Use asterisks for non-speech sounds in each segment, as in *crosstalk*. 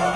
¿eh?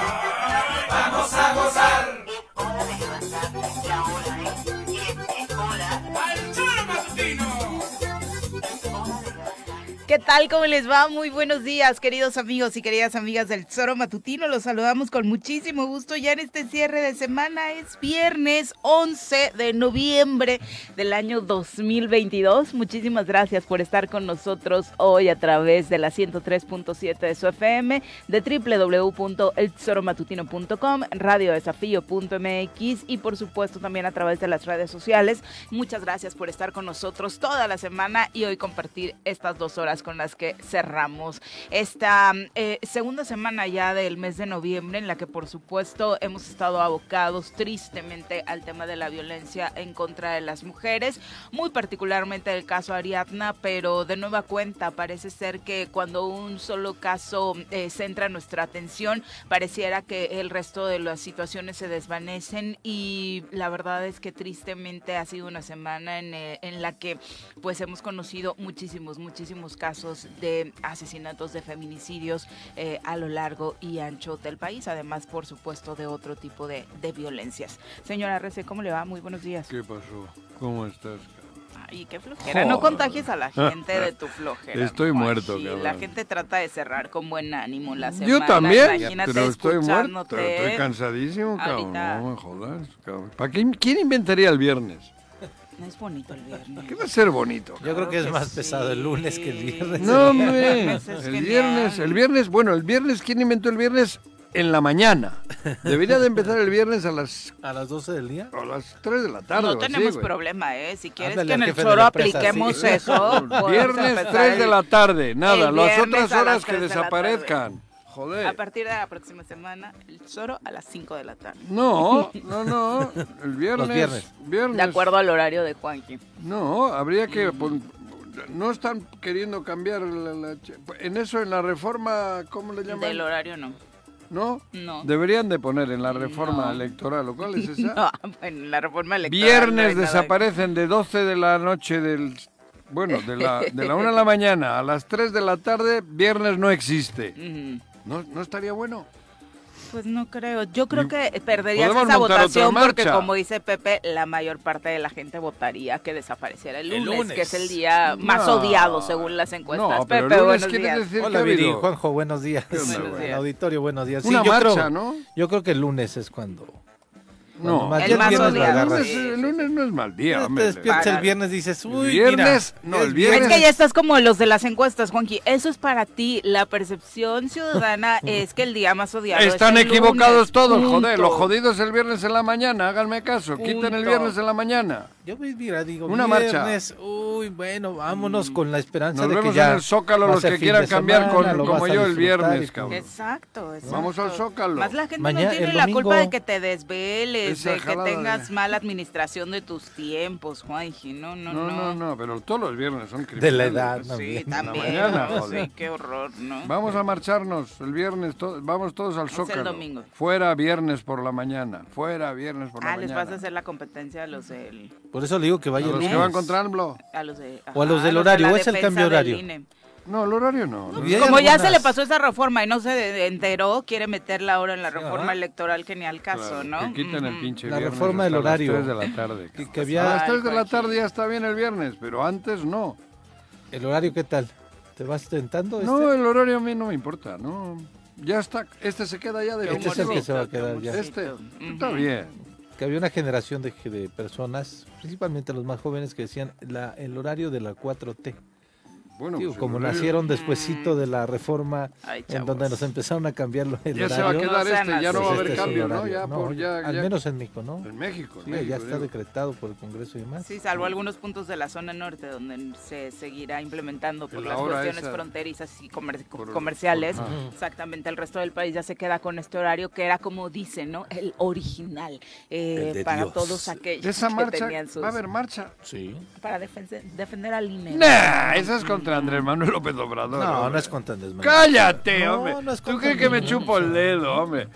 ¿Qué tal? ¿Cómo les va? Muy buenos días, queridos amigos y queridas amigas del Tesoro Matutino. Los saludamos con muchísimo gusto ya en este cierre de semana. Es viernes 11 de noviembre del año 2022. Muchísimas gracias por estar con nosotros hoy a través de la 103.7 de su FM, de www.eltesoromatutino.com, radiodesafío.mx y por supuesto también a través de las redes sociales. Muchas gracias por estar con nosotros toda la semana y hoy compartir estas dos horas con las que cerramos esta eh, segunda semana ya del mes de noviembre en la que por supuesto hemos estado abocados tristemente al tema de la violencia en contra de las mujeres, muy particularmente el caso Ariadna, pero de nueva cuenta parece ser que cuando un solo caso eh, centra nuestra atención, pareciera que el resto de las situaciones se desvanecen y la verdad es que tristemente ha sido una semana en, eh, en la que pues hemos conocido muchísimos, muchísimos casos de asesinatos, de feminicidios eh, a lo largo y ancho del país, además, por supuesto, de otro tipo de, de violencias. Señora Rece, ¿cómo le va? Muy buenos días. ¿Qué pasó? ¿Cómo estás? cabrón? Ay, qué flojera. No Joder. Ah. contagies a la gente de tu flojera. Estoy Moachi. muerto, cabrón. La gente trata de cerrar con buen ánimo la semana. Yo también, Imagínate pero estoy muerto, escuchándote. ¿eh? estoy cansadísimo, cabrón. Ahorita. No me jodas, cabrón. ¿Para quién, quién inventaría el viernes? No es bonito el viernes. ¿Qué va a ser bonito? Yo creo que es que más pesado el lunes que el sí. viernes. No, Pues El hombre. viernes es El genial. viernes, el viernes, bueno, el viernes, ¿quién inventó el viernes? En la mañana. Debería de empezar el viernes a las, A las 12 del día. a las 3 de la tarde. o No así, tenemos güey. problema, ¿eh? Si quieres Ándale, que en al el jefe de choro la empresa, apliquemos *laughs* sí. eso. podemos Viernes empezar 3 de el- la tarde, nada, el las viernes otras a las horas que 3 de la desaparezzcan. Joder. A partir de la próxima semana, el choro a las 5 de la tarde. *laughs* No, no, no. El viernes. *laughs* Los viernes. viernes. De acuerdo al horario de Juanqui. No, habría Mm. que. pon- no están queriendo cambiar la- la che- en eso, en la reforma, ¿cómo le llaman? Del horario no. ¿No? No. Deberían de poner en la reforma No. electoral, ¿o cuál es esa? No, en Ah, la reforma *laughs* electoral. no hay Viernes nada desaparecen de 12 de la noche del... Bueno, de la, de *laughs* la 1 de la mañana a las 3 de la tarde, viernes no existe. que- Ujú. ¿No, no estaría bueno? Pues no creo. Yo creo que perderías Podemos esa montar otra votación porque, marcha. como dice Pepe, la mayor parte de la gente votaría que desapareciera el El lunes, lunes. que es el día más No. odiado según las encuestas. No, pero el Pepe, lunes buenos quiere días. decir que Hola, ha Viri. habido Juanjo, buenos días. ¿Qué onda, Buenos güey? días. El auditorio, buenos días. Sí, una yo marcha, creo, ¿no? Yo creo que el lunes es cuando. No, más El bien más viernes lo el, odiado. lunes, agarras. el lunes no es mal día, Te hombre. despiertas el Para. viernes dices, uy, Viernes, mira, no, el es viernes. Es que ya estás como los de las encuestas, Juanqui. Eso es para ti. La percepción *laughs* ciudadana es que el día más odiado es Están el lunes. equivocados todos, joder. Punto. Lo jodido es el viernes en la mañana, háganme caso. Quitan el Punto. viernes en la mañana. Yo pues, mira, digo, Una marcha. Mm. viernes, uy, bueno, vámonos con la esperanza Nos de que vemos ya en el Zócalo va a los ser que fin quieran de cambiar semana, con- lo como vas a yo el disfrutar y viernes, todo. cabrón. Exacto, exacto. Vamos al Zócalo. Más la gente Mañana- no tiene el la domingo. culpa de que te desveles, Esa de que jalada tengas de- mala administración de tus tiempos, Juanji. No, no, No, no. no, no, pero todos los viernes son criminales. De la edad, no, Sí, bien. también. mañana, ¿no? joder. Sí, qué horror, ¿no? Vamos a marcharnos el viernes, to- vamos todos al el Zócalo. domingo. Fuera viernes por la mañana, fuera viernes por la Ah, les mañana. vas a hacer la competencia a los del... Por eso le digo que a vaya el los lunes. que van contra AMLO. A Ah, los de, O a los ajá, del de horario, la o es el defensa cambio del horario. INE. No, el horario no. Y hay Como ya se algunas- le pasó esa reforma y no se enteró, quiere meterla ahora en la reforma ajá. electoral, que ni al caso, Claro, ¿no? Que quitan el Ujú. Ah, pinche La viernes hasta reforma del horario. Las 3 de la tarde. Que- cabrón. que A había- las 3 de la Ay, tarde ya está bien el viernes, pero antes no. ¿El horario qué tal? ¿Te vas tentando? No, este? el horario a mí no me importa, no. Ya está, este se queda ya de Este es el que se va a quedar ya. Este, Ujú. está bien. que había una generación de, de personas, principalmente los más jóvenes, que decían la, el horario de la 4T. Bueno, Digo, pues, el como horario- nacieron despuesito de la reforma, Mm. Ay, en chavos. donde nos empezaron a cambiar lo- el Ya se va a horario. quedar No sean este, ya no así. va a pues haber este es el cambio, ¿no? horario. Ya, No, por, ya, al ya- menos en México, ¿no? en México. en Sí, México, ya está digo. decretado por el Congreso y demás. Pues, Sí, salvo algunos puntos de la zona norte donde se seguirá implementando por La las hora cuestiones esa. fronterizas y comer- Por- comerciales. por- ah. Exactamente, el resto del país ya se queda con este horario que era como dicen, ¿no? El original eh, El de para Dios. todos aquellos De esa que marcha, tenían sus va a haber marcha. Sí. para defense- defender al INE. Nah, esa es contra Andrés Manuel López Obrador. No, no hombre. es contra Andrés Manuel. Cállate, No, hombre. no es ¿Tú contra crees que me Andrés Manuel. chupo el dedo, hombre?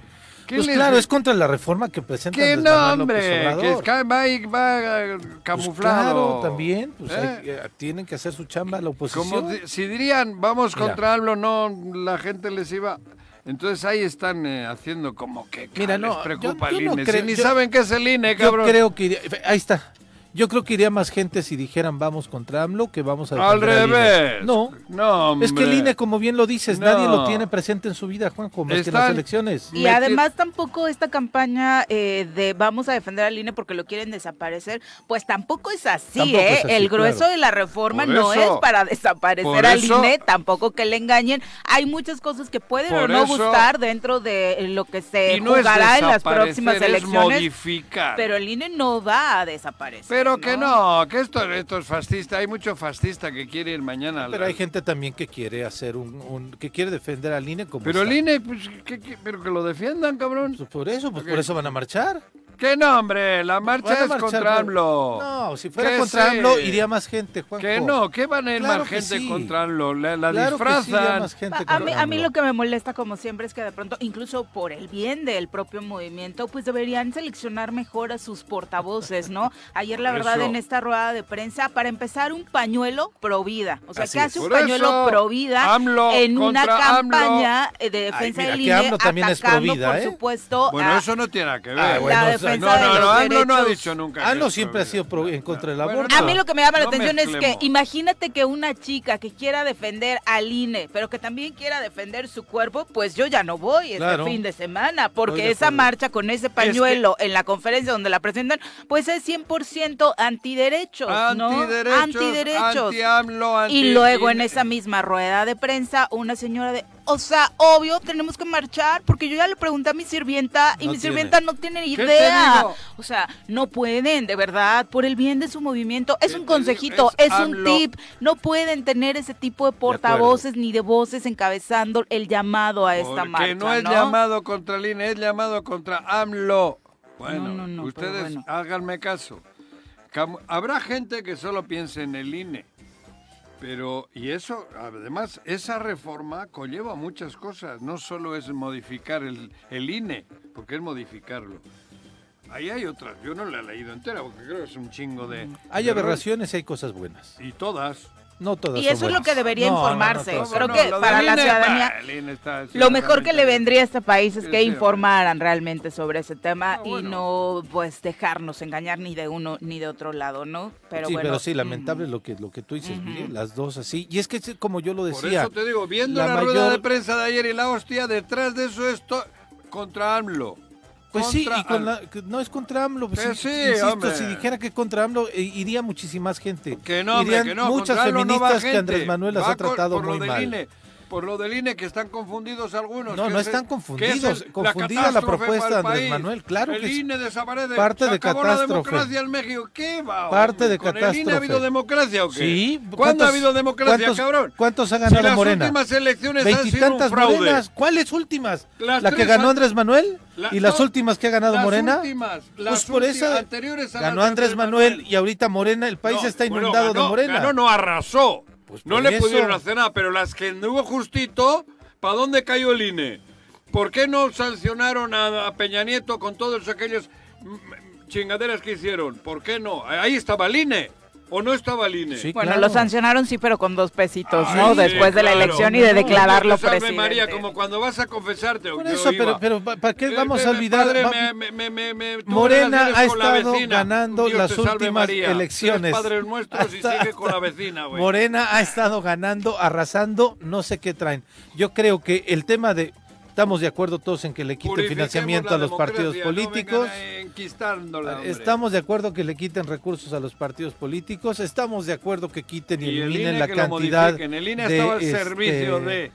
¿Qué Pues les- claro, es contra la reforma que presenta ¿Qué Andrés Manuel nombre? López Obrador. Que Sky Mike va eh, Pues camuflado. claro, también. Pues ¿Eh? hay- eh, tienen que hacer su chamba la oposición. Como di- si dirían, vamos Mira. contra AMLO, no, la gente les iba... Entonces ahí están eh, haciendo como que ca, Mira, no, les preocupa yo- yo el no INE. creo- si ni yo- saben qué es el INE, Yo cabrón. creo que iría- ahí está. Yo creo que iría más gente si dijeran vamos contra AMLO que vamos a Al defender INE. revés. No. no hombre. Es que el INE, como bien lo dices, No. nadie lo tiene presente en su vida, Juanjo, más que en las Están- elecciones. Y Metido- además tampoco esta campaña eh, de vamos a defender al INE porque lo quieren desaparecer, pues tampoco es así, Tampoco ¿eh? es así, el grueso claro. de la reforma Por no es eso- para desaparecer por al eso- INE, tampoco que le engañen. Hay muchas cosas que pueden o Por no eso- gustar dentro de lo que se Y no es jugará en las próximas desaparecer, es elecciones, modificar. pero el INE no va a desaparecer. Pero que no, que esto, esto es fascista. Hay mucho fascista que quiere ir mañana. al- Pero hay gente también que quiere hacer un, un- que quiere defender al INE como Pero el está. INE, pues, que, que- pero que lo defiendan, cabrón. Pues por eso, pues Ok. por eso van a marchar. ¿Qué nombre? La Van a marcha es marchar, contra pero- AMLO. No, si fuera Que contra se- AMLO iría más gente, Juanjo. Que no, que van a ir Claro más que gente sí. contra AMLO. La, la Claro que sí iría disfrazan. más gente A- contra A mí, a mí AMLO. lo que me molesta, como siempre, es que de pronto, incluso por el bien del propio movimiento, pues deberían seleccionar mejor a sus portavoces, ¿no? Ayer, la Por verdad, eso. en esta rueda de prensa, para empezar, un pañuelo pro vida. O sea, Así que hace es. un Por pañuelo eso, pro vida AMLO en una contra AMLO. campaña eh, de Ay, defensa mira, del que INE, AMLO también es atacando, provida, por ¿eh? supuesto, Bueno, a- eso no tiene nada que ver. Ah, bueno, la o sea, defensa no, de no, los no, AMLO no ha derechos. dicho nunca. AMLO que es siempre ha sido pro- prohibido. en contra del Bueno, aborto. A mí lo que me llama la no atención es que mezclemos. imagínate que una chica que quiera defender al INE, pero que también quiera defender su cuerpo, pues yo ya no voy este Claro. fin de semana, Estoy porque de esa acuerdo. marcha con ese pañuelo en la conferencia donde la presentan, pues es 100% antiderechos, ¿no? Antiderechos, Antiderechos. anti-AMLO, anti- y luego en esa misma rueda de prensa, una señora de, o sea, obvio, tenemos que marchar, porque yo ya le pregunté a mi sirvienta y No mi tiene. sirvienta no tiene ¿Qué te idea. digo? O sea, no pueden, de verdad, por el bien de su movimiento. Es ¿Qué un te digo? consejito, Es es, un AMLO. tip. No pueden tener ese tipo de portavoces ni de voces encabezando el llamado a esta Porque marcha. no es llamado contra el INE, es llamado contra AMLO. Bueno, No, no, no, ustedes pero bueno. háganme caso. Cam- Habrá gente que solo piense en el INE. Pero, y eso, además, esa reforma conlleva muchas cosas. No solo es modificar el, el INE, porque es modificarlo. Ahí hay otras. Yo no la he leído entera, porque creo que es un chingo de... Hay de aberraciones y hay cosas buenas. rollo. Y todas. No todas Y son eso es lo buenas. que debería No, no, no informarse. todas son Creo No, que lo para del la INE, ciudadadanía- bah, el INE está- Lo mejor que le vendría a este país es Sí, que sí, informaran realmente sobre ese tema Ah, bueno. y no pues dejarnos engañar ni de uno ni de otro lado, ¿no? Pero sí, bueno. Mm. pero sí, lamentable lo que lo que tú dices, Miguel, las dos así. Y es que sí, como yo lo Por decía, eso te digo, viendo la, la rueda mayor- de prensa de ayer y la hostia, detrás de eso es to- contra AMLO. pues sí, Contra y con AMLO. la- que no es contra AMLO, pues, Que sí, sí, insisto, hombre. si dijera que contra AMLO eh, iría muchísima gente. Que no, hombre, Irían que no. muchas contra AMLO no va feministas que gente. Andrés Manuel las Va ha con- tratado por lo muy del mal. INE, por lo del INE, que están confundidos algunos. No, que no es el- están que es confundidos. el- Confundida la catástrofe propuesta para el de Andrés país. Manuel, claro el que sí. INE desaparece. Parte se de acabó la catástrofe. democracia en México. ¿Qué va? Parte hombre? de Ah, ¿Con el INE ha catástrofe. habido democracia o qué? Sí, ¿Cuándo ¿cuántos- ha habido democracia, cuántos- cabrón? cuántos ha si ganado las Morena? últimas elecciones han sido un Veintitantas fraude. morenas, ¿cuáles últimas? Las la que tres ganó an- Andrés Manuel La- y las no, últimas que ha ganado las Morena. últimas, las pues por últimas esa anteriores a las ganó de Andrés Andrés Manuel, Manuel. y ahorita Morena, el país No, está bueno, inundado ganó- de Morena. Ganó, no arrasó. Pues no por le eso. pudieron hacer nada, pero las que anduvo justito, ¿para dónde cayó el INE? ¿Por qué no sancionaron a, a Peña Nieto con todos aquellos mm, chingaderas que hicieron? ¿Por qué no? Ahí estaba el INE. ¿O no estaba el INE? Sí, Bueno, claro. lo sancionaron sí, pero con dos pesitos, Ay, ¿no? sí, Después de la claro. elección y de declararlo Entonces, Ave presidente. María, como cuando vas a confesarte. Por yo eso, iba. pero, pero ¿pa- ¿para qué Eh, vamos a padre, olvidar? Va- me- me- me- me- me- tuve Morena relaciones ha con la estado vecina. ganando Dios las te salve, últimas María. Tres elecciones. padres nuestros y Hasta- sigue con la hasta- vecina, güey. Morena ha estado ganando, arrasando, no sé qué traen. Yo creo que el tema de Estamos de acuerdo todos en que le quiten Purifiquemos financiamiento la a los partidos democracia, no políticos. vengan a enquistárnosla, hombre. Estamos de acuerdo que le quiten recursos a los partidos políticos. Estamos de acuerdo que quiten y, Y el eliminen INE la que lo cantidad. modifiquen. El INE de, estaba al este, servicio de... de-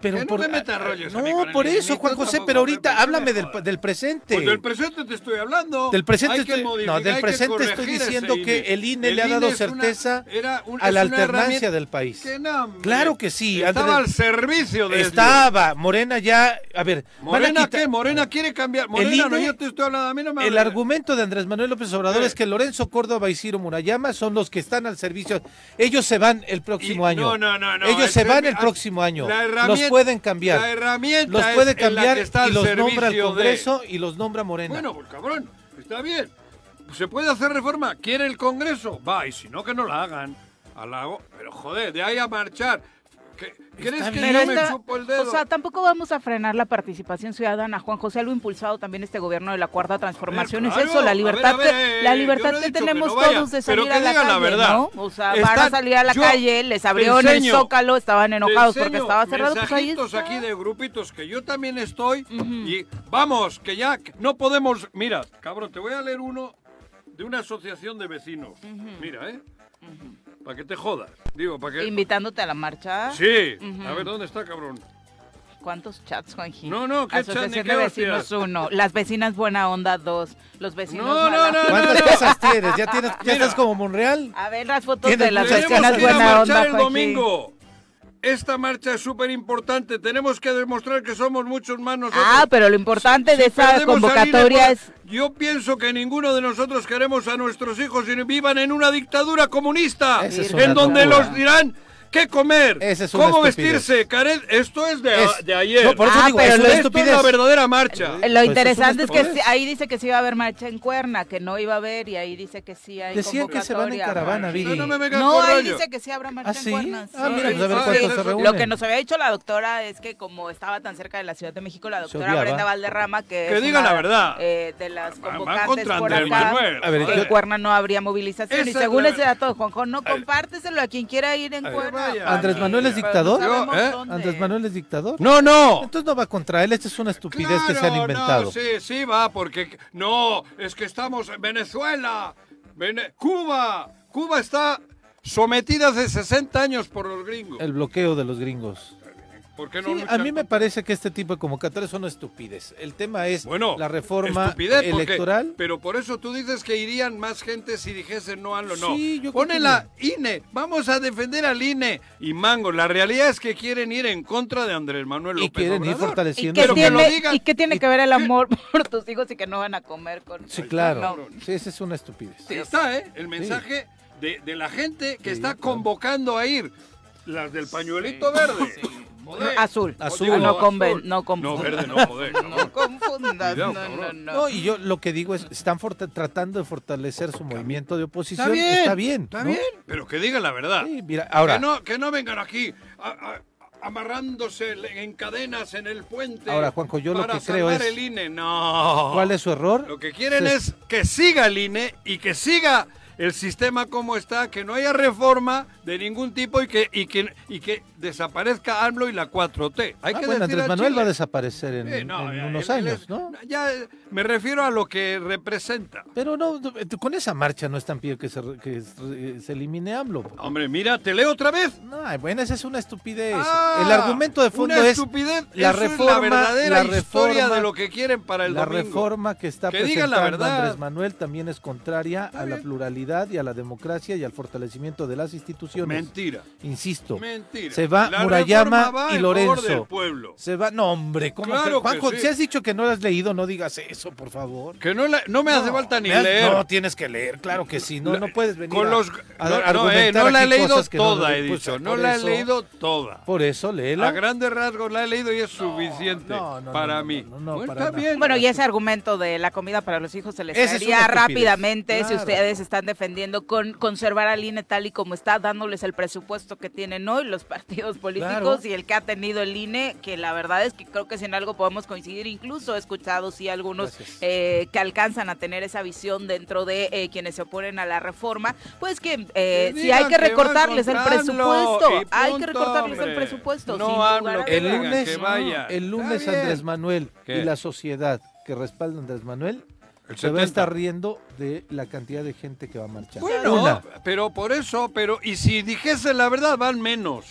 pero Que no por, me metas rollos a mí No, con el por INE, eso, ni Juan tú José, tampoco, pero ahorita hombre, háblame no me del, jodas. del presente. Pues del presente te estoy hablando. Del presente Hay que estoy- no, modificar, del hay que presente estoy corregir diciendo ese que INE. el INE le ha dado es una- certeza era un- a es una la alternancia herramienta del país. que no, hombre. Claro que sí, Estaba Andrés. al servicio de ellos. Estaba, Morena ya, a ver, van a Morena, quitar- Ah. ¿qué? Morena quiere cambiar. Morena, INE- no, yo te estoy hablando. A mí no me El hables. argumento de Andrés Manuel López Obrador Eh. es que Lorenzo Córdoba y Ciro Murayama son los que están al servicio. Ellos se van el próximo Y- año. No, no, no, no. Ellos se Este- van el ah, próximo año. la Los herramienta- pueden cambiar. La herramienta los es en puede la que cambiar está y al los nombra el servicio de- Congreso y los nombra Morena. Bueno, pues cabrón, está bien. Se puede hacer reforma. ¿Quiere el Congreso? Va, y si no, que no la hagan. A la go- Pero joder, de ahí a marchar. ¿Qué- ¿Crees que Pero yo me esta- chupo el dedo? o sea, tampoco vamos a frenar la participación ciudadana, Juan José, algo impulsado también este gobierno de la cuarta transformación claro, es eso, Eh, a la ver, libertad, a ver, que- eh, la yo libertad no he que dicho que tenemos no vayan, todos de pero salir que a la digan calle, la verdad. ¿no? O sea, van a Están- salir a la yo calle, les te abrieron el enseño- zócalo, estaban te enojados porque enseño estaba cerrado, pues ahí mensajitos está. aquí de grupitos que yo también estoy y vamos, que ya no podemos... Mira, cabrón, te voy a leer uno de una asociación de vecinos. Mira, ¿eh? Para que te jodas. Digo, para que... invitándote a la marcha. Sí. Ujú. A ver, ¿dónde está, cabrón? ¿Cuántos chats, Juanji? No, no, ¿qué chats ni Asociación qué de vecinos hostias? uno, las vecinas buena onda dos, los vecinos No, mala no, no, onda. ¿Cuántas no, no. casas tienes? ¿Ya, tienes, ya Mira. estás como Monreal? A ver las fotos Tiene- de las Tenemos vecinas Tenemos que ir a buena onda, marchar el Juanji. domingo. Esta marcha es súper importante. Tenemos que demostrar que somos muchos más nosotros. Ah, pero lo importante de esa perdemos al convocatoria INE es por- Yo pienso que ninguno de nosotros queremos a nuestros hijos y vivan en una dictadura comunista, Esa es una en donde locura. los dirán qué comer, Esa es una cómo estupidez. vestirse. Caret, esto es de, Es- de ayer. No, por eso Ah, digo, pero es lo una esto estupidez. es la verdadera marcha. Eh, Lo Pues interesante es eso que es una sí- ahí dice que sí iba a haber marcha en Cuerna, que no iba a haber, y ahí dice que sí hay Decían que se van en convocatoria. caravana, Viri. No, no me vengas No, con ahí rollo. dice que sí habrá marcha ¿Ah, en sí? Cuerna. Ah, sí. mira, pues a ver sí, cuántos sí, se sí. reúnen. Lo que nos había dicho la doctora es que como estaba tan cerca de la Ciudad de México, la doctora obviaba. Brenda Valderrama, que, Que es diga una, la verdad. eh, de las Va- va convocantes contra por Andrés acá, Manuel, A ver, que yo- en Cuerna no habría movilización. Esa y es según la ese dato de Juanjo, no compárteselo a quien quiera ir en ver, Cuerna. vaya. Juanji, ¿Andrés Manuel es pero no dictador? sabemos Yo, ¿eh? dónde. ¿Andrés Manuel es dictador? No, no. Entonces no va contra él, esta es una estupidez que este se han Claro, inventado. No, sí, sí va, porque no, es que estamos en Venezuela, Vene- Cuba, Cuba está sometida hace 60 años por los gringos. El bloqueo de los gringos. ¿Por qué no Sí, a luchan mí me contra- parece que este tipo de convocatorias son estupidez. El tema es bueno, la reforma estupidez, porque- electoral. pero por eso tú dices que irían más gente si dijesen no a lo no. Sí, yo Pone creo que la INE, vamos a defender al INE y Mango. La realidad es que quieren ir en contra de Andrés Manuel Y López quieren ir Obrador. ¿Y fortaleciendo. qué, Pero su- E. que lo tiene, digan. ¿Y qué tiene ¿Y que ver el qué? amor *laughs* por tus hijos y que no van a comer con Sí, No. claro. Sí, ese es una estupidez. Ahí está, ¿eh? El mensaje de, de la gente que Sí, está claro. convocando a ir. Las del pañuelito verde. Joder. Azul. Azul. Digo, No conven- no No, confundas. *laughs* verde no, joder. No cabrón. confundas, Cuidado, no, no, cabrón. no. No, y yo lo que digo es, están forta- tratando de fortalecer su movimiento de oposición. Está bien. Está Está bien. bien. Pero que digan la verdad. ¿no? Sí, mira, ahora, que, no, que no vengan aquí a- a- amarrándose le- en cadenas en el puente. Ahora, Juanjo, yo lo para que creo salvar es- el INE. No. ¿cuál es su error? Lo que quieren Se- es que siga el INE y que siga el sistema como está, que no haya reforma de ningún tipo y que, y que, y que desaparezca AMLO y la 4T. Hay Ah, que bueno, decir Andrés a Manuel Chile. va a desaparecer en, Sí, no, en ya, unos él- él años, es- ¿no? Ya eh, me refiero a lo que representa. Pero no, no, eh, con esa marcha no es tan pido que se, re- que se- se elimine AMLO. Hombre, mira, te leo otra vez. No, ay, bueno, esa es una estupidez. Ah, el argumento de fondo una es estupidez. la Eso es reforma, verdadera la historia reforma- de lo que quieren para el la domingo. reforma que está Que digan presentando la verdad. Andrés Manuel también es contraria a la pluralidad y a la democracia y al fortalecimiento de las instituciones. Mentira. Insisto, Mentira. se va La Murayama reforma va y en favor del Lorenzo. pueblo. Se va, no hombre, ¿cómo Claro que- Juanjo, que sí. si has dicho que no lo has leído, no digas eso, por favor. Que no, la- no me hace No, falta ni me has- leer. No, tienes que leer, claro que sí, no, La- no puedes venir con a- los- a no, no, eh, argumentar no la he aquí leído cosas que no toda, he debes- dicho. pues, No por la he eso- leído toda. Por eso, A léela. grandes rasgos la he leído y es suficiente no, no, para no, no, mí. no, no, Bueno, para está nada. bien. Bueno, y ese argumento de la comida para los hijos se les Esa es caería una estupidez, rápidamente si claro. ustedes están defendiendo con conservar al INE tal y como está, dándoles el presupuesto que tienen hoy los *laughs* partidos políticos Claro. y el que ha tenido el INE, que la verdad es que creo que si en algo podemos coincidir, incluso he escuchado sí algunos Gracias. eh, que alcanzan a tener esa visión dentro de eh, quienes se oponen a la reforma, pues que eh, Que sí hay digan que que van recortarles el con AMLO, presupuesto, y hay que punto, recortarles el hombre. presupuesto. No sin lugar AMLO, a que El dudas. digan lunes, que vaya. El lunes Está bien. Andrés Manuel ¿Qué? y la sociedad que respalda a Andrés Manuel El se va 70. a estar riendo de la cantidad de gente que va a marchar. Bueno, Una. pero por eso, pero y si dijese la verdad, van menos.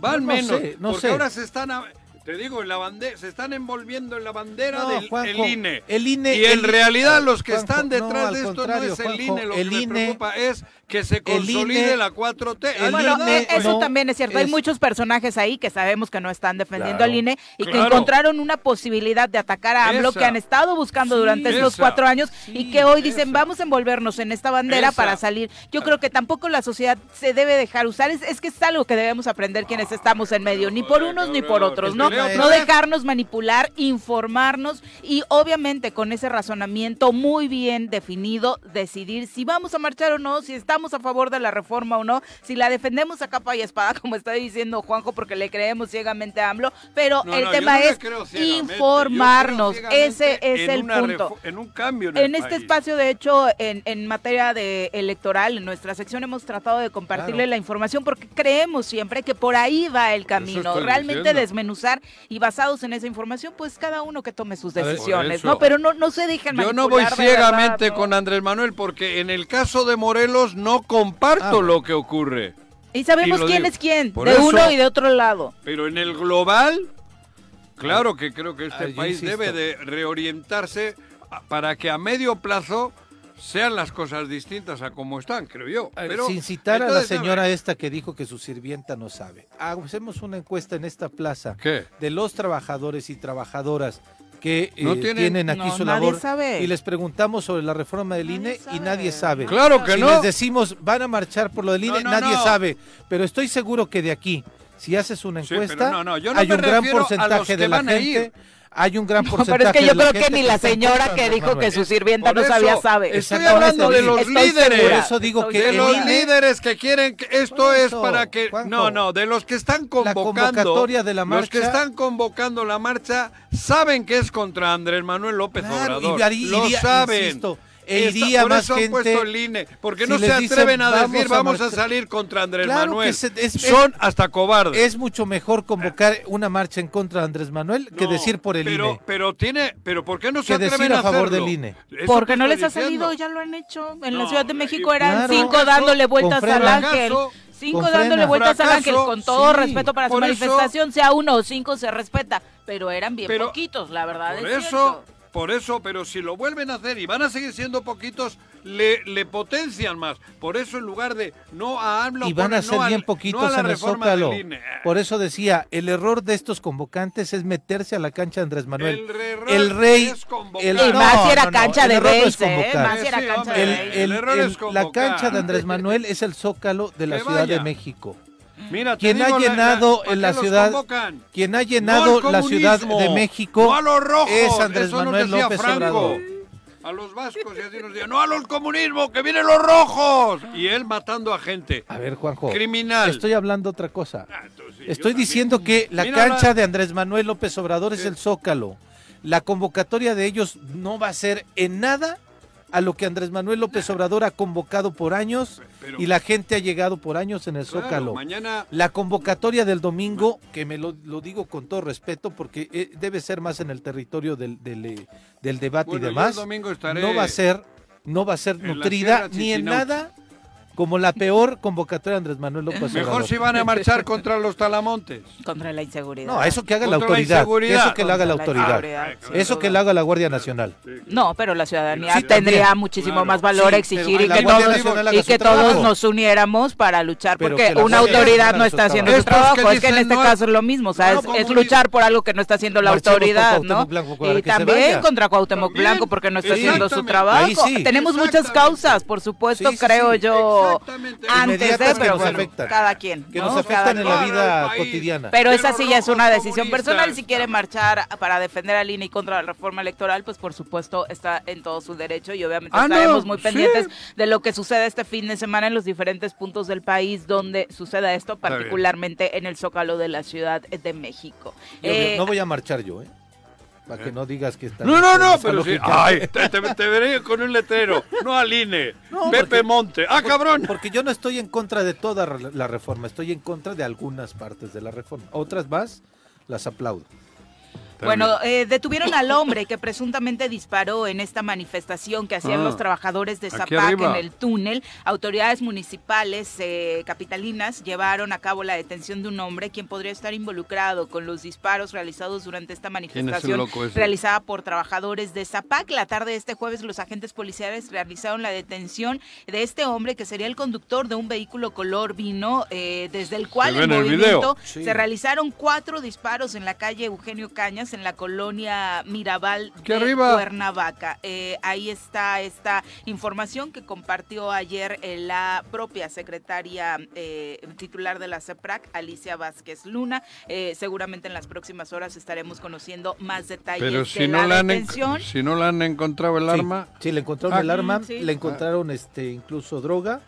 Van No, no menos. sé, no porque sé. ahora se están, a- te digo, en la bandera, se están envolviendo en la bandera No, del Juanjo, el INE. el INE- Y en el- realidad los que Juanjo, están no, detrás al de esto no contrario, es el Juanjo, INE, lo el que INE- me preocupa es que se consolide INE- la 4T. el Es Bueno, verdad, INE- eh, eso no, también es cierto. Hay es- muchos personajes ahí que sabemos que no están defendiendo Claro. al INE y que Claro. encontraron una posibilidad de atacar a AMLO Esa. que han estado buscando Sí, durante estos esa. cuatro años Sí, y que hoy dicen esa. vamos a envolvernos en esta bandera Esa. para salir. Yo creo que tampoco la sociedad se debe dejar usar. Es, es que es algo que debemos aprender quienes estamos en medio, ni por joder, unos ni por cabrón. otros, El ¿no? peleo otra No vez. dejarnos manipular, informarnos y obviamente con ese razonamiento muy bien definido decidir si vamos a marchar o no, si estamos a favor de la reforma o no, si la defendemos a capa y espada, *laughs* como está diciendo Juanjo, porque le creemos ciegamente a AMLO, pero No, el no, yo tema no le es creo ciegamente, yo informarnos. creo Ese ciegamente es en el una punto. refo- En un cambio en, En el este país. espacio, de hecho, en, en materia de electoral, en nuestra sección hemos tratado de compartirle Claro. la información porque creemos siempre que por ahí va el camino. estoy Realmente diciendo. desmenuzar y basados en esa información, pues cada uno que tome sus A ver, por decisiones, eso. ¿no? Pero no, no se dejen Yo no voy manipular, de ciegamente verdad, ¿no? con Andrés Manuel porque en el caso de Morelos no comparto Ah. lo que ocurre. Y y sabemos lo quién digo. es quién, Por de eso- uno y de otro lado. Pero en el global, claro que creo que este Ah, yo país insisto. debe de reorientarse a- para que a medio plazo sean las cosas distintas a como están, creo yo. A ver, Pero, eh, Sin citar entonces, eh, a la señora ver, esta que dijo que su sirvienta no sabe. Hacemos una encuesta en esta plaza ¿Qué? de los trabajadores y trabajadoras que eh, No tienen- tienen, aquí No, su nadie labor sabe. y les preguntamos sobre la reforma del Nadie INE sabe. y nadie sabe. Claro que Si no. les decimos van a marchar por lo del No, INE, no, nadie no. sabe, pero estoy seguro que de aquí si haces una Sí, pero encuesta no, no, yo no hay me un gran refiero a los porcentaje que de la van a ir. gente, hay un gran porcentaje pero es que de yo la creo que gente ni la está en señora contra de que Andrés dijo que Manuel. su sirvienta Por no eso, sabía sabe. Estoy Exactamente. hablando de los Estoy líderes. segura, Por eso digo estoy que De el los INE- líderes que quieren que esto Por es eso, para que Juanjo. no no de los que están La convocando convocatoria de la los que marcha- están convocando la marcha saben que es contra Andrés Manuel López Claro, Obrador y haría- lo iría- saben insisto, Esta- iría por más eso han gente- puesto el INE porque Si no se les dicen, atreven a "Vamos decir a vamos a marchar". salir contra Andrés Claro que Manuel se- es- son hasta cobardes Es mucho mejor convocar una marcha en contra de Andrés Manuel que No, decir por el pero, INE. pero tiene pero por qué no se E. Que decir atreven a a favor hacerlo? del E. INE. Eso te Porque no estoy les ha diciendo. salido, ya lo han hecho. En la No, Ciudad de y- México eran eh, Claro. cinco Con dándole fracaso, vueltas con al frena. ángel. Fracaso, Cinco con dándole frena. vueltas al ángel. Fracaso, Con todo sí. respeto para su Por eso- manifestación, sea uno o cinco se respeta. Pero eran bien Pero- poquitos, la verdad. Por es eso, cierto. por eso, pero si lo vuelven a hacer y van a seguir siendo poquitos, le, le potencian más. Por eso en lugar de no a AMLO, y van a ponen ser no bien al- poquitos no a la en el reforma Zócalo. del INE. Por eso decía, el error de estos convocantes es meterse a la cancha de Andrés Manuel. El error rey, es convocar. el- Y No, más si era cancha el de error no es base, ¿eh? convocar. Más si era Sí, cancha hombre. de El- base. El el- error es el- la convocar. cancha de Andrés Manuel es el zócalo de la Que Ciudad de vaya. México. Mira, te Quien ha digo la- la- llenado ¿para qué en la los ciudad, convocan? quien ha No llenado al la Ciudad de comunismo, México no a los rojos, es Andrés eso nos Manuel decía López Franco. Obrador. A los vascos y así nos decía, no a los comunismo, que vienen los rojos. Y él matando a gente. A ver, Juanjo. Criminal. Estoy hablando otra cosa. Ah, entonces, yo Estoy también. diciendo que la Mira, cancha ahora- de Andrés Manuel López Obrador es Sí. el Zócalo. La convocatoria de ellos no va a ser en nada a lo que Andrés Manuel López Obrador ha convocado por años Pero- y la gente ha llegado por años en el Claro, Zócalo. Mañana La convocatoria del domingo, que me lo, lo digo con todo respeto porque eh, debe ser más en el territorio del, del, eh, del debate Bueno, y yo el demás, domingo estaré no va a ser, no va a ser en la nutrida Sierra ni en Chichinauchi. nada como la peor convocatoria de Andrés Manuel López Obrador. Mejor si van a marchar contra los talamontes. Contra la inseguridad. No, eso que haga la Contra la autoridad. que inseguridad. eso que lo haga la Contra autoridad. sin Eso que duda. lo haga la Guardia Nacional. No, pero la ciudadanía Sí, tendría también. muchísimo Claro. más valor Sí, a exigir pero y la que, Guardia todos, Nacional haga y su que todos trabajo. nos uniéramos para luchar, Pero porque que la una Guardia autoridad Nacional no haga está su haciendo su trabajo. Estos que trabajo. Es que en dicen este no- caso es lo mismo, o sea, no es, es comunismo. luchar por algo que no está haciendo la pues, Marchemos por autoridad, ¿no? Cuauhtémoc Blanco para Y que se también vaya. contra Cuauhtémoc También, Blanco porque no está haciendo su exactamente. trabajo. Ahí sí. Tenemos muchas Exactamente. causas, por supuesto, Sí, sí, creo sí. yo, pero Exactamente. antes de, Inmediatas que pero nos bueno, afectan. cada quien. que ¿no? nos Cada afectan en la quien. vida Claro, el país. cotidiana. Pero esa Pero sí ya es una rojos decisión comunistas. personal. Si quiere marchar para defender a Lina y contra la reforma electoral, pues por supuesto está en todo su derecho y obviamente Ah, no, estaremos muy sí. pendientes de lo que sucede este fin de semana en los diferentes puntos del país donde suceda esto, bien. particularmente en el Zócalo de la Ciudad de México. Yo- Eh, no voy a marchar yo, ¿eh? Para que no digas que está. Eh. No, no, no, está pero sí. lógica. Ay, te, te- te veré con un letrero. No al INE. Pepe Monte. ¡Ah, cabrón! Porque yo no estoy en contra de toda re- la reforma, estoy en contra de algunas partes de la reforma. Otras más, las aplaudo. Bueno, eh, detuvieron al hombre que presuntamente disparó en esta manifestación que hacían Ah, los trabajadores de aquí Zapac en arriba. el túnel. Autoridades municipales eh, capitalinas llevaron a cabo la detención de un hombre quien podría estar involucrado con los disparos realizados durante esta el manifestación loco ese? realizada por trabajadores de Zapac. La tarde de este jueves los agentes policiales realizaron la detención de este hombre que sería el conductor de un vehículo color vino eh, desde el cual ve el en el video. movimiento Sí. se realizaron cuatro disparos en la calle Eugenio Cañas, en la colonia Mirabal Aquí de arriba. Cuernavaca. Eh, ahí está esta información que compartió ayer eh, la propia secretaria eh, titular de la CEPRAC, Alicia Vázquez Luna. Eh, seguramente en las próximas horas estaremos conociendo más detalles Pero de si la no, la han, en- detención. si no la han encontrado el Sí, arma. Sí, le encontraron Ah, el arma, mm, sí. le encontraron este incluso droga.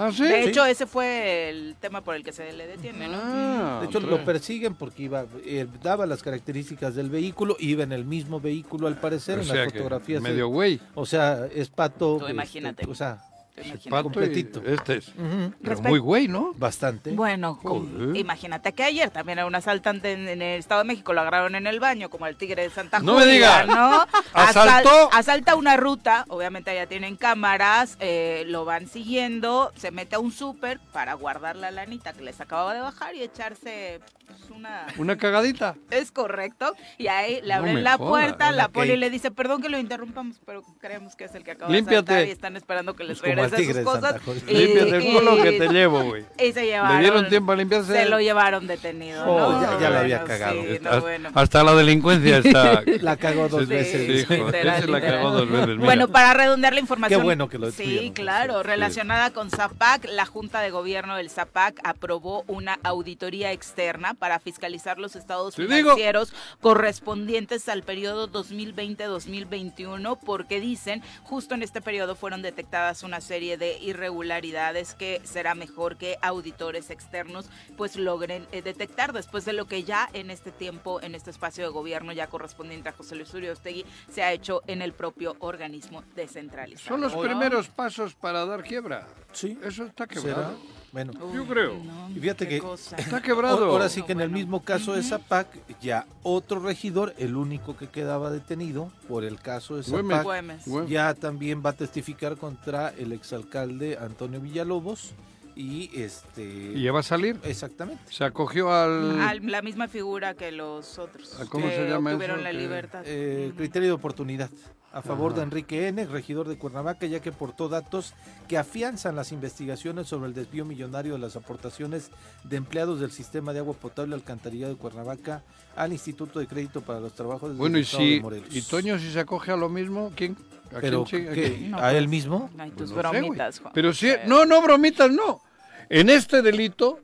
¿Ah, sí? De Sí. hecho, ese fue el tema por el que se le detiene, ¿no? Ah, De hecho, pues. lo persiguen porque iba, eh, daba las características del vehículo, iba en el mismo vehículo al parecer, O en sea las que fotografías. eh, Medio güey. O sea, es pato. Tú este, imagínate. o sea, Te imaginas. Pato y completito. Este es. ujú, Pero Respect- muy güey, ¿no? bastante. Bueno, con- Joder. imagínate que ayer también a un asaltante en, en el Estado de México lo agarraron en el baño, como el tigre de Santa No Julia, me digas. ¿no? *laughs* ¿Asaltó? asalta una ruta, obviamente allá tienen cámaras, eh, lo van siguiendo, se mete a un súper para guardar la lanita que les acababa de bajar y echarse pues, una... Una cagadita. Es correcto. Y ahí le No abren me la jodas. puerta, la Ok. poli le dice, perdón que lo interrumpamos, pero creemos que es el que acaba Límpiate. de asaltar y están esperando que les Es como el regrese sus tigre de Santa cosas. Julia. Y- Límpiate el culo que y- te llevo, güey. y se llevaron. Le dieron tiempo a limpiarse. Se lo llevaron detenido. Oh, ¿no? ya- ya la había Bueno, cagado. sí, no, Hasta- bueno. Hasta la *laughs* delincuencia está. La cagó dos Sí, veces. sí, hijo, literal, ese la literal. cagó dos veces. mira. Bueno, para redondear la información. Qué bueno que lo Sí, detuvieron. claro. Sí. Relacionada con ZAPAC, la Junta de Gobierno del ZAPAC aprobó una auditoría externa para fiscalizar los estados Te digo. financieros correspondientes al periodo 2020-2021, porque dicen justo en este periodo fueron detectadas una serie de irregularidades que será mejor que auditores externos pues logren eh, detectar después de lo que ya en este tiempo, en este espacio de gobierno ya correspondiente a José Luis Uriostegui, se ha hecho en el propio organismo descentralizado. Son los ¿no? primeros pasos para dar quiebra. Sí. Eso está ¿Será? quebrado. Bueno, Uy, Yo creo. no, Y fíjate qué que- cosa. Está quebrado. Ahora sí que en el Bueno. mismo caso de Ujú. Zapac, ya otro regidor, el único que quedaba detenido por el caso de Güemes. Zapac, Güemes. Güey, ya también va a testificar contra el exalcalde Antonio Villalobos y este... Y ya va a salir. Exactamente. Se acogió al. Al- la misma figura que los otros Ah, ¿cómo que se llama obtuvieron eso? la Que- libertad. Eh, Ujú. criterio de oportunidad a favor Ajá. de Enrique N., regidor de Cuernavaca, ya que aportó datos que afianzan las investigaciones sobre el desvío millonario de las aportaciones de empleados del sistema de agua potable alcantarillado de Cuernavaca al Instituto de Crédito para los Trabajos del Bueno, y Estado si. de Morelos. Y Toño, si se acoge a lo mismo, ¿quién? ¿A Pero, quién sigue? ¿A ¿qué? quién? No, ¿A pues, él mismo? Ay, tus Pues no sé, güey. bromitas, Juan. Pero sí, Eh, no, no, bromitas, no. En este delito,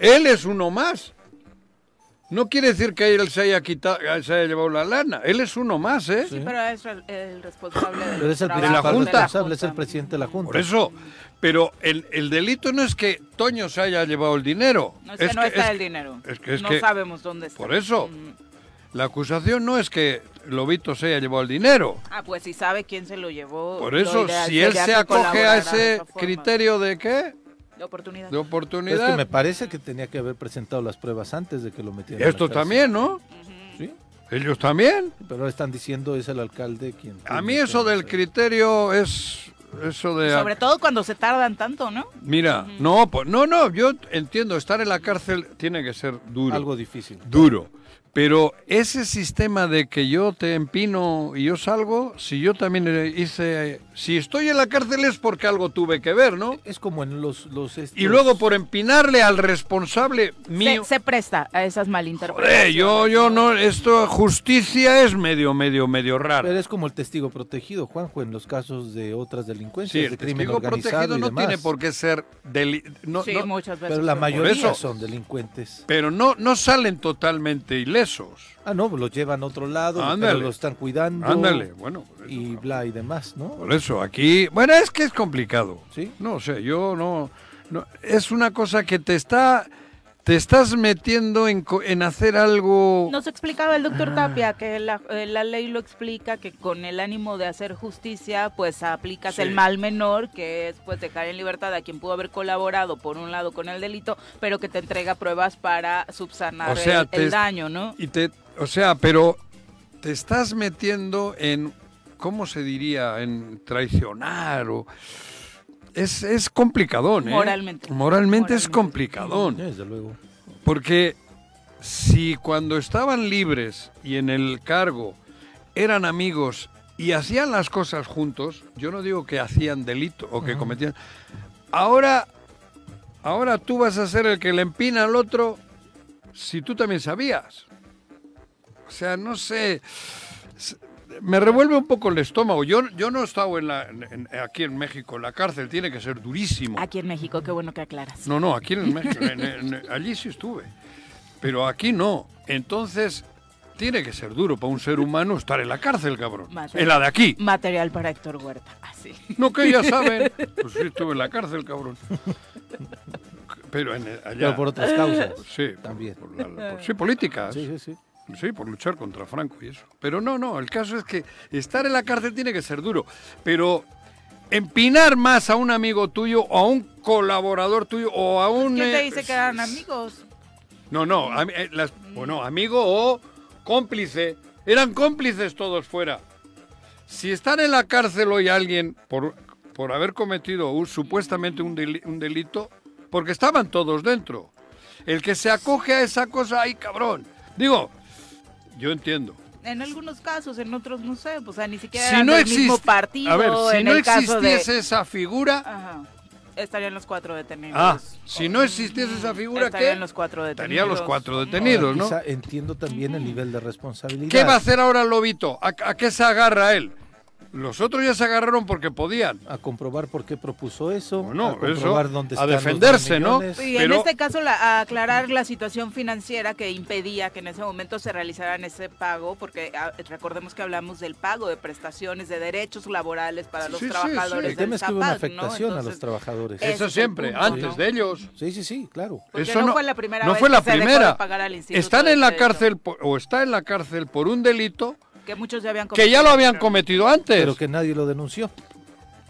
él es uno más. No quiere decir que él se haya quitado, eh, se haya llevado la lana. Él es uno más, ¿eh? Sí. Pero es el, el responsable de Pero los es el trabajos De principal la Junta. responsable, es el presidente de la Junta. Por eso. Pero el, el delito no es que Toño se haya llevado el dinero. No es, que no está el dinero. es que- es no que- sabemos dónde está. Por eso. Mm. La acusación no es que Lobito se haya llevado el dinero. Ah, pues si sabe quién se lo llevó. Por lo eso, ideal si él sería se que acoge colaborara a de ese esa Ah, forma. criterio de qué? De oportunidad. De Pero es que me oportunidad. parece que tenía que haber presentado las pruebas antes de que lo metieran. a la Esto cárcel. también, ¿no? Ujú. Sí, Ellos también. pero ahora están diciendo es el alcalde quien... A mí eso del criterio es eso de Sobre todo cuando se tardan tanto, ¿no? mira, no, pues no, no, yo entiendo estar en la cárcel tiene que ser duro, Algo difícil. duro, pero ese sistema de que yo te empino y yo salgo, si yo también eh, hice, si estoy en la cárcel es porque algo tuve que ver, ¿no? Es como en los... los estos- Y luego por empinarle al responsable mío. Se, se presta a esas malinterpretaciones. Joder, yo, yo no, esto justicia es medio, medio, medio raro. Pero es como el testigo protegido, Juanjo, en los casos de otras delincuencia, Sí, de el crimen testigo organizado protegido y no demás. tiene por qué ser deli- no- sí, no- muchas veces. Pero la no. mayoría eso- son delincuentes. pero no, no salen totalmente ilesos. Ah, no, los llevan a otro lado, Ándale. pero los están cuidando. Ándale, bueno. por eso, Y bla y demás, ¿no? Por eso, aquí, bueno, es que es complicado. Sí. No sé, yo no, no- es una cosa que te está, te estás metiendo en, co- en hacer algo. Nos explicaba el Ah. doctor Tapia que la, eh, la ley lo explica que con el ánimo de hacer justicia, pues aplicas Sí. el mal menor, que es pues dejar en libertad a quien pudo haber colaborado por un lado con el delito, pero que te entrega pruebas para subsanar O sea, el, te- el daño, ¿no? Y te, o sea, pero te estás metiendo en, ¿cómo se diría? En traicionar o... Es, es complicadón, ¿eh? Moralmente. Moralmente. es Moralmente. complicadón. Desde luego. Porque si cuando estaban libres y en el cargo eran amigos y hacían las cosas juntos, yo no digo que hacían delito o que cometían... Ahora, ahora tú vas a ser el que le empina al otro si tú también sabías. O sea, no sé. s- Me revuelve un poco el estómago. Yo, yo no he estado en la, en- en- aquí en México. La cárcel tiene que ser durísimo. Aquí en México, qué bueno que aclaras. No, no, aquí en México. en- en- allí sí estuve. Pero aquí no. Entonces, tiene que ser duro para un ser humano estar en la cárcel, cabrón. Más En la de aquí. Material para Héctor Huerta, así. No, que *laughs* ya saben. Pues sí, estuve en la cárcel, cabrón. Pero en, allá. Pero por otras causas. Sí, por- También. por la- por- sí, políticas. Sí, sí, sí. Sí, por luchar contra Franco y eso. Pero no, no, el caso es que estar en la cárcel tiene que ser duro. Pero empinar más a un amigo tuyo o a un colaborador tuyo o a un... ¿Quién te eh, dice que eran amigos? No, no, am- eh, las- bueno, amigo o cómplice. Eran cómplices todos fuera. Si están en la cárcel hoy alguien por, por haber cometido un- supuestamente un, deli- un delito, porque estaban todos dentro. El que se acoge a esa cosa, ay cabrón. Digo, yo entiendo. En algunos casos, en otros no sé, pues o sea, ni siquiera si eran no del existe, mismo partido. a ver, si en no el caso de- existiese esa figura, Ajá. Estarían los cuatro detenidos. ah, si no existiese esa figura, ¿qué? Estarían los cuatro detenidos. Estarían los cuatro Ahora, detenidos, ¿no? quizá entiendo también el nivel de responsabilidad. ¿Qué va a hacer ahora el lobito? ¿A, a qué se agarra él? Los otros ya se agarraron porque podían. A comprobar por qué propuso eso. Bueno, a eso, comprobar dónde a están los defenderse, ¿no? millones. Y en Pero- este caso, la- a aclarar la situación financiera que impedía que en ese momento se realizaran ese pago, porque ah, recordemos que hablamos del pago de prestaciones, de derechos laborales para los Sí, sí, trabajadores. sí. El del tema es que hubo una Zapac, ¿no? afectación a los Entonces, trabajadores. ese es Eso el siempre, punto, antes ¿no? de ellos. Sí, sí, sí, claro. Porque Eso no fue la primera no vez fue que la se dejó de primera. pagar al Instituto Están de en la Crédito. cárcel por- o está en la cárcel por un delito Que muchos ya habían que ya lo habían cometido. cometido antes. Pero que nadie lo denunció,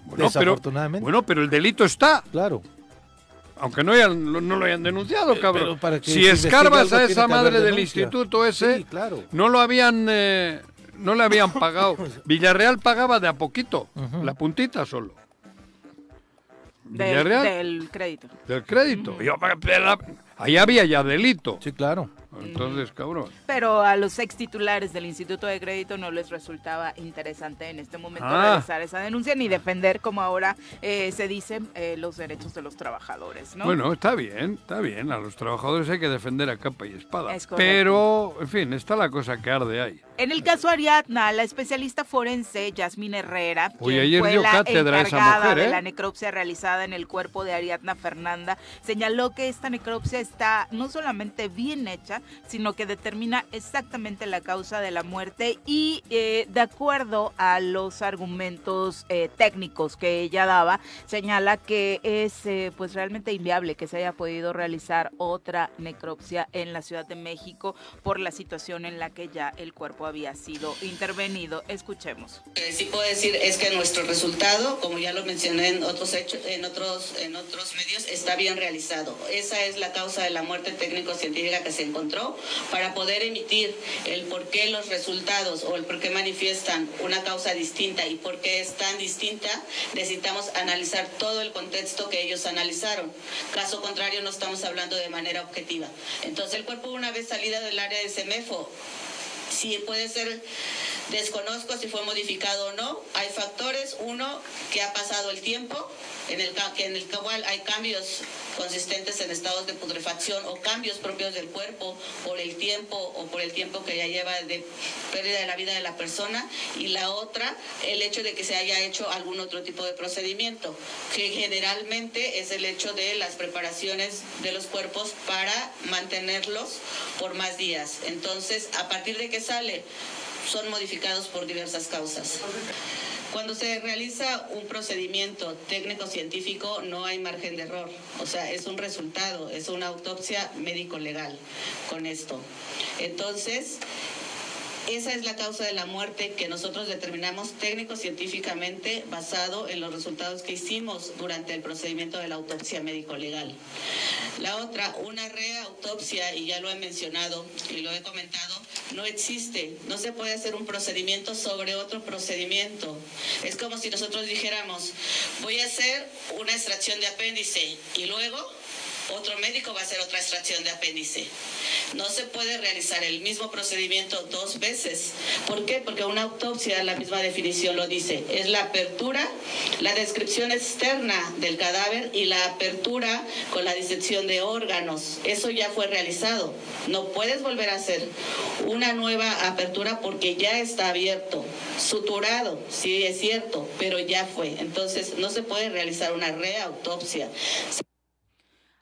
Bueno, pero- desafortunadamente. bueno, pero el delito está. claro. Eh, Aunque no, hayan- no lo hayan denunciado, cabrón. Pero para que si se investigue escarbas algo a tiene esa que haber madre del denuncia. instituto ese, Sí, claro. no lo habían, eh, no le *laughs* habían pagado. Villarreal pagaba de a poquito, la puntita solo. Del, Villarreal, del crédito. del crédito. Y yo, pero la- ahí había ya delito. Sí, claro. Entonces, cabrón. Pero a los ex titulares del Instituto de Crédito no les resultaba interesante en este momento Ah. realizar esa denuncia ni defender, como ahora eh, se dicen, eh, los derechos de los trabajadores, ¿no? Bueno, está bien, está bien. A los trabajadores hay que defender a capa y espada. Es correcto. pero, en fin, está la cosa que arde ahí. En el caso Ariadna, la especialista forense Yasmín Herrera, Oye, quien ayer fue dio la cátedra esa encargada mujer, de ¿eh? la necropsia realizada en el cuerpo de Ariadna Fernanda, señaló que esta necropsia está no solamente bien hecha, sino que determina exactamente la causa de la muerte y eh, de acuerdo a los argumentos eh, técnicos que ella daba, señala que es eh, pues realmente inviable que se haya podido realizar otra necropsia en la Ciudad de México por la situación en la que ya el cuerpo había sido intervenido. Escuchemos. Lo que sí puedo decir es que nuestro resultado, como ya lo mencioné en otros hechos, en otros, en otros medios, está bien realizado. Esa es la causa de la muerte técnico-científica que se encontró. Para poder emitir el por qué los resultados o el por qué manifiestan una causa distinta y por qué es tan distinta, necesitamos analizar todo el contexto que ellos analizaron. Caso contrario, no estamos hablando de manera objetiva. Entonces, el cuerpo, una vez salida del área de CEMEFO, si puede ser Desconozco si fue modificado o no. Hay factores, uno, que ha pasado el tiempo, en el, ca- que en el cual hay cambios consistentes en estados de putrefacción o cambios propios del cuerpo por el tiempo o por el tiempo que ya lleva de pérdida de la vida de la persona y la otra el hecho de que se haya hecho algún otro tipo de procedimiento que generalmente es el hecho de las preparaciones de los cuerpos para mantenerlos por más días entonces a partir de que sale son modificados por diversas causas. Cuando se realiza un procedimiento técnico-científico no hay margen de error, o sea, es un resultado, es una autopsia médico-legal con esto. Entonces, esa es la causa de la muerte que nosotros determinamos técnico-científicamente basado en los resultados que hicimos durante el procedimiento de la autopsia médico-legal. La otra, una reautopsia, y ya lo he mencionado y lo he comentado, no existe. No se puede hacer un procedimiento sobre otro procedimiento. Es como si nosotros dijéramos, voy a hacer una extracción de apéndice y luego otro médico va a hacer otra extracción de apéndice. No se puede realizar el mismo procedimiento dos veces. ¿Por qué? Porque una autopsia, la misma definición lo dice, es la apertura, la descripción externa del cadáver y la apertura con la disección de órganos. Eso ya fue realizado. No puedes volver a hacer una nueva apertura porque ya está abierto, suturado, sí es cierto, pero ya fue. Entonces no se puede realizar una reautopsia.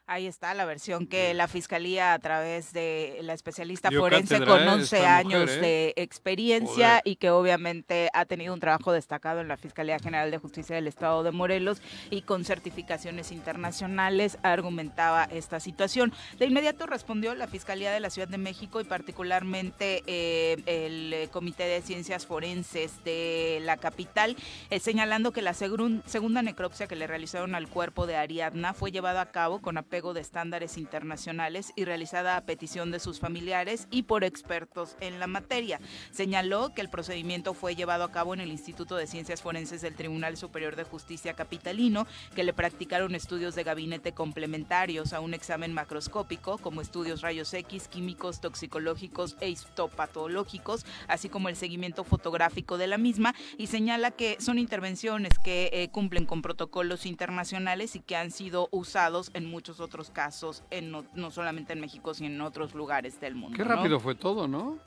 Ahí está la versión que la fiscalía a través de la especialista Dio forense cátedra, con ¿eh? 11 Esta mujer, años ¿eh? de experiencia Joder. y que obviamente ha tenido un trabajo destacado en la Fiscalía General de Justicia del Estado de Morelos y con certificaciones internacionales argumentaba esta situación. De inmediato respondió la Fiscalía de la Ciudad de México y particularmente eh, el eh, Comité de Ciencias Forenses de la capital eh, señalando que la segrun- segunda necropsia que le realizaron al cuerpo de Ariadna fue llevada a cabo con apego de estándares internacionales y realizada a petición de sus familiares y por expertos en la materia. Señaló que el procedimiento fue llevado a cabo en el Instituto de Ciencias Forenses del Tribunal Superior de Justicia Capitalino, que le practicaron estudios de gabinete complementarios a un examen macroscópico, como estudios rayos X, químicos, toxicológicos e histopatológicos, así como el seguimiento fotográfico de la misma, y señala que son intervenciones que eh, cumplen con protocolos internacionales y que han sido usados en muchos otros casos, en no, no solamente en México, sino en otros lugares del mundo. Qué ¿no? rápido fue todo, ¿no?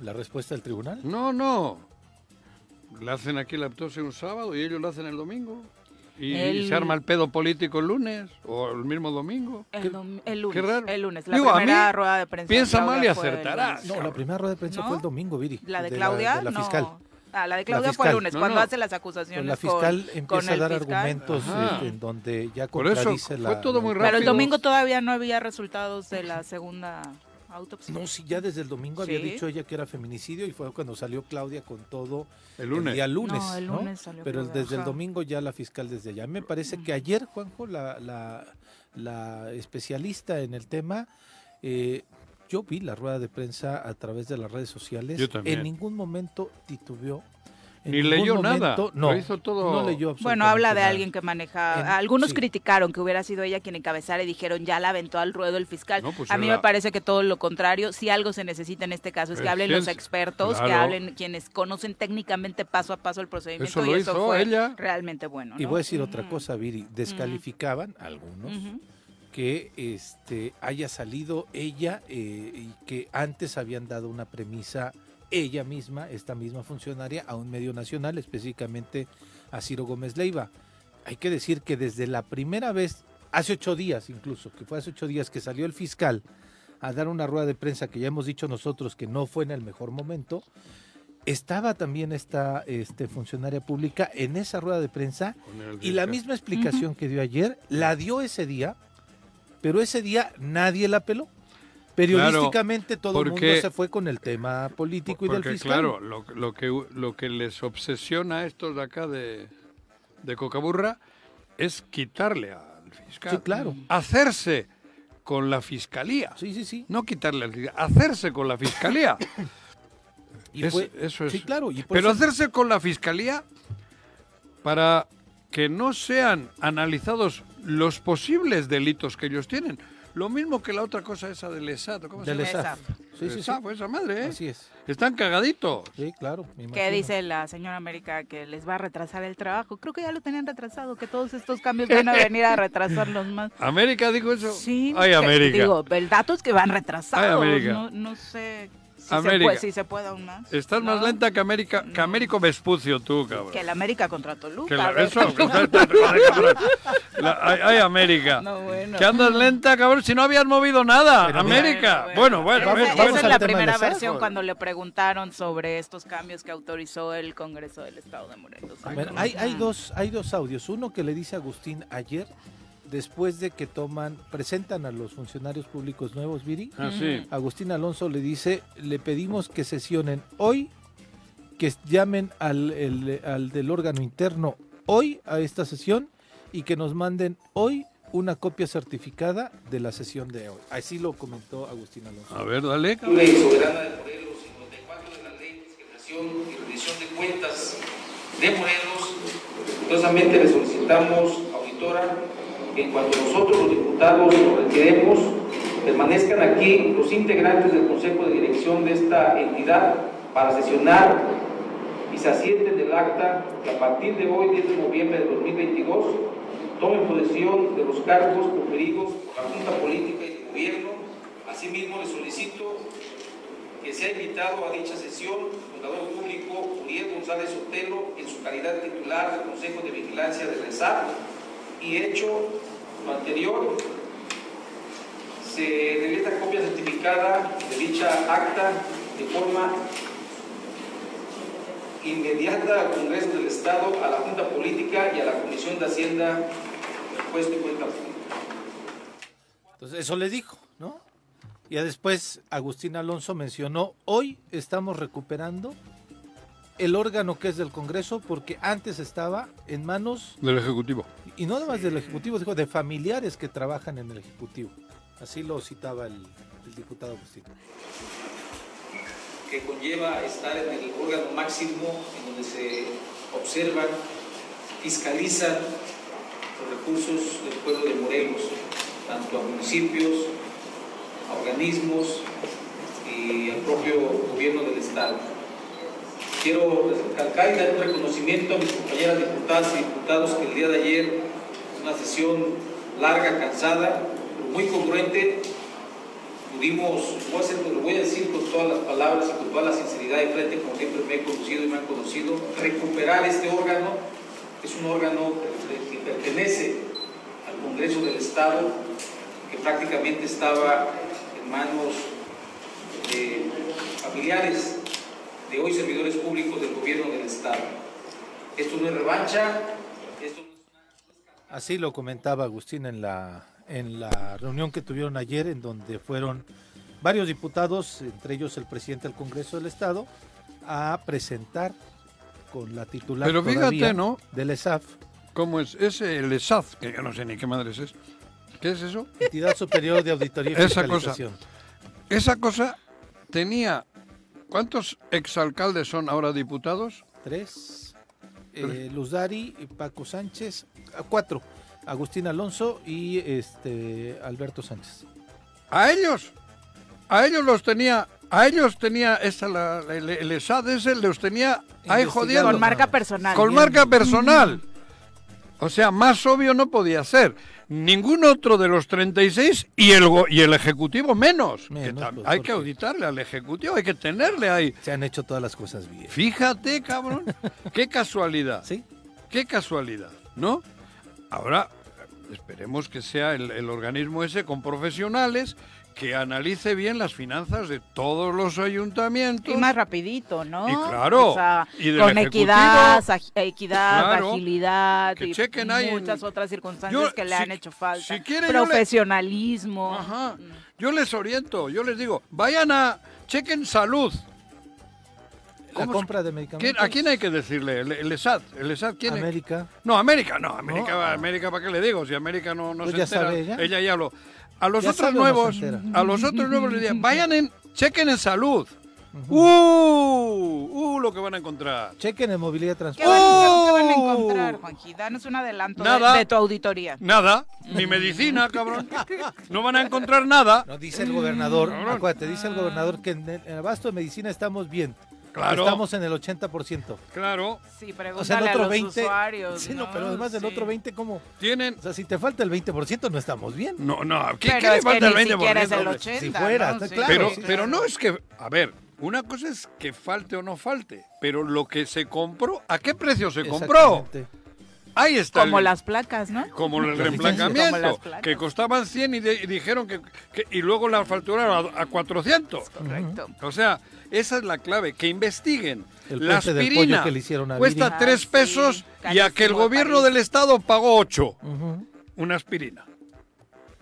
La respuesta del tribunal. No, no. Le hacen aquí la autopsia un sábado y ellos lo hacen el domingo. Y, y El- se arma el pedo político el lunes o el mismo domingo. El, dom- el lunes, Qué raro. el lunes, la Digo, a primera mí, rueda de prensa. de piensa Claudia mal y fue el acertarás. lunes. No, la Cabrón. primera rueda de prensa ¿No? fue el domingo, Viri. La de Claudia, de la no. fiscal. Ah, la de Claudia fue fiscal. el lunes, No, cuando no. hace las Pero acusaciones. la fiscal con, con empieza a el dar fiscal. argumentos Ajá. este, en donde ya Por eso contradice la. fue todo muy la- Pero el Rápido. domingo todavía no había resultados de la segunda autopsia. No, sí, ya desde el domingo había Sí. dicho ella que era feminicidio y fue cuando salió Claudia con todo El lunes. día lunes. No, el ¿no? lunes salió Pero Claudia, desde el ajá. domingo ya la fiscal desde allá. Me parece que ayer, Juanjo, la, la, la especialista en el tema, eh, yo vi la rueda de prensa a través de las redes sociales. Yo también. En ningún momento titubeó. En Ni ningún leyó nada. momento- No, Lo hizo todo. no leyó absolutamente Bueno, habla de nada. alguien que maneja. En- Algunos sí. criticaron que hubiera sido ella quien encabezara y dijeron ya la aventó al ruedo el fiscal. No, pues a mí era- me parece que todo lo contrario. Si algo se necesita en este caso es que Es hablen los ciencia. expertos, que Claro. hablen quienes conocen técnicamente paso a paso el procedimiento. Eso y lo eso hizo fue ella. realmente bueno. Y pues, ¿no? voy a decir otra Ujú. cosa, Viri. Descalificaban algunos Ujú. que este haya salido ella eh, y que antes habían dado una premisa ella misma, esta misma funcionaria, a un medio nacional, específicamente a Ciro Gómez Leiva. Hay que decir que desde la primera vez, hace ocho días incluso, que fue hace ocho días que salió el fiscal a dar una rueda de prensa que ya hemos dicho nosotros que no fue en el mejor momento, estaba también esta este, funcionaria pública en esa rueda de prensa Con el y la fiscal. misma explicación que dio ayer la dio ese día, pero ese día nadie la peló. Periodísticamente todo el porque- mundo se fue con el tema político y del Porque fiscal. claro, lo, lo que, lo que les obsesiona a estos de acá de, de Cocaburra es quitarle al fiscal. Sí, claro. Hacerse con la fiscalía. Sí, sí, sí. No quitarle al fiscal, hacerse con la *coughs* fiscalía. Y Es- fue- eso es. Sí, claro. y por Pero eso- hacerse con la fiscalía para que no sean analizados los posibles delitos que ellos tienen. Lo mismo que la otra cosa esa del ESAT. ¿cómo se Del llama? ESAT. Esa. Sí, sí, Eh, sí. sapo, esa madre, ¿eh? Así es. Están cagaditos. Sí, claro. me ¿Qué imagino. dice la señora América que les va a retrasar el trabajo? Creo que ya lo tenían retrasado, que todos estos *laughs* cambios van a venir a retrasarlos más. América dijo eso. Sí, Ay, que- América. Digo, el dato es que van retrasados. Ay, América. No, no sé si, Se América. puede, si se puede aún más. Estás más No, lenta que América, que Américo Vespucio tú, cabrón. Que el América contra Que Toluca. la- a ver. *laughs* eso, joder, cabrón. La- ay, ay, América. No, bueno. Que andas lenta, cabrón, si no habías movido nada. Pero mira. América. Bueno, bueno, Esa- bueno. eh, esa, vamos es al la tema del primera asado. versión cuando le preguntaron sobre estos cambios que autorizó el Congreso del Estado de Morelos. Bueno, hay, Ah. hay, dos, hay dos audios. Uno que le dice Agustín ayer, después de que toman, presentan a los funcionarios públicos nuevos, Viri. Ah, sí. Agustín Alonso le dice, le pedimos que sesionen hoy, que llamen al, el- al del órgano interno hoy a esta sesión y que nos manden hoy una copia certificada de la sesión de hoy. Así lo comentó Agustín Alonso. A ver, dale. cabrón. Ley soberana de Morelos 54 de la Ley de Discriminación y Rendición de Cuentas de Morelos. Curiosamente le solicitamos, auditora, que en cuanto nosotros los diputados nos retiremos, permanezcan aquí los integrantes del Consejo de Dirección de esta entidad para sesionar y se asienten del acta que a partir de hoy, 10 de noviembre de 2022, tomen posesión de los cargos conferidos por la Junta Política y el Gobierno. Asimismo, les solicito que sea invitado a dicha sesión el contador público Uriel González Sotelo en su calidad titular del Consejo de Vigilancia de la SAP y hecho lo anterior, se realiza copia certificada de dicha acta de forma inmediata al Congreso del Estado, a la Junta Política y a la Comisión de Hacienda, Puesto y Cuenta Pública. Entonces, eso le dijo, ¿no? Ya después Agustín Alonso mencionó, hoy estamos recuperando el órgano que es del Congreso porque antes estaba en manos, Del Ejecutivo. y no nada más del Ejecutivo, dijo, de familiares que trabajan en el Ejecutivo. Así lo citaba el, el diputado Agustín. que conlleva estar en el órgano máximo en donde se observan, fiscalizan los recursos del pueblo de Morelos, tanto a municipios, a organismos y al propio gobierno del Estado. Quiero recalcar y dar un reconocimiento a mis compañeras diputadas y diputados que el día de ayer, una sesión larga, cansada, pero muy congruente, pudimos, voy a hacer- lo voy a decir con todas las palabras y con toda la sinceridad de frente, como siempre me he conocido y me han conocido, recuperar este órgano, que es un órgano que pertenece al Congreso del Estado, que prácticamente estaba en manos de familiares de hoy servidores públicos del gobierno del Estado. Esto no es revancha, esto no es... Así lo comentaba Agustín en la, en la reunión que tuvieron ayer, en donde fueron varios diputados, entre ellos el presidente del Congreso del Estado, a presentar con la titular Pero fíjate, todavía ¿no? del E ESAF, ¿Cómo es? Es el E ESAD, que yo no sé ni qué madre es eso. ¿Qué es eso? Entidad Superior de Auditoría y Esa cosa. Fiscalización. Esa cosa tenía... ¿Cuántos exalcaldes son ahora diputados? Tres. Eh, Tres. Luzari, Paco Sánchez, ah, cuatro. Agustín Alonso y este Alberto Sánchez. A ellos. A ellos los tenía... A ellos tenía... Esa, la, la- el, el ESAD ese los tenía... Ahí Investigando. jodiendo. Con marca personal. Con marca personal. O sea, más obvio no podía ser. Ningún otro de los 36 y el, go- y el Ejecutivo menos. Menos, Que tam- pues, hay ¿por que qué? auditarle al Ejecutivo, hay que tenerle ahí. Se han hecho todas las cosas bien. Fíjate, *laughs* cabrón. qué casualidad. ¿Sí? Qué casualidad, ¿no? Ahora, esperemos que sea el, el organismo ese con profesionales que analice bien las finanzas de todos los ayuntamientos. Y más rapidito, ¿no? Y claro, O sea, y del con Ejecutivo. equidad, agi- equidad, Claro, agilidad, que y chequen ahí en- muchas otras circunstancias Yo, que le si- han hecho falta. si quiere, yo le- Profesionalismo. Ajá. Yo les oriento, yo les digo, vayan a chequen salud. La ¿Cómo compra de se- medicamentos. ¿Quién- ¿A quién hay que decirle? El, el ESAD, el ESAD, ¿quién es? América. No, América, Ah, no, América, No. ah. América, ¿para qué le digo? Si América no, no Pues se ya entera, sabe ella. ya lo. A los Ya otros sabe o no se nuevos, entera. a los otros nuevos les diría, vayan en, chequen en salud. ¡Uh! ¡Uh! Lo que van a encontrar. Chequen en movilidad ¿Qué, transporte. van, ¡Oh! qué van a encontrar, Juanji? Danos un adelanto de- Nada. De, tu auditoría. Nada. Uh, Ni medicina, cabrón. No van a encontrar nada. No, dice el gobernador, Cabrón. acuérdate, dice el gobernador que en el en abasto de medicina estamos bien. Claro. Estamos en el 80%. Claro. Sí, pregúntale O sea, el a otro los 20. usuarios. sí, no, pero además del Sí. otro 20, ¿cómo? Tienen. O sea, si te falta el 20%, no estamos bien. No, no. ¿Qué, Pero qué le es que falta al ni siquiera 20%, es el hombre? 80. Si fuera, ¿no? está Sí, claro. Pero, sí, pero claro. no es que, a ver, una cosa es que falte o no falte, pero lo que se compró, ¿a qué precio se compró? Exactamente. Ahí está. Como el, las placas, ¿no? como el Como reemplacamiento, las placas. que costaban 100 y, de- y dijeron que, que- y luego la facturaron a, a 400. Correcto. O sea, esa es la clave, que investiguen. El la puente del aspirina pollo que le hicieron a cuesta Viri. 3 Ah, pesos sí, y carísimo a que el de gobierno París. del estado pagó 8. Ujú. Una aspirina.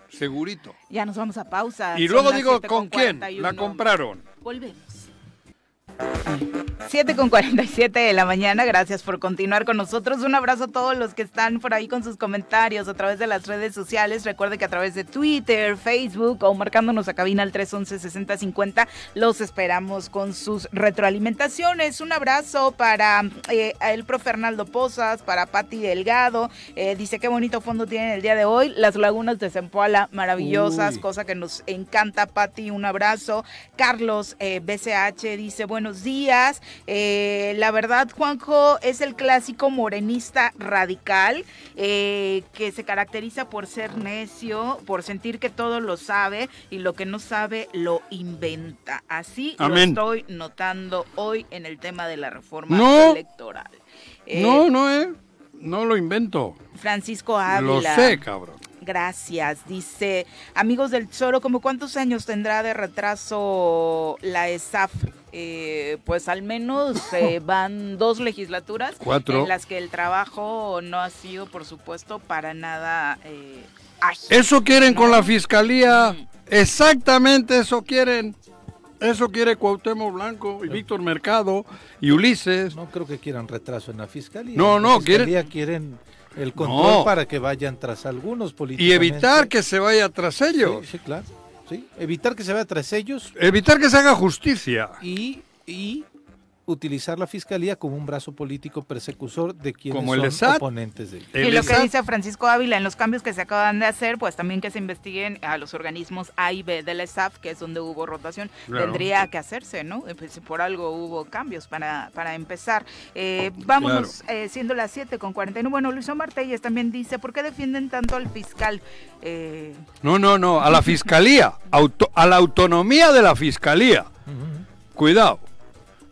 Segurito. Ya nos vamos a pausa. Y Ah, Son luego las digo, 7 ¿con quién? La 41. compraron. Volvemos. 7 con 47 de la mañana, gracias por continuar con nosotros. Un abrazo a todos los que están por ahí con sus comentarios a través de las redes sociales. Recuerde que a través de Twitter, Facebook o marcándonos a cabina al 311-6050 los esperamos con sus retroalimentaciones. Un abrazo para eh, el profe Arnaldo Pozas, para Patti Delgado. Eh, dice qué bonito fondo tienen el día de hoy. Las lagunas de Zempoala, maravillosas, Uy. cosa que nos encanta, Patti. Un abrazo. Carlos eh, BCH dice buenos días. Eh, la verdad, Juanjo es el clásico morenista radical eh, que se caracteriza por ser necio, por sentir que todo lo sabe y lo que no sabe lo inventa. Así Amén. lo estoy notando hoy en el tema de la reforma No. electoral. Eh, No, no, eh. No lo invento. Francisco Lo Ávila. sé, cabrón. Gracias, dice. Amigos del Tesoro, ¿cómo cuántos años tendrá de retraso la ESAF? Eh, pues al menos eh, van dos legislaturas Cuatro. en las que el trabajo no ha sido, por supuesto, para nada eh, ágil. Eso quieren con No. la fiscalía. Mm. Exactamente eso quieren. Eso quiere Cuauhtémoc Blanco y Víctor Mercado y Ulises. No creo que quieran retraso en la fiscalía. No, En no, la fiscalía quieren el control No. para que vayan tras algunos políticos. Y evitar que se vaya tras ellos. Sí, sí, claro. Sí, evitar que se vea tras ellos Evitar que se haga justicia. y, y utilizar la fiscalía como un brazo político persecutor de quienes Como el son de SAT. oponentes de ellos. y El lo que SAT, dice Francisco Ávila, en los cambios que se acaban de hacer, pues también que se investiguen a los organismos A y B del ESAF, que es donde hubo rotación, Claro. tendría que hacerse, ¿no? Eh, pues, por algo hubo cambios para, para empezar. Eh, vámonos, eh, siendo las 7 con 49. Bueno, Luis Omar Telles también dice, ¿por qué defienden tanto al fiscal? Eh, No, no, no. A la fiscalía. auto- a la autonomía de la fiscalía. Cuidado.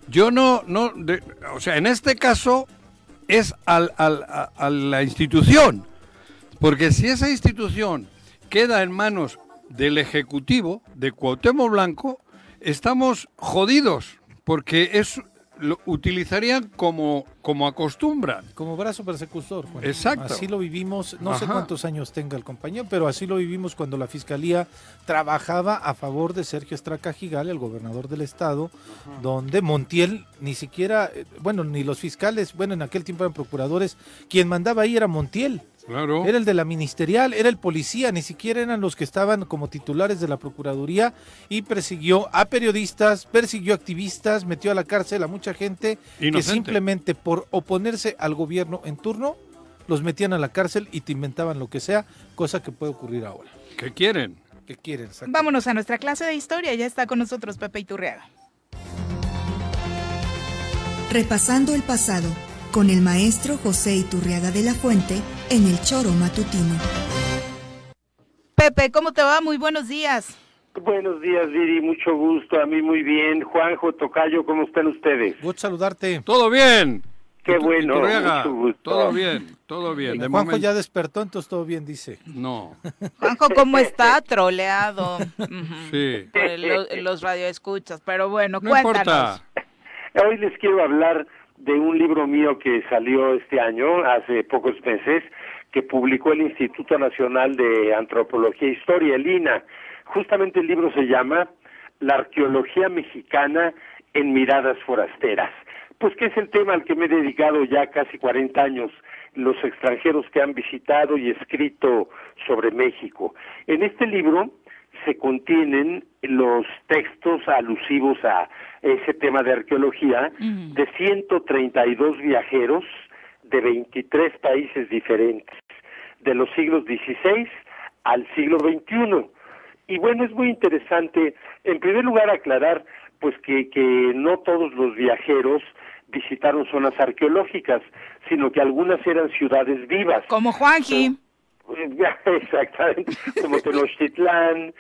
Yo no, no, de- o sea, en este caso es al- al- a, a la institución. Porque si esa institución queda en manos del Ejecutivo, de Cuauhtémoc Blanco, estamos jodidos, porque es, lo utilizarían como, como acostumbran. Como brazo persecutor. Juan. Exacto. Así lo vivimos, no sé Ajá. cuántos años tenga el compañero, pero así lo vivimos cuando la fiscalía trabajaba a favor de Sergio Estraca Gigal, el gobernador del estado, donde Montiel ni siquiera, eh, bueno, ni los fiscales, bueno, en aquel tiempo eran procuradores, quien mandaba ahí era Montiel. Claro. Era el de la ministerial, era el policía, ni siquiera eran los que estaban como titulares de la Procuraduría y persiguió a periodistas, persiguió a activistas, metió a la cárcel a mucha gente que Inocente. simplemente por oponerse al gobierno en turno los metían a la cárcel y te inventaban lo que sea, cosa que puede ocurrir ahora. ¿Qué quieren? ¿Qué quieren? exacto? vámonos a nuestra clase de historia, ya está con nosotros Pepe Iturriaga. Repasando el pasado con el maestro José Iturriaga de la Fuente en el Choro Matutino. Pepe, ¿cómo te va? Muy buenos días. Buenos días, Viri, mucho gusto, a mí muy bien. Juanjo, Tocayo, ¿cómo están ustedes? Gusto saludarte. Todo bien. Qué Itu- bueno, Iturriaga, mucho gusto. Todo bien, todo bien. Eh, De Juanjo momento, ya despertó, entonces todo bien, dice. no. Juanjo, ¿cómo está? Troleado. Ujú. Sí. por lo- los radioescuchas, pero bueno, No cuéntanos. importa. Hoy les quiero hablar de un libro mío que salió este año, hace pocos meses, que publicó el Instituto Nacional de Antropología e Historia, el INAH. Justamente el libro se llama La arqueología mexicana en miradas forasteras. Pues que es el tema al que me he dedicado ya casi 40 años, los extranjeros que han visitado y escrito sobre México. En este libro se contienen los textos alusivos a ese tema de arqueología Ujú. de 132 viajeros de 23 países diferentes, de los siglos XVI al siglo XXI. Y bueno, es muy interesante, en primer lugar, aclarar pues que, que no todos los viajeros visitaron zonas arqueológicas, sino que algunas eran ciudades vivas. Como Juanji. *laughs* Exactamente, como Tenochtitlán,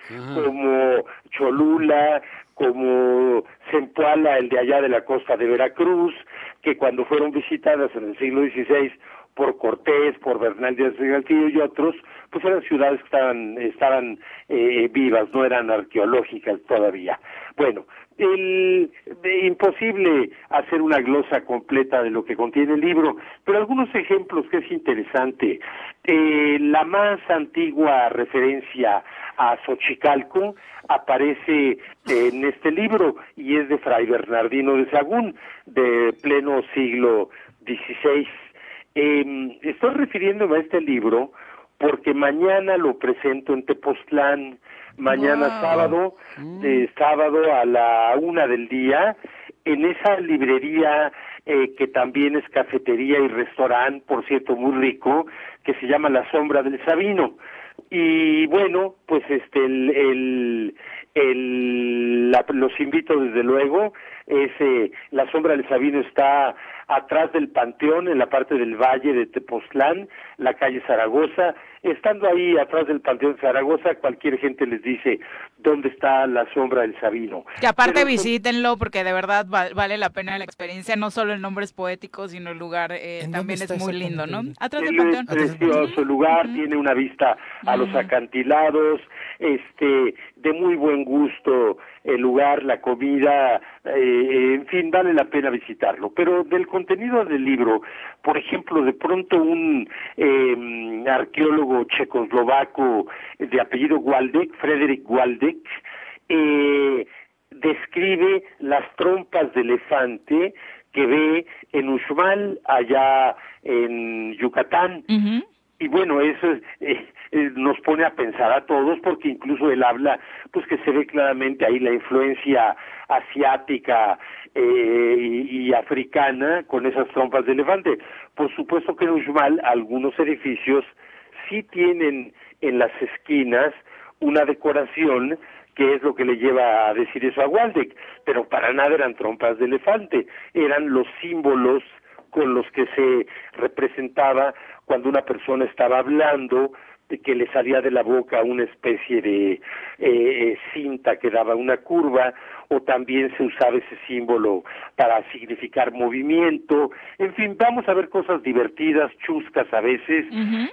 como Cholula, como Zempoala, el de allá de la costa de Veracruz, que cuando fueron visitadas en el siglo XVI por Cortés, por Bernal Díaz de Castillo y otros, pues eran ciudades que estaban, estaban eh, vivas, no eran arqueológicas todavía. Bueno, el, de- imposible hacer una glosa completa de lo que contiene el libro, pero algunos ejemplos que es interesante. Eh, la más antigua referencia a Xochicalco aparece eh, en este libro y es de Fray Bernardino de Sagún, de pleno siglo XVI. Eh, estoy refiriéndome a este libro porque mañana lo presento en Tepoztlán, mañana Wow. sábado, eh, sábado a la una del día, en esa librería eh, que también es cafetería y restaurante, por cierto, muy rico, que se llama La Sombra del Sabino. Y bueno, pues este, el, el, el- la- los invito desde luego. Es, eh, la Sombra del Sabino está atrás del Panteón, en la parte del Valle de Tepoztlán, la calle Zaragoza. Estando ahí atrás del Panteón de Zaragoza, cualquier gente les dice dónde está la Sombra del Sabino. Que aparte Pero- pues, visítenlo porque de verdad va- vale la pena la experiencia, no solo el nombre es poético, sino el lugar eh, ¿En dónde también es está muy lindo, exactamente ¿no? ahí? Atrás del Él panteón. es precioso lugar, tiene una vista a los acantilados, este, de muy buen gusto el lugar, la comida, eh, en fin, vale la pena visitarlo. Pero del contenido del libro, por ejemplo, de pronto un eh, arqueólogo checoslovaco de apellido Waldeck, Frederick Waldeck, eh, describe las trompas de elefante que ve en Uxmal, allá en Yucatán. Ujú. Y bueno, eso es, eh, eh, nos pone a pensar a todos porque incluso él habla, pues que se ve claramente ahí la influencia asiática eh, y, y africana con esas trompas de elefante. Por supuesto que en Uxmal algunos edificios sí tienen en las esquinas una decoración que es lo que le lleva a decir eso a Waldeck, pero para nada eran trompas de elefante, eran los símbolos con los que se representaba cuando una persona estaba hablando, de que le salía de la boca una especie de eh, eh, cinta que daba una curva, o también se usaba ese símbolo para significar movimiento, en fin, vamos a ver cosas divertidas, chuscas a veces,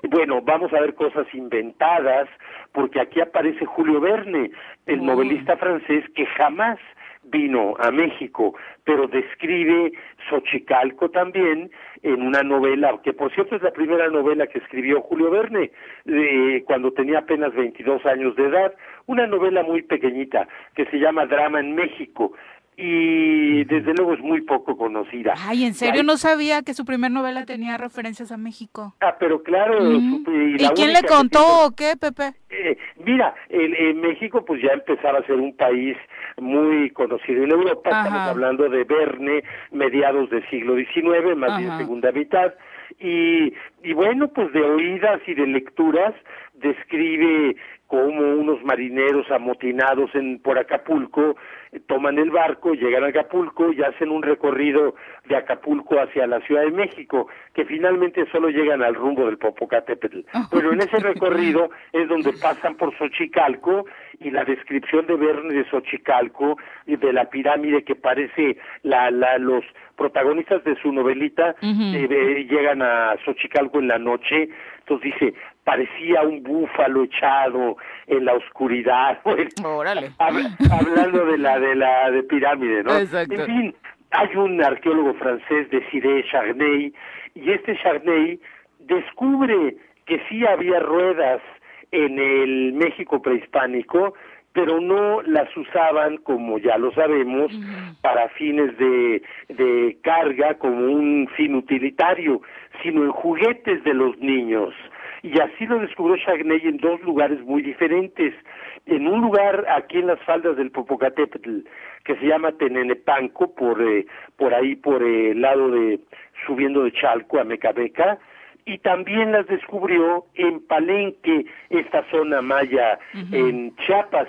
bueno, vamos a ver cosas inventadas, porque aquí aparece Julio Verne, el novelista francés que jamás vino a México, pero describe Xochicalco también en una novela, que por cierto es la primera novela que escribió Julio Verne eh, cuando tenía apenas 22 años de edad, una novela muy pequeñita que se llama Drama en México y desde luego es muy poco conocida. Ay, en serio, no sabía que su primer novela tenía referencias a México. Ah, pero claro, Mm. su- ¿Y, la quién única le que contó o qué, Pepe? Eh, mira, el, eh, México pues ya empezaba a ser un país muy conocido en Europa, estamos Ajá. hablando de Verne, mediados del siglo XIX, más bien Ajá. segunda mitad, y, y bueno, pues de oídas y de lecturas describe cómo unos marineros amotinados en por Acapulco eh, toman el barco, llegan a Acapulco y hacen un recorrido de Acapulco hacia la Ciudad de México, que finalmente solo llegan al rumbo del Popocatépetl. Pero en ese recorrido es donde pasan por Xochicalco y la descripción de Verne de Xochicalco y de la pirámide que parece la, la, los protagonistas de su novelita Ujú. eh, de- llegan a Xochicalco en la noche, entonces dice, parecía un búfalo echado en la oscuridad. *laughs* Bueno, Órale. Hab- hablando de la de la de pirámide, ¿no? Exacto. En fin, hay un arqueólogo francés Desiré Charney y este Charney descubre que sí había ruedas en el México prehispánico, pero no las usaban como ya lo sabemos para fines de de carga como un fin utilitario, sino en juguetes de los niños. Y así lo descubrió Shagney en dos lugares muy diferentes. En un lugar aquí en las faldas del Popocatépetl, que se llama Tenenepanco, por, eh, por ahí, por el eh, lado de, subiendo de Chalco a Mecabeca, y también las descubrió en Palenque, esta zona maya, uh -huh. en Chiapas.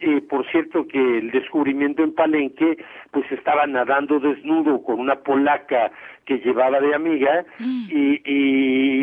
Eh, por cierto que el descubrimiento en Palenque, pues estaba nadando desnudo con una polaca que llevaba de amiga mm. y,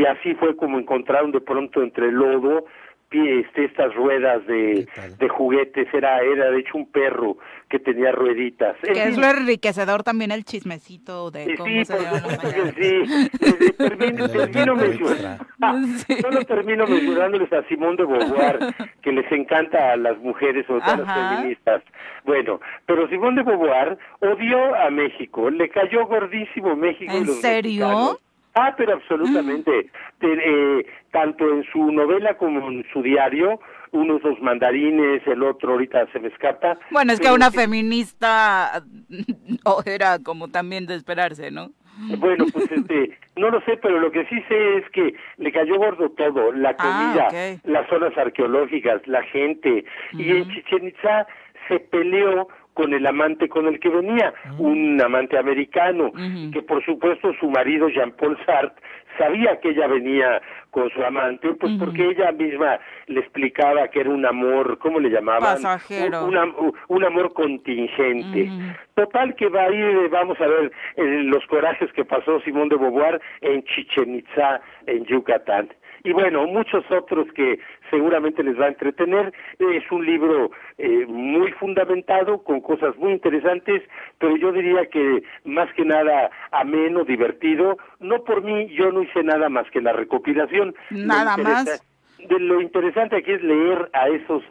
y, así fue como encontraron de pronto entre el lodo pies, estas ruedas de, de, juguetes, era, era de hecho un perro que tenía rueditas. Que es, es lo enriquecedor también el chismecito de sí, cómo sí, pues, se por supuesto que *laughs* sí. sí termino, termino mencionando, *laughs* solo termino mencionándoles a Simón de Beauvoir, que les encanta a las mujeres, o a las feministas. Bueno, pero Simón de Beauvoir odió a México, le cayó gordísimo México. ¿En y los serio? Mm. Mexicanos. Ah, pero absolutamente. De, eh, tanto en su novela como en su diario, unos dos mandarines, el otro ahorita se me escapa. Bueno, es que una feminista *laughs* oh, era como también de esperarse, ¿no? *laughs* Bueno, pues este, no lo sé, pero lo que sí sé es que le cayó gordo todo, la comida, ah, okay. las zonas arqueológicas, la gente, uh -huh. y en Chichen Itza se peleó con el amante con el que venía, uh -huh. un amante americano, uh -huh. que por supuesto su marido Jean-Paul Sartre sabía que ella venía con su amante, pues uh -huh. porque ella misma le explicaba que era un amor, ¿cómo le llamaban? Pasajero. Un, un, un amor contingente. Total que va a ir, vamos a ver eh, los corajes que pasó Simón de Beauvoir en Chichen Itza, en Yucatán y bueno, muchos otros que seguramente les va a entretener. Es un libro eh, muy fundamentado, con cosas muy interesantes, pero yo diría que más que nada ameno, divertido. No por mí, yo no hice nada más que la recopilación. Nada más. De lo interesante aquí es leer a esos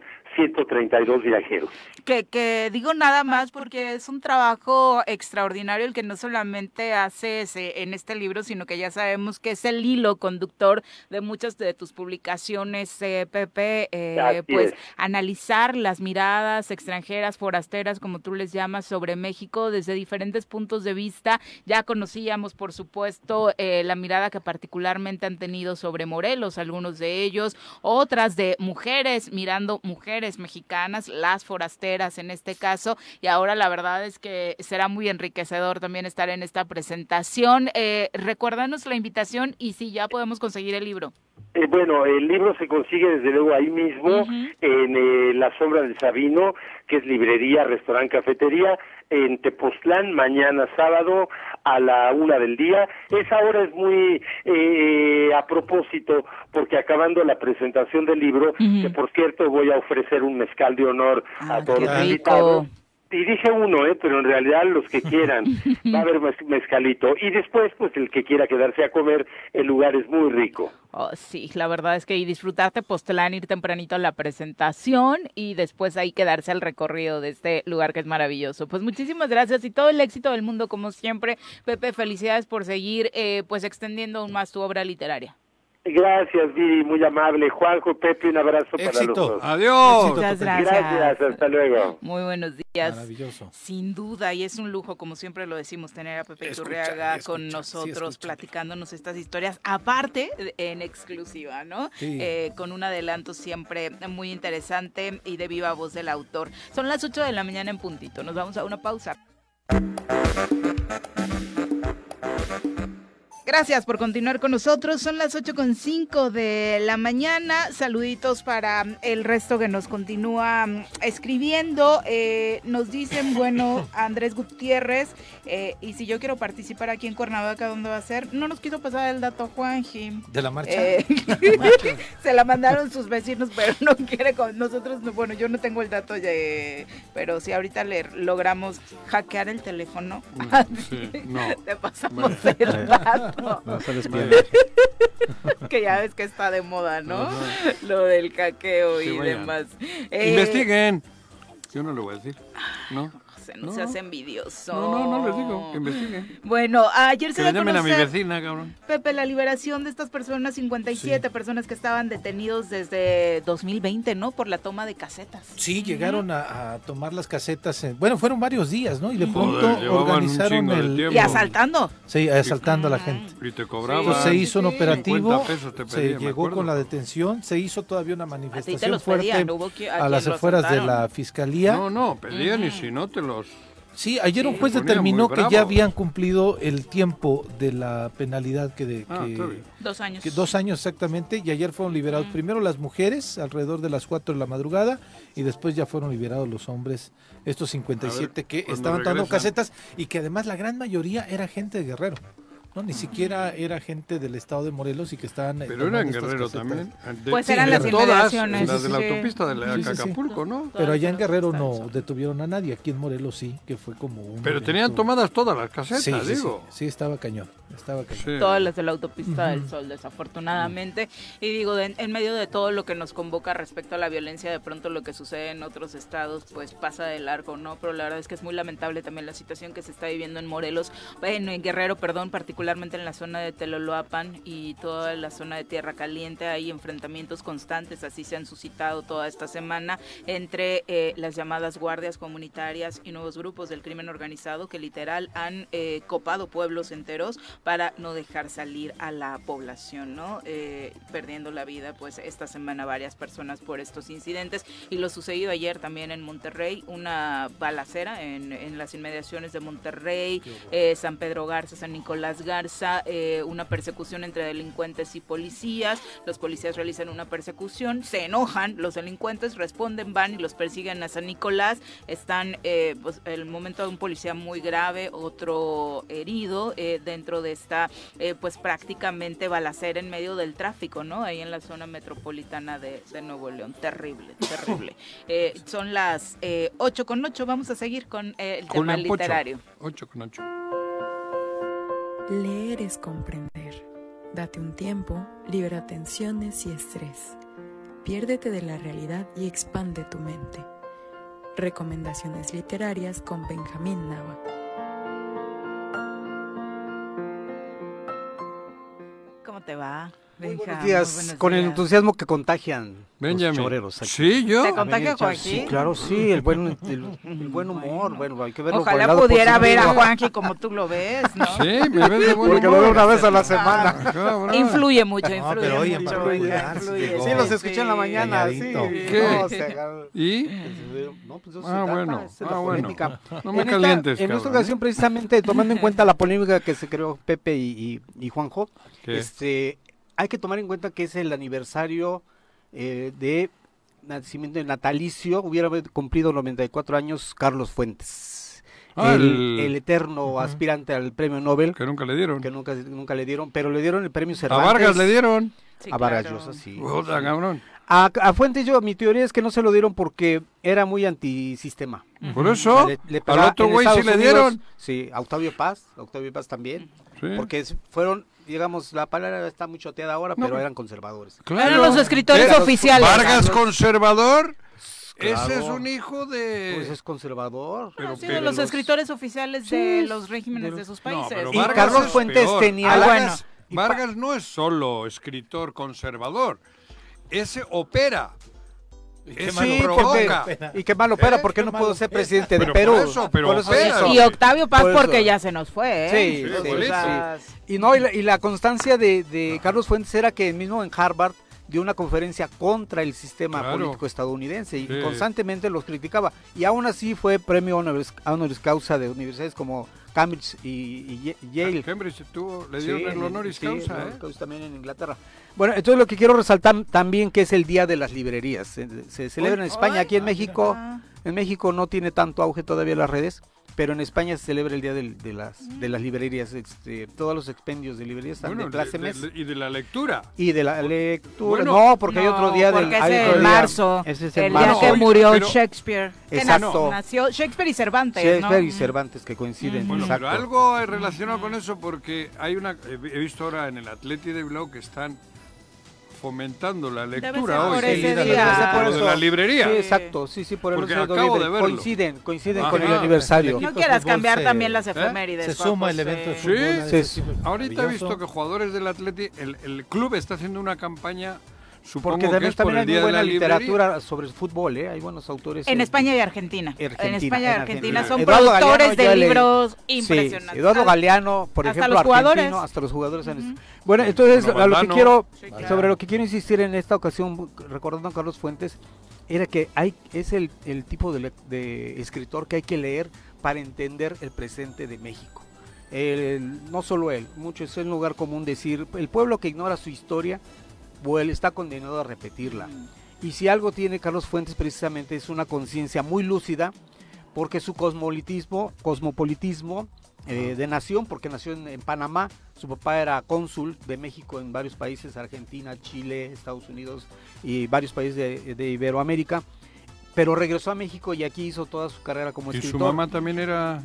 132 viajeros. Que, que digo nada más porque es un trabajo extraordinario el que no solamente haces en este libro, sino que ya sabemos que es el hilo conductor de muchas de tus publicaciones, eh, Pepe, eh, pues es. analizar las miradas extranjeras, forasteras, como tú les llamas, sobre México desde diferentes puntos de vista. Ya conocíamos, por supuesto, eh, la mirada que particularmente han tenido sobre Morelos, algunos de ellos, otras de mujeres mirando mujeres mexicanas, las forasteras en este caso, y ahora la verdad es que será muy enriquecedor también estar en esta presentación. Eh, recuérdanos la invitación y si ya podemos conseguir el libro. Eh, bueno, el libro se consigue desde luego ahí mismo, uh -huh. en eh, La Sombra del Sabino, que es librería, restaurante, cafetería, en Tepoztlán, mañana sábado a la una del día. Esa hora es muy eh, a propósito, porque acabando la presentación del libro, uh -huh. que por cierto voy a ofrecer un mezcal de honor ah, a todos los invitados y dije uno, ¿eh? pero en realidad los que quieran, va a haber mezcalito. Y después, pues el que quiera quedarse a comer, el lugar es muy rico. Oh, sí, la verdad es que y disfrutarte Postelán, ir tempranito a la presentación y después ahí quedarse al recorrido de este lugar que es maravilloso. Pues muchísimas gracias y todo el éxito del mundo, como siempre. Pepe, felicidades por seguir eh, pues extendiendo aún más tu obra literaria. Gracias, Viri, muy amable. Juanjo, Pepe, un abrazo Éxito. para los dos. Adiós. Muchas gracias. Gracias, hasta luego. Muy buenos días. Maravilloso. Sin duda, y es un lujo, como siempre lo decimos, tener a Pepe Turriaga con nosotros, sí, platicándonos estas historias, aparte en exclusiva, ¿no? Sí. Eh, con un adelanto siempre muy interesante y de viva voz del autor. Son las 8 de la mañana en puntito. Nos vamos a una pausa. Gracias por continuar con nosotros. Son las 8.5 de la mañana. Saluditos para mm, el resto que nos continúa mm, escribiendo. Eh, nos dicen, *laughs* bueno, Andrés Gutiérrez, eh, y si yo quiero participar aquí en Cuernavaca, ¿dónde va a ser? No nos quiso pasar el dato Juanji. *laughs* ¿De la marcha? *laughs* Eh, *laughs* se la mandaron sus vecinos, pero no quiere con nosotros. No, bueno, yo no tengo el dato, de, pero si ahorita le logramos hackear el teléfono, Sí, no. te *laughs* pasamos *laughs* el dato. *laughs* No. No se les *laughs* que ya ves que está de moda, ¿no? Ajá. Lo del caqueo Sí, y vaya. demás. Eh, Investiguen. Yo no lo voy a decir. ¿No? hacen, no, se No. hace envidioso. No, no, no les digo, que investiguen. Bueno, ayer Que se dio le a llamen a mi conocer- vecina, cabrón. Pepe, la liberación de estas personas, 57 personas que estaban detenidos desde 2020, ¿no? Por la toma de casetas. Sí, llegaron a, a tomar las casetas. en- bueno, fueron varios días, ¿no? Y de Joder, pronto llevaban un organizaron chingo de el. tiempo. Y asaltando. Ah. Sí, asaltando a la gente. Y te cobraba. Entonces, se hizo un sí, sí. operativo, 50 pesos te se pedía, me llegó acuerdo. con la detención, se hizo todavía una A ti manifestación te los fuerte pedían, hubo que- a a, quien las lo afueras de asaltaron. la fiscalía. No, no, pedían y si no te los. Sí, ayer un Sí, juez se ponía determinó muy que bravo. ya habían cumplido el tiempo de la penalidad que, de, Ah, que- está bien. Dos años. que dos años exactamente, y ayer fueron liberados primero las mujeres alrededor de las 4 de la madrugada y después ya fueron liberados los hombres, estos 57 A ver, que cuando estaban tomando regresan. casetas y que además la gran mayoría era gente de Guerrero. No, ni siquiera era gente del estado de Morelos y que estaban... eh, Pero tomando eran estas guerreros casetas. también. De- Pues Sí, eran las todas, inmediaciones, Las de la sí. autopista de la Sí, sí, sí. Acapulco, ¿no? Pero allá en Guerrero no detuvieron a nadie, aquí en Morelos sí, que fue como un... Pero tenían evento- tomadas todas las casetas, Sí, sí, digo. sí, sí, estaba cañón, estaba cañón. Sí. Todas las de la autopista del sol, desafortunadamente. Y digo, de- en medio de todo lo que nos convoca respecto a la violencia, de pronto lo que sucede en otros estados, pues pasa de largo, ¿no? Pero la verdad es que es muy lamentable también la situación que se está viviendo en Morelos, bueno, en Guerrero, perdón, particularmente en la zona de Teloloapan y toda la zona de Tierra Caliente. Hay enfrentamientos constantes, así se han suscitado toda esta semana entre eh, las llamadas guardias comunitarias y nuevos grupos del crimen organizado que literal han eh, copado pueblos enteros para no dejar salir a la población, ¿no? Eh, perdiendo la vida, pues esta semana varias personas por estos incidentes y lo sucedido ayer también en Monterrey, una balacera en, en las inmediaciones de Monterrey, eh, San Pedro Garza, San Nicolás Garza, eh, una persecución entre delincuentes y policías, los policías realizan una persecución, se enojan, los delincuentes responden, van y los persiguen a San Nicolás, están eh, pues, el momento de un policía muy grave, otro herido eh, dentro de esta eh, pues prácticamente balacera en medio del tráfico, ¿no? Ahí en la zona metropolitana de, de Nuevo León, terrible, terrible. Eh, son las eh, 8 con 8, vamos a seguir con eh, el Con tema el pocho. literario. 8 con 8. Leer es comprender. Date un tiempo, libera tensiones y estrés. Piérdete de la realidad y expande tu mente. Recomendaciones literarias con Benjamín Nava. ¿Cómo te va? Ah, Muy Benja? buenos Muy días, buenos con el días. entusiasmo que contagian Benjamin. los choreros aquí. Sí, yo. Te contagia Benjamin, Joaquín. Sí, claro, sí, el *laughs* buen, el, el buen humor, bueno, hay que verlo por el Ojalá lado pudiera ver positivo. a Juanji como tú lo ves, ¿no? Sí, me ves de buen Porque lo humor. veo una vez a la semana. *laughs* semana. Cabrón. Influye mucho, influye No, pero oye, mucho. para Benja, bailar, sí influye, llegó. Sí, los escuché en la mañana, sí. Calladito. ¿Qué? No, se agarra- ¿Y? No, pues Ah, eso se trata, bueno, esa es la ah, bueno. polémica. No me En esta- calientes, En esta cabrón, ocasión, ¿eh? precisamente, tomando en cuenta la polémica que se creó Pepe y, y- y Juanjo, ¿Qué? este, hay que tomar en cuenta que es el aniversario eh, de nacimiento de natalicio, hubiera cumplido 94 años Carlos Fuentes, Ah, el, el- el eterno aspirante al premio Nobel, Que nunca le dieron. que nunca, nunca le dieron, pero le dieron el premio A Cervantes. Vargas le dieron. Sí, A Vargas claro. Llosa, sí. Puta, cabrón. A, a Fuentes yo, mi teoría es que no se lo dieron porque era muy antisistema. Por eso, Le- le al pegaba- otro en güey sí Estados le Unidos, dieron. Sí, a Octavio Paz, a Octavio Paz también, Sí. porque es- fueron, digamos, la palabra está muy choteada ahora, pero eran conservadores. Claro. Eran los escritores Era- oficiales. Vargas conservador. Claro. Ese es un hijo de. Pues es conservador. Pero- Han sido pero los, escritores oficiales de Sí, los regímenes de sus No, países. pero Y Vargas Carlos es Fuentes peor. tenía- Ah, Vargas, bueno. Vargas no es solo escritor conservador. Ese opera. Ese Sí, porque- provoca. y qué malo ¿Eh? opera, porque Qué no malo puedo ser opera. presidente de Pero Perú. por eso, pero Por eso opera. hizo. y Octavio Paz Por eso. porque ya se nos fue, ¿eh? Sí, Sí, sí, igualito. sí. Y no, y la, y la constancia de, de Carlos Fuentes era que mismo en Harvard dio una conferencia contra el sistema Claro. político estadounidense y Sí. constantemente los criticaba. Y aún así fue premio honoris, honoris causa de universidades como Cambridge y, y Ye- Yale. Ah, Cambridge tuvo, le dieron Sí, el en- honoris sí, el causa. honoris ¿eh? causa también en Inglaterra. Bueno, entonces lo que quiero resaltar también que es el Día de las Librerías. Se, se celebra en España, aquí en México. En México no tiene tanto auge todavía las redes, pero en España se celebra el Día del- de, las, de las librerías. este, todos los expendios de librerías están Bueno, de- de plácemes. de- y de la lectura. y de la lectura. Bueno, no, porque hay otro no, día del. porque es hay en otro día. marzo, Ese es en El día marzo. que Oye, murió pero- Shakespeare. Que na- Exacto. Nació Shakespeare y Cervantes, ¿no? Shakespeare y Cervantes que coinciden. Bueno, exacto. pero algo es relacionado con eso porque hay una he vi- he visto ahora en el Atleti de Bilbao que están fomentando la Debe lectura ser hoy. por ese la día. lectura, Por lo de eso. la librería. Sí, exacto, sí, sí, por el Porque uso de acabo libre. de verlo. Coinciden, coinciden con el Ajá. aniversario. No quieras fútbol cambiar se- también las ¿Eh? efemérides. eh. Se Juan suma el José. evento de Sí, fútbol. a se ese su- tipo es Ahorita he maravilloso. visto que jugadores del Atleti, el, el club está haciendo una campaña, supongo Porque que también, es por también el hay muy Día de buena la Librería. literatura sobre el fútbol, ¿eh? Hay buenos autores. En España y Argentina. en Argentina, España y en Argentina, Argentina. son Eduardo Galeano, productores yo de leí. libros Sí, impresionantes. Eduardo Galeano, por Hasta ejemplo, los jugadores. argentino, hasta los jugadores. han- Bueno, entonces a lo que Romandano. quiero, Sí, claro. sobre lo que quiero insistir en esta ocasión, recordando a Carlos Fuentes, era que hay es el, el tipo de, le- de escritor que hay que leer para entender el presente de México. El- no solo él, mucho es el lugar común decir, el pueblo que ignora su historia, bueno, está condenado a repetirla. Y si algo tiene Carlos Fuentes precisamente es una conciencia muy lúcida, porque su cosmolitismo, cosmopolitismo eh, de nación, porque nació en, en Panamá, su papá era cónsul de México en varios países, Argentina, Chile, Estados Unidos y varios países de, de Iberoamérica, pero regresó a México y aquí hizo toda su carrera como Y su escritor. mamá también era...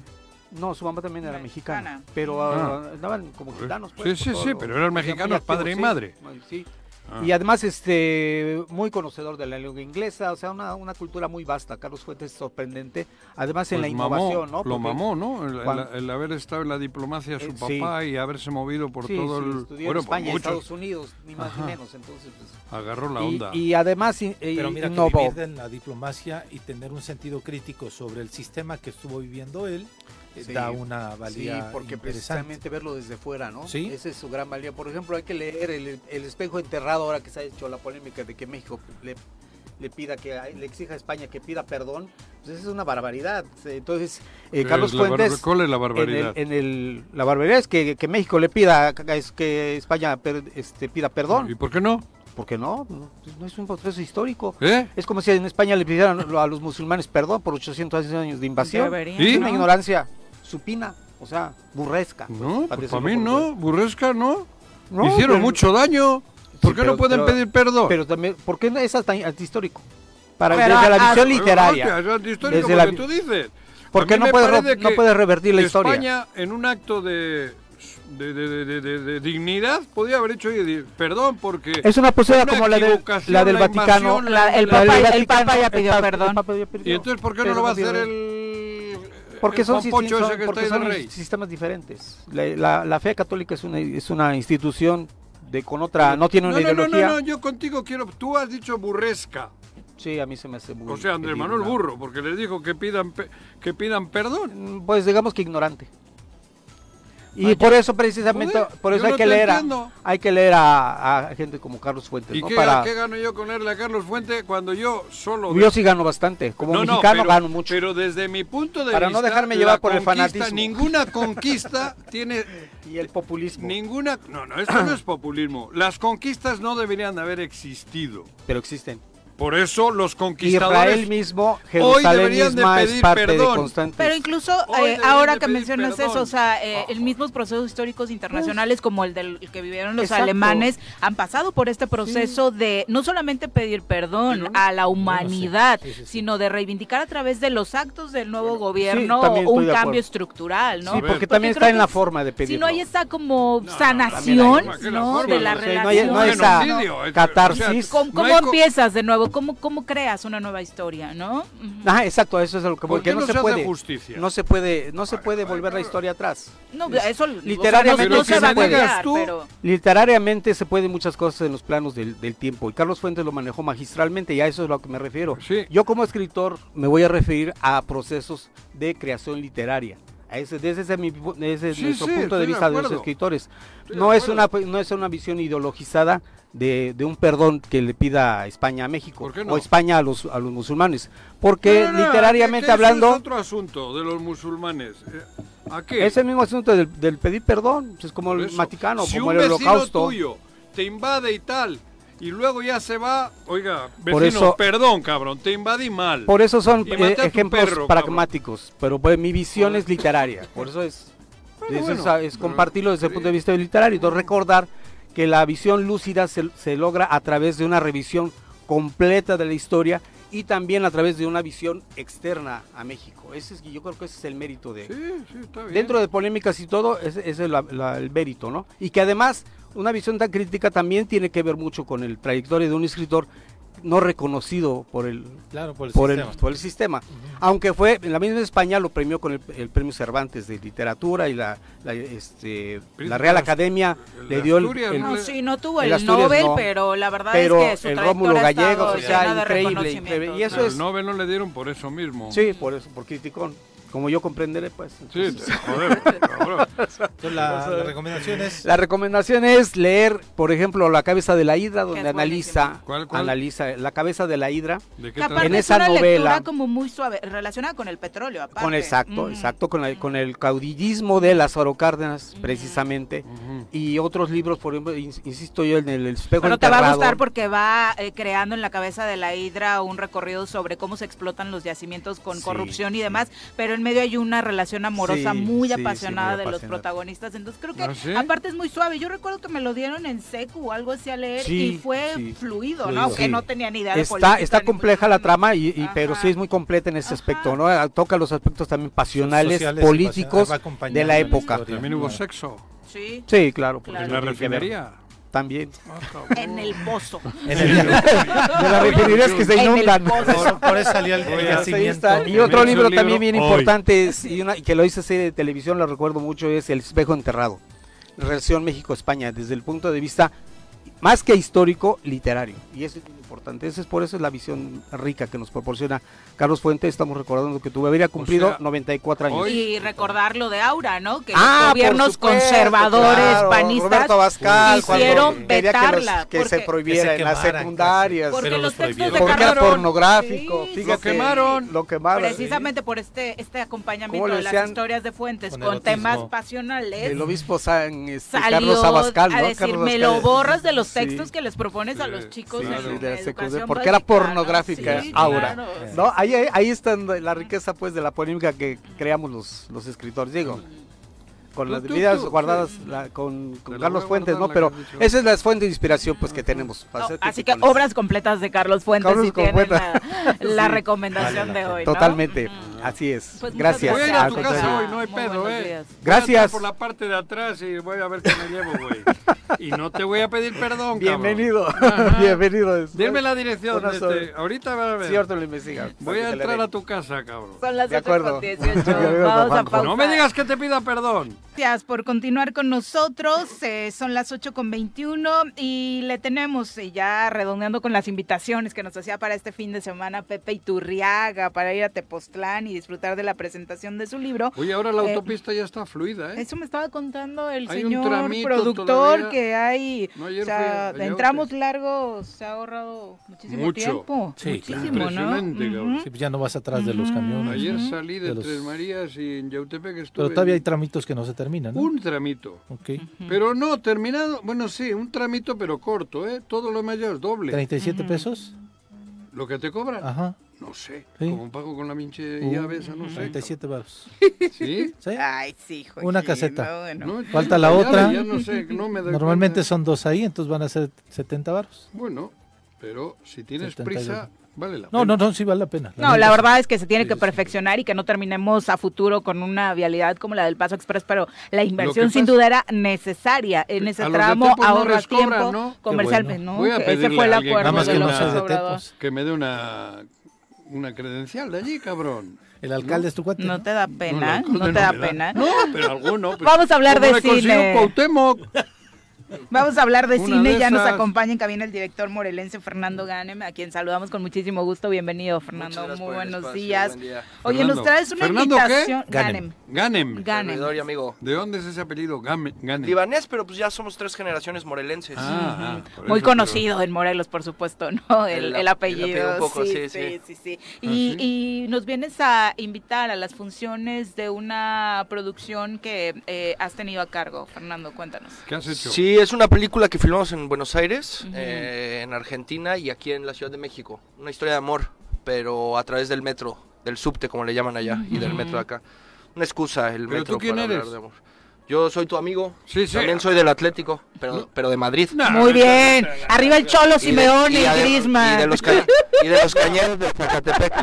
No, su mamá también era Mexicana. mexicana, pero Ah. ah, andaban como gitanos. Sí, pues, sí, por sí, todo. pero eran Muy mexicanos, activos, padre y sí, madre. Sí, Ah. y además, este, muy conocedor de la lengua inglesa, o sea, una, una cultura muy vasta. Carlos Fuentes es sorprendente. Además, en la Pues mamó, innovación, ¿no? Lo Porque- mamó, ¿no? El, el- Cuando- el haber estado en la diplomacia su Eh, sí. papá y haberse movido por Sí, todo sí, el... estudió bueno, en por España, en mucho. Estados Unidos, ni más Ajá. ni menos. Entonces, pues, Agarró la y- onda. Y, además, in- eh, Pero mira, que innovó. vivir en la diplomacia y tener un sentido crítico sobre el sistema que estuvo viviendo él eh, Sí, da una Sí, valía porque interesante. precisamente verlo desde fuera, ¿no? Sí. Esa es su gran valía. Por ejemplo, hay que leer el, El espejo enterrado ahora que se ha hecho la polémica de que México le, le pida que le exija a España que pida perdón. Pues esa es una barbaridad. Entonces, eh, ¿Qué Carlos es la bar- Fuentes ¿Cuál es la en el- barbaridad? en el- la barbaridad es que, que México le pida que- que España per- este, pida ¿Y perdón. por qué no? porque no? No, no es un proceso histórico. ¿Eh? Es como si en España le pidieran a los musulmanes perdón por 800 años de invasión. Deberían, Sí. Es ¿no? una ignorancia supina, o sea, burresca. No, para pues decirlo para mí por no, burresca no. No, Hicieron pero- mucho daño. ¿Por Sí, qué no pero- pueden pero- pedir perdón? Pero también, ¿por qué no es hasta antihistórico? Para, Pero desde la a- visión a- literaria. Es antihistórico Desde la porque tú dices. A ¿Por mí qué no me puedes, ro- parece no que puedes revertir la historia? España, en un acto de, de, de- de- de- de dignidad, podía haber hecho oye, di- perdón porque. Es una postura Una como la del, equivocación, la del la Vaticano. invasión, la- la- el la del Papa- el Vaticano, Papa ya pidió Papa- perdón. el Papa ya pidió, ¿Y entonces por qué no pero eh, lo va a pidió hacer perdón. el. Porque el son, Juan Pocho sisti- son- ese que porque está ahí son de rey? sistemas diferentes. La, la- la fe católica es una, es una institución de con otra, Ah, no tiene una no, no, ideología. no, yo contigo quiero. Tú has dicho burresca. Sí, a mí se me hace muy O sea, Andrés pedir Manuel una- Burro, porque les dijo que pidan, pe- que pidan perdón. Mm, Pues digamos que ignorante. Y Vaya. por eso precisamente, Joder, por eso yo hay no que, te leer a, entiendo. hay que leer a, a gente como Carlos Fuentes, ¿Y ¿no? qué, Para, qué gano yo con leerle a Carlos Fuente cuando yo solo... yo sí gano bastante, como No, no, mexicano pero- gano mucho. Pero desde mi punto de Para no vista... dejarme la llevar por el conquista- fanatismo. Ninguna *laughs* conquista tiene... y el populismo. Ninguna... No, no, esto no es populismo. Las conquistas no deberían haber existido. Pero existen. Por eso los conquistadores... Israel mismo, Hoy Jerusalén deberían de misma es pedir parte perdón. de constante. Pero incluso Hoy eh, deberían ahora de que pedir mencionas perdón. eso, o sea, eh, el Ajá. mismos procesos históricos internacionales como el del el que vivieron los Exacto. alemanes han pasado por este proceso de no solamente pedir perdón Sí, no, no. a la humanidad, sí, sí, sí. sino de reivindicar a través de los actos del nuevo gobierno también estoy un de cambio acuerdo. estructural, ¿no? Sí, ver. porque también creo está en que la forma de pedirlo. Si no hay esa como No, no, sanación, también hay ¿no? que la forma, De la o sea, no relación. hay- no hay esa Genocidio, es- catarsis. ¿Cómo, no hay cómo co- empiezas de nuevo? ¿Cómo, ¿Cómo creas una nueva historia, no? Ujú. Ajá, exacto, eso es lo que ¿Por porque qué no no se se hace puede. justicia? No se puede, no se Ay, puede ay, volver la ay. historia atrás. No, Es- eso o sea, no- literariamente no, sí se se va a puede. negar, Tú- pero Literariamente se pueden muchas cosas en los planos del, del tiempo y Carlos Fuentes lo manejó magistralmente y a eso es a lo que me refiero. Sí. Yo como escritor me voy a referir a procesos de creación literaria. A ese, desde ese, mi pu- desde Sí, nuestro sí, punto estoy de de vista de, los acuerdo. escritores. Estoy de no, es una, acuerdo. no es una visión ideologizada de, de un perdón que le pida a España a México ¿Por qué no? o España a los, a los musulmanes. Porque No, no, no, que- literariamente que eso hablando... Es otro asunto de los musulmanes. Eh, ¿A qué? Es el mismo asunto del, del pedir perdón, pues, es como Por el eso, Vaticano, si como un el vecino holocausto. tuyo te invade y tal, y luego ya se va, oiga, vecino, Por eso- perdón, cabrón, te invadí mal. Por eso son Y eh, maté a tu ejemplos perro, pragmáticos, pero pues, mi visión Joder. es literaria, por eso es, Bueno, eso es- bueno, es pero- compartirlo desde el sí. punto de vista literario, entonces recordar que la visión lúcida se, se logra a través de una revisión completa de la historia y también a través de una visión externa a México. Ese es, yo creo que ese es el mérito de... Sí, sí, está bien. Dentro de polémicas y todo, ese, ese es la- la- el mérito, ¿no? Y que además una visión tan crítica también tiene que ver mucho con el trayectoria de un escritor no reconocido por el, Claro, por el sistema. por el sistema. Aunque fue, en la misma España lo premió con el, el premio Cervantes de literatura y la, la, este, la Real de Ast- Academia el le de dio el- Asturias, el, ¿no? No, sí, no tuvo el el, Asturias Nobel, no. pero la verdad pero es que su el trayectoria Rómulo ha Gallegos, estado o sea, llena de increíble, reconocimientos. increíble. Y eso Pero es- el Nobel no le dieron por eso mismo. Sí, por eso, por criticón. Como yo comprenderé, pues. Sí, entonces- joder, cabrón. Entonces, la, la recomendación es La recomendación es leer, por ejemplo, La cabeza de la hidra, donde es analiza, buenísimo. ¿Cuál, cuál? analiza la cabeza de la hidra ¿De Que qué trata? aparte En es esa una novela- lectura como muy suave, relacionada con el petróleo, aparte. con exacto, Mm. exacto, con el, con el caudillismo de Lázaro Cárdenas, precisamente, Ujú. y otros libros, por ejemplo, ins- insisto yo, en el espejo Pero te va a enterrado. gustar porque va eh, creando en la cabeza de la hidra un recorrido sobre cómo se explotan los yacimientos con Sí, corrupción y sí. demás, pero en medio hay una relación amorosa Sí, muy sí, sí, apasionada muy de los apasionada. protagonistas. Entonces creo que ¿Ah, sí? aparte es muy suave. Yo recuerdo que me lo dieron en secu o algo así a leer Sí, y fue sí, fluido, fluido. ¿no? Aunque Sí. no tenía ni idea de política Está, está ni compleja mucho la menos. trama, y, y- pero Ajá. sí es muy completa en ese Ajá. aspecto, ¿no? Ah, Toca los aspectos también pasionales, sociales y políticos. pasionales, va acompañando de la historia. época. También hubo Claro. sexo. Sí. Sí, claro. porque Claro. En eso la tiene que ver refinería. También. Ah, cabrón. En el pozo. *laughs* En el- De las refinerías que se En el inundan. por, por eso salió el, el Oye, Ahí yacimiento. está. Y Que me otro hizo libro un libro también bien hoy. importante, es, y una- y que lo hice serie de televisión, lo recuerdo mucho, es El espejo enterrado. Relación México-España, desde el punto de vista más que histórico, literario. Y eso es muy importante. Esa es por eso es la visión rica que nos proporciona Carlos Fuentes. Estamos recordando que tu habría cumplido sea, 94 años. hoy- Y recordar lo de Aura, ¿no? Que Ah, los por gobiernos supuesto, conservadores, claro, panistas, Roberto Abascal, hicieron cuando quería que los- vetarla, Que, se porque- prohibiera Que se en las quemaran, secundarias. porque Pero los los textos de Porque Carlos era pornográfico. Sí, fíjate, Lo quemaron. Lo quemaron. Precisamente por este este ¿Cómo acompañamiento le de las decían? historias de Fuentes Con con, erotismo. temas Sí. pasionales. El obispo San, este, Salió Carlos Abascal, ¿no? a decir, Carlos me Abascal". lo borras de los Sí. textos que les propones a Sí, los chicos sí, en sí, la de la educación secundaria, porque era básica, ¿no? pornográfica, Sí, Aura. claro, o sea, No, ahí, ahí- ahí está la riqueza pues de la polémica que creamos los, los escritores, digo. Con Tú, las tú, vidas tú, guardadas sí. la- con, con Te la voy Carlos a Fuentes, ¿no? guardar la Pero que has dicho. esa es la fuente de inspiración pues que tenemos. para No, ser así que criticones. obras completas de Carlos Fuentes Carlos si tienen Completas. la, la Sí. recomendación Vale de la hoy. ¿no? Totalmente, Ujú. así es. Pues muchas gracias. Ah, Voy a ir a Al tu contrario. casa hoy, no hay Muy pedo, buenos días. eh. Voy a entrar Gracias. por la parte de atrás y voy a ver qué me llevo, güey. Y no te voy a pedir perdón, cabrón. Bienvenido, Ajá. *laughs* bienvenido. Dime la dirección. Una este, sobre- ahorita va a ver. Sí, ahorita lo investiga. Voy a entrar a tu casa, cabrón. Son las De acuerdo. *laughs* 8.18. Vamos a pausa. No me digas que te pida perdón. Gracias por continuar con nosotros. eh, son las 8 con 21 y le tenemos eh, ya redondeando con las invitaciones que nos hacía para este fin de semana Pepe Iturriaga para ir a Tepoztlán y disfrutar de la presentación de su libro. Oye, ahora la Eh, autopista ya está fluida, ¿eh? Eso me estaba contando el Hay un señor tramito productor todavía. que hay. No, ayer o sea, fui, ayer entramos fui. largos, se ha ahorrado muchísimo Mucho. tiempo. Sí, claro. muchísimo, ¿no? Impresionante, Ujú. cabrón. Sí, pues ya no vas atrás de los camiones. Ayer ¿no? salí de, De los- Tres Marías y en Yautepec estuve. Pero todavía hay en tramitos que no se terminan. ¿no? Un tramito. Ok. Pero no, terminado. Bueno, sí, un tramito, pero corto, ¿eh? Todo lo mayor, doble. 37 pesos. Lo que te cobran, Ajá. no sé. Sí. Como pago con la pinche Uh, llave esa, no sé. 37 baros. cabrón. ¿Sí? *laughs* ¿Sí? Ay, Pues sí, Joaquín, Una caseta. no, bueno. *laughs* No, Falta la llave, otra. ya no sé, no me doy Normalmente cuenta. son dos ahí, entonces van a ser 70 baros. Bueno, pero si tienes 72. prisa, vale la No, pena. no, no, sí vale la pena. No, la neta. verdad es que se tiene Sí, que sí. perfeccionar y que no terminemos a futuro con una vialidad como la del Paso Express, pero la inversión sin pasa- duda era necesaria en ese A los de tramo, Tepos no ahorra les cobran, tiempo, ¿no? Qué comercial, pues, bueno. ¿no? Voy a ese pedirle fue el a alguien que acuerdo Nada más de que no López seas de Obrador. Tepos. Que me dé una, una credencial de allí, cabrón. El alcalde es tu cuate. No te da pena, el no, alcalde te da me pena. No, pero alguno. pues, Vamos a hablar ¿cómo de le consigo cine. Cuauhtémoc? Vamos a hablar de Una Pues, cine, de ya nos esas. acompaña en cabina el director morelense Fernando Ganem, a quien saludamos con muchísimo gusto. Bienvenido, Fernando, muy buenos días. Oye, Fernando. nos traes una ¿Fernando qué? invitación. Ganem. Ganem. Ganem. Ganem. amigo. ¿De dónde es ese apellido? Game- Ganem. Libanés, pero pues ya somos tres generaciones morelenses. Ah, ah, por Muy eso, pero- conocido en Morelos, por supuesto, ¿no? El, El el ap- el apellido. apellido un poco, sí, sí, sí, sí. sí. Ah, Y, sí. y nos vienes a invitar a las funciones de una producción que eh, has tenido a cargo. Fernando, cuéntanos. ¿Qué has hecho? Sí, es una película que filmamos en Buenos Aires, Ujú. eh, en Argentina y aquí en la Ciudad de México. Una historia de amor, pero a través del metro, del subte como le llaman allá y del metro de acá. Una excusa el ¿Pero metro tú quién para hablar eres? de amor. Yo soy tu amigo. Sí, sí. También soy del Atlético, pero, pero de Madrid. Muy bien. Arriba el Cholo Simeone y y de- Griezmann. Y de *laughs* los, ca- y de los cañeros del Zacatepec.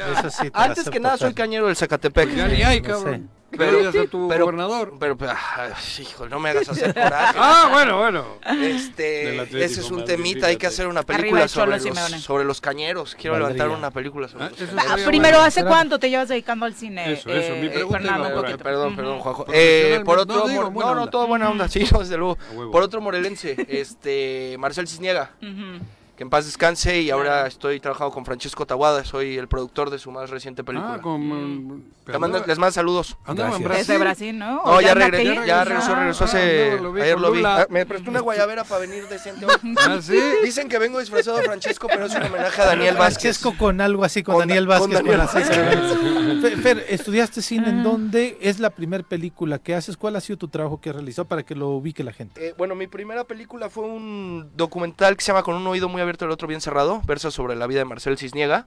Antes que nada, soy cañero del Zacatepec. Ya ni hay, cabrón. odias a tu gobernador. Pero, pero, ah, hijo, no me hagas hacer coraje. *laughs* Ah, bueno, bueno. Este, Del Atlético ese es un Madrid, temita, hay que fíjate. hacer una Arriba película el Cholo sobre los, Simeone. sobre los cañeros. Quiero Madrid. levantar una película sobre los Ah, eso cañeros. estaría Ah, Primero, ¿hace cuánto te llevas dedicando al cine? Eh, Eso, eso, mi pregunta Fernando, iba un por ahí. poquito. Perdón, Ujú. perdón, Juanjo. Profesional, Eh, por no otro, digo mor- buena no, no, onda. todo Mm. buena onda, sí, no, desde luego. huevo. Por otro morelense, este, Marcel Cisniega, Ujú. que en paz descanse y ahora estoy trabajando con Francisco Taguada, soy el productor de su más reciente película. Mm. Ah, con... Te mando- les mando saludos. Andaba Gracias. en Brasil. Desde Brasil, ¿no? ¿O No, ya ya, anda regresó, aquí? ya regresó, Ah, regresó ah, hace... no, lo vi ayer con lo vi. Lula. Ah, me prestó una guayabera para venir decente hoy. *laughs* ¿Ah, sí? Dicen que vengo disfrazado de Francesco, pero es un homenaje a *laughs* Daniel Vázquez. Francesco con algo así, con, Daniel Vázquez. con Con Daniel las *laughs* Fer, Fer, estudiaste cine, Ah. ¿en dónde es la primer película que haces? ¿Cuál ha sido tu trabajo que has realizado para que lo ubique la gente? Eh, bueno, mi primera película fue un documental que se llama Con un oído muy abierto y el otro bien cerrado, versa sobre la vida de Marcel Cisniega.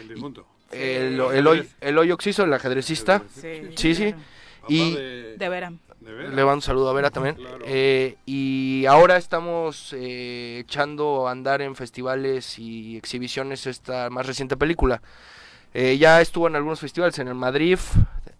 El difunto. El, el, hoy- el hoy oxiso, el ajedrecista. Sí, Sí, sí. claro. Y De veras. le mando un saludo a Vera también. Eh, y ahora estamos eh, echando a andar en festivales y exhibiciones esta más reciente película. Eh, ya estuvo en algunos festivales, en el Madrid,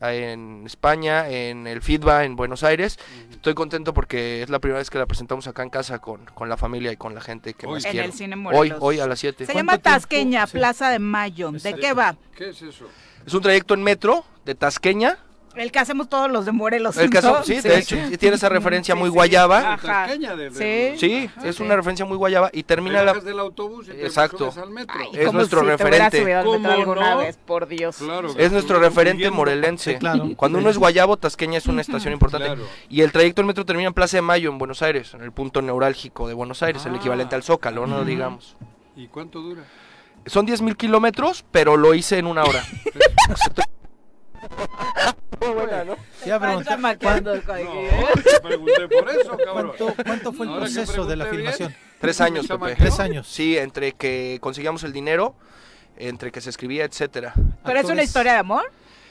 en España, en el FIDBA, en Buenos Aires. Estoy contento porque es la primera vez que la presentamos acá en casa con, con la familia y con la gente que Hoy. más En quiero. el cine hoy, Morelos. hoy a las 7. Se llama tiempo? Tasqueña, Sí. Plaza de Mayo. ¿De qué va? ¿Qué es eso? Es un trayecto en metro de Tasqueña. El que hacemos todos los de Morelos. El caso, Ah, ¿no? sí, de hecho, sí tiene esa referencia muy guayaba. Ajá. Tasqueña de- Sí. de- Sí, es sí. una referencia muy guayaba y Te termina la... bajas del autobús y te Exacto. subes al metro. Ay, Es como si nuestro te hubiera referente. subido al metro ¿Cómo alguna no? vez, por Dios. Claro. Es nuestro referente morelense. Sí, claro. Cuando uno es guayabo, Tasqueña es una estación importante. Claro. Y el trayecto del metro termina en Plaza de Mayo, en Buenos Aires, en el punto neurálgico de Buenos Aires, el Ah. equivalente al Zócalo, no digamos. ¿Y cuánto dura? Son 10.000 kilómetros, pero lo hice en una *laughs* hora. Ya Ay, pregunté, está maqueando el No, código. te pregunté por eso, cabrón. ¿cuánto, cuánto fue el Ahora que proceso de la pregunté filmación? bien. Tres años, Chamaqueo. Pepe. Tres años. Sí, entre que conseguíamos el dinero, entre que se escribía, etcétera. ¿Pero es una Actores- historia de amor?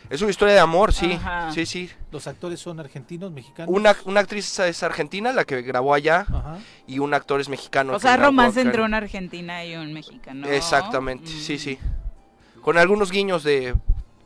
Es una historia de amor, sí. Ajá. Sí, sí. ¿Los actores son argentinos, mexicanos? Una, una actriz es argentina, la que grabó allá, Ajá. y un actor es mexicano. O que sea, grabó romance acá entre en- una argentina y un mexicano. Exactamente, sí, Mm. sí. Con algunos guiños de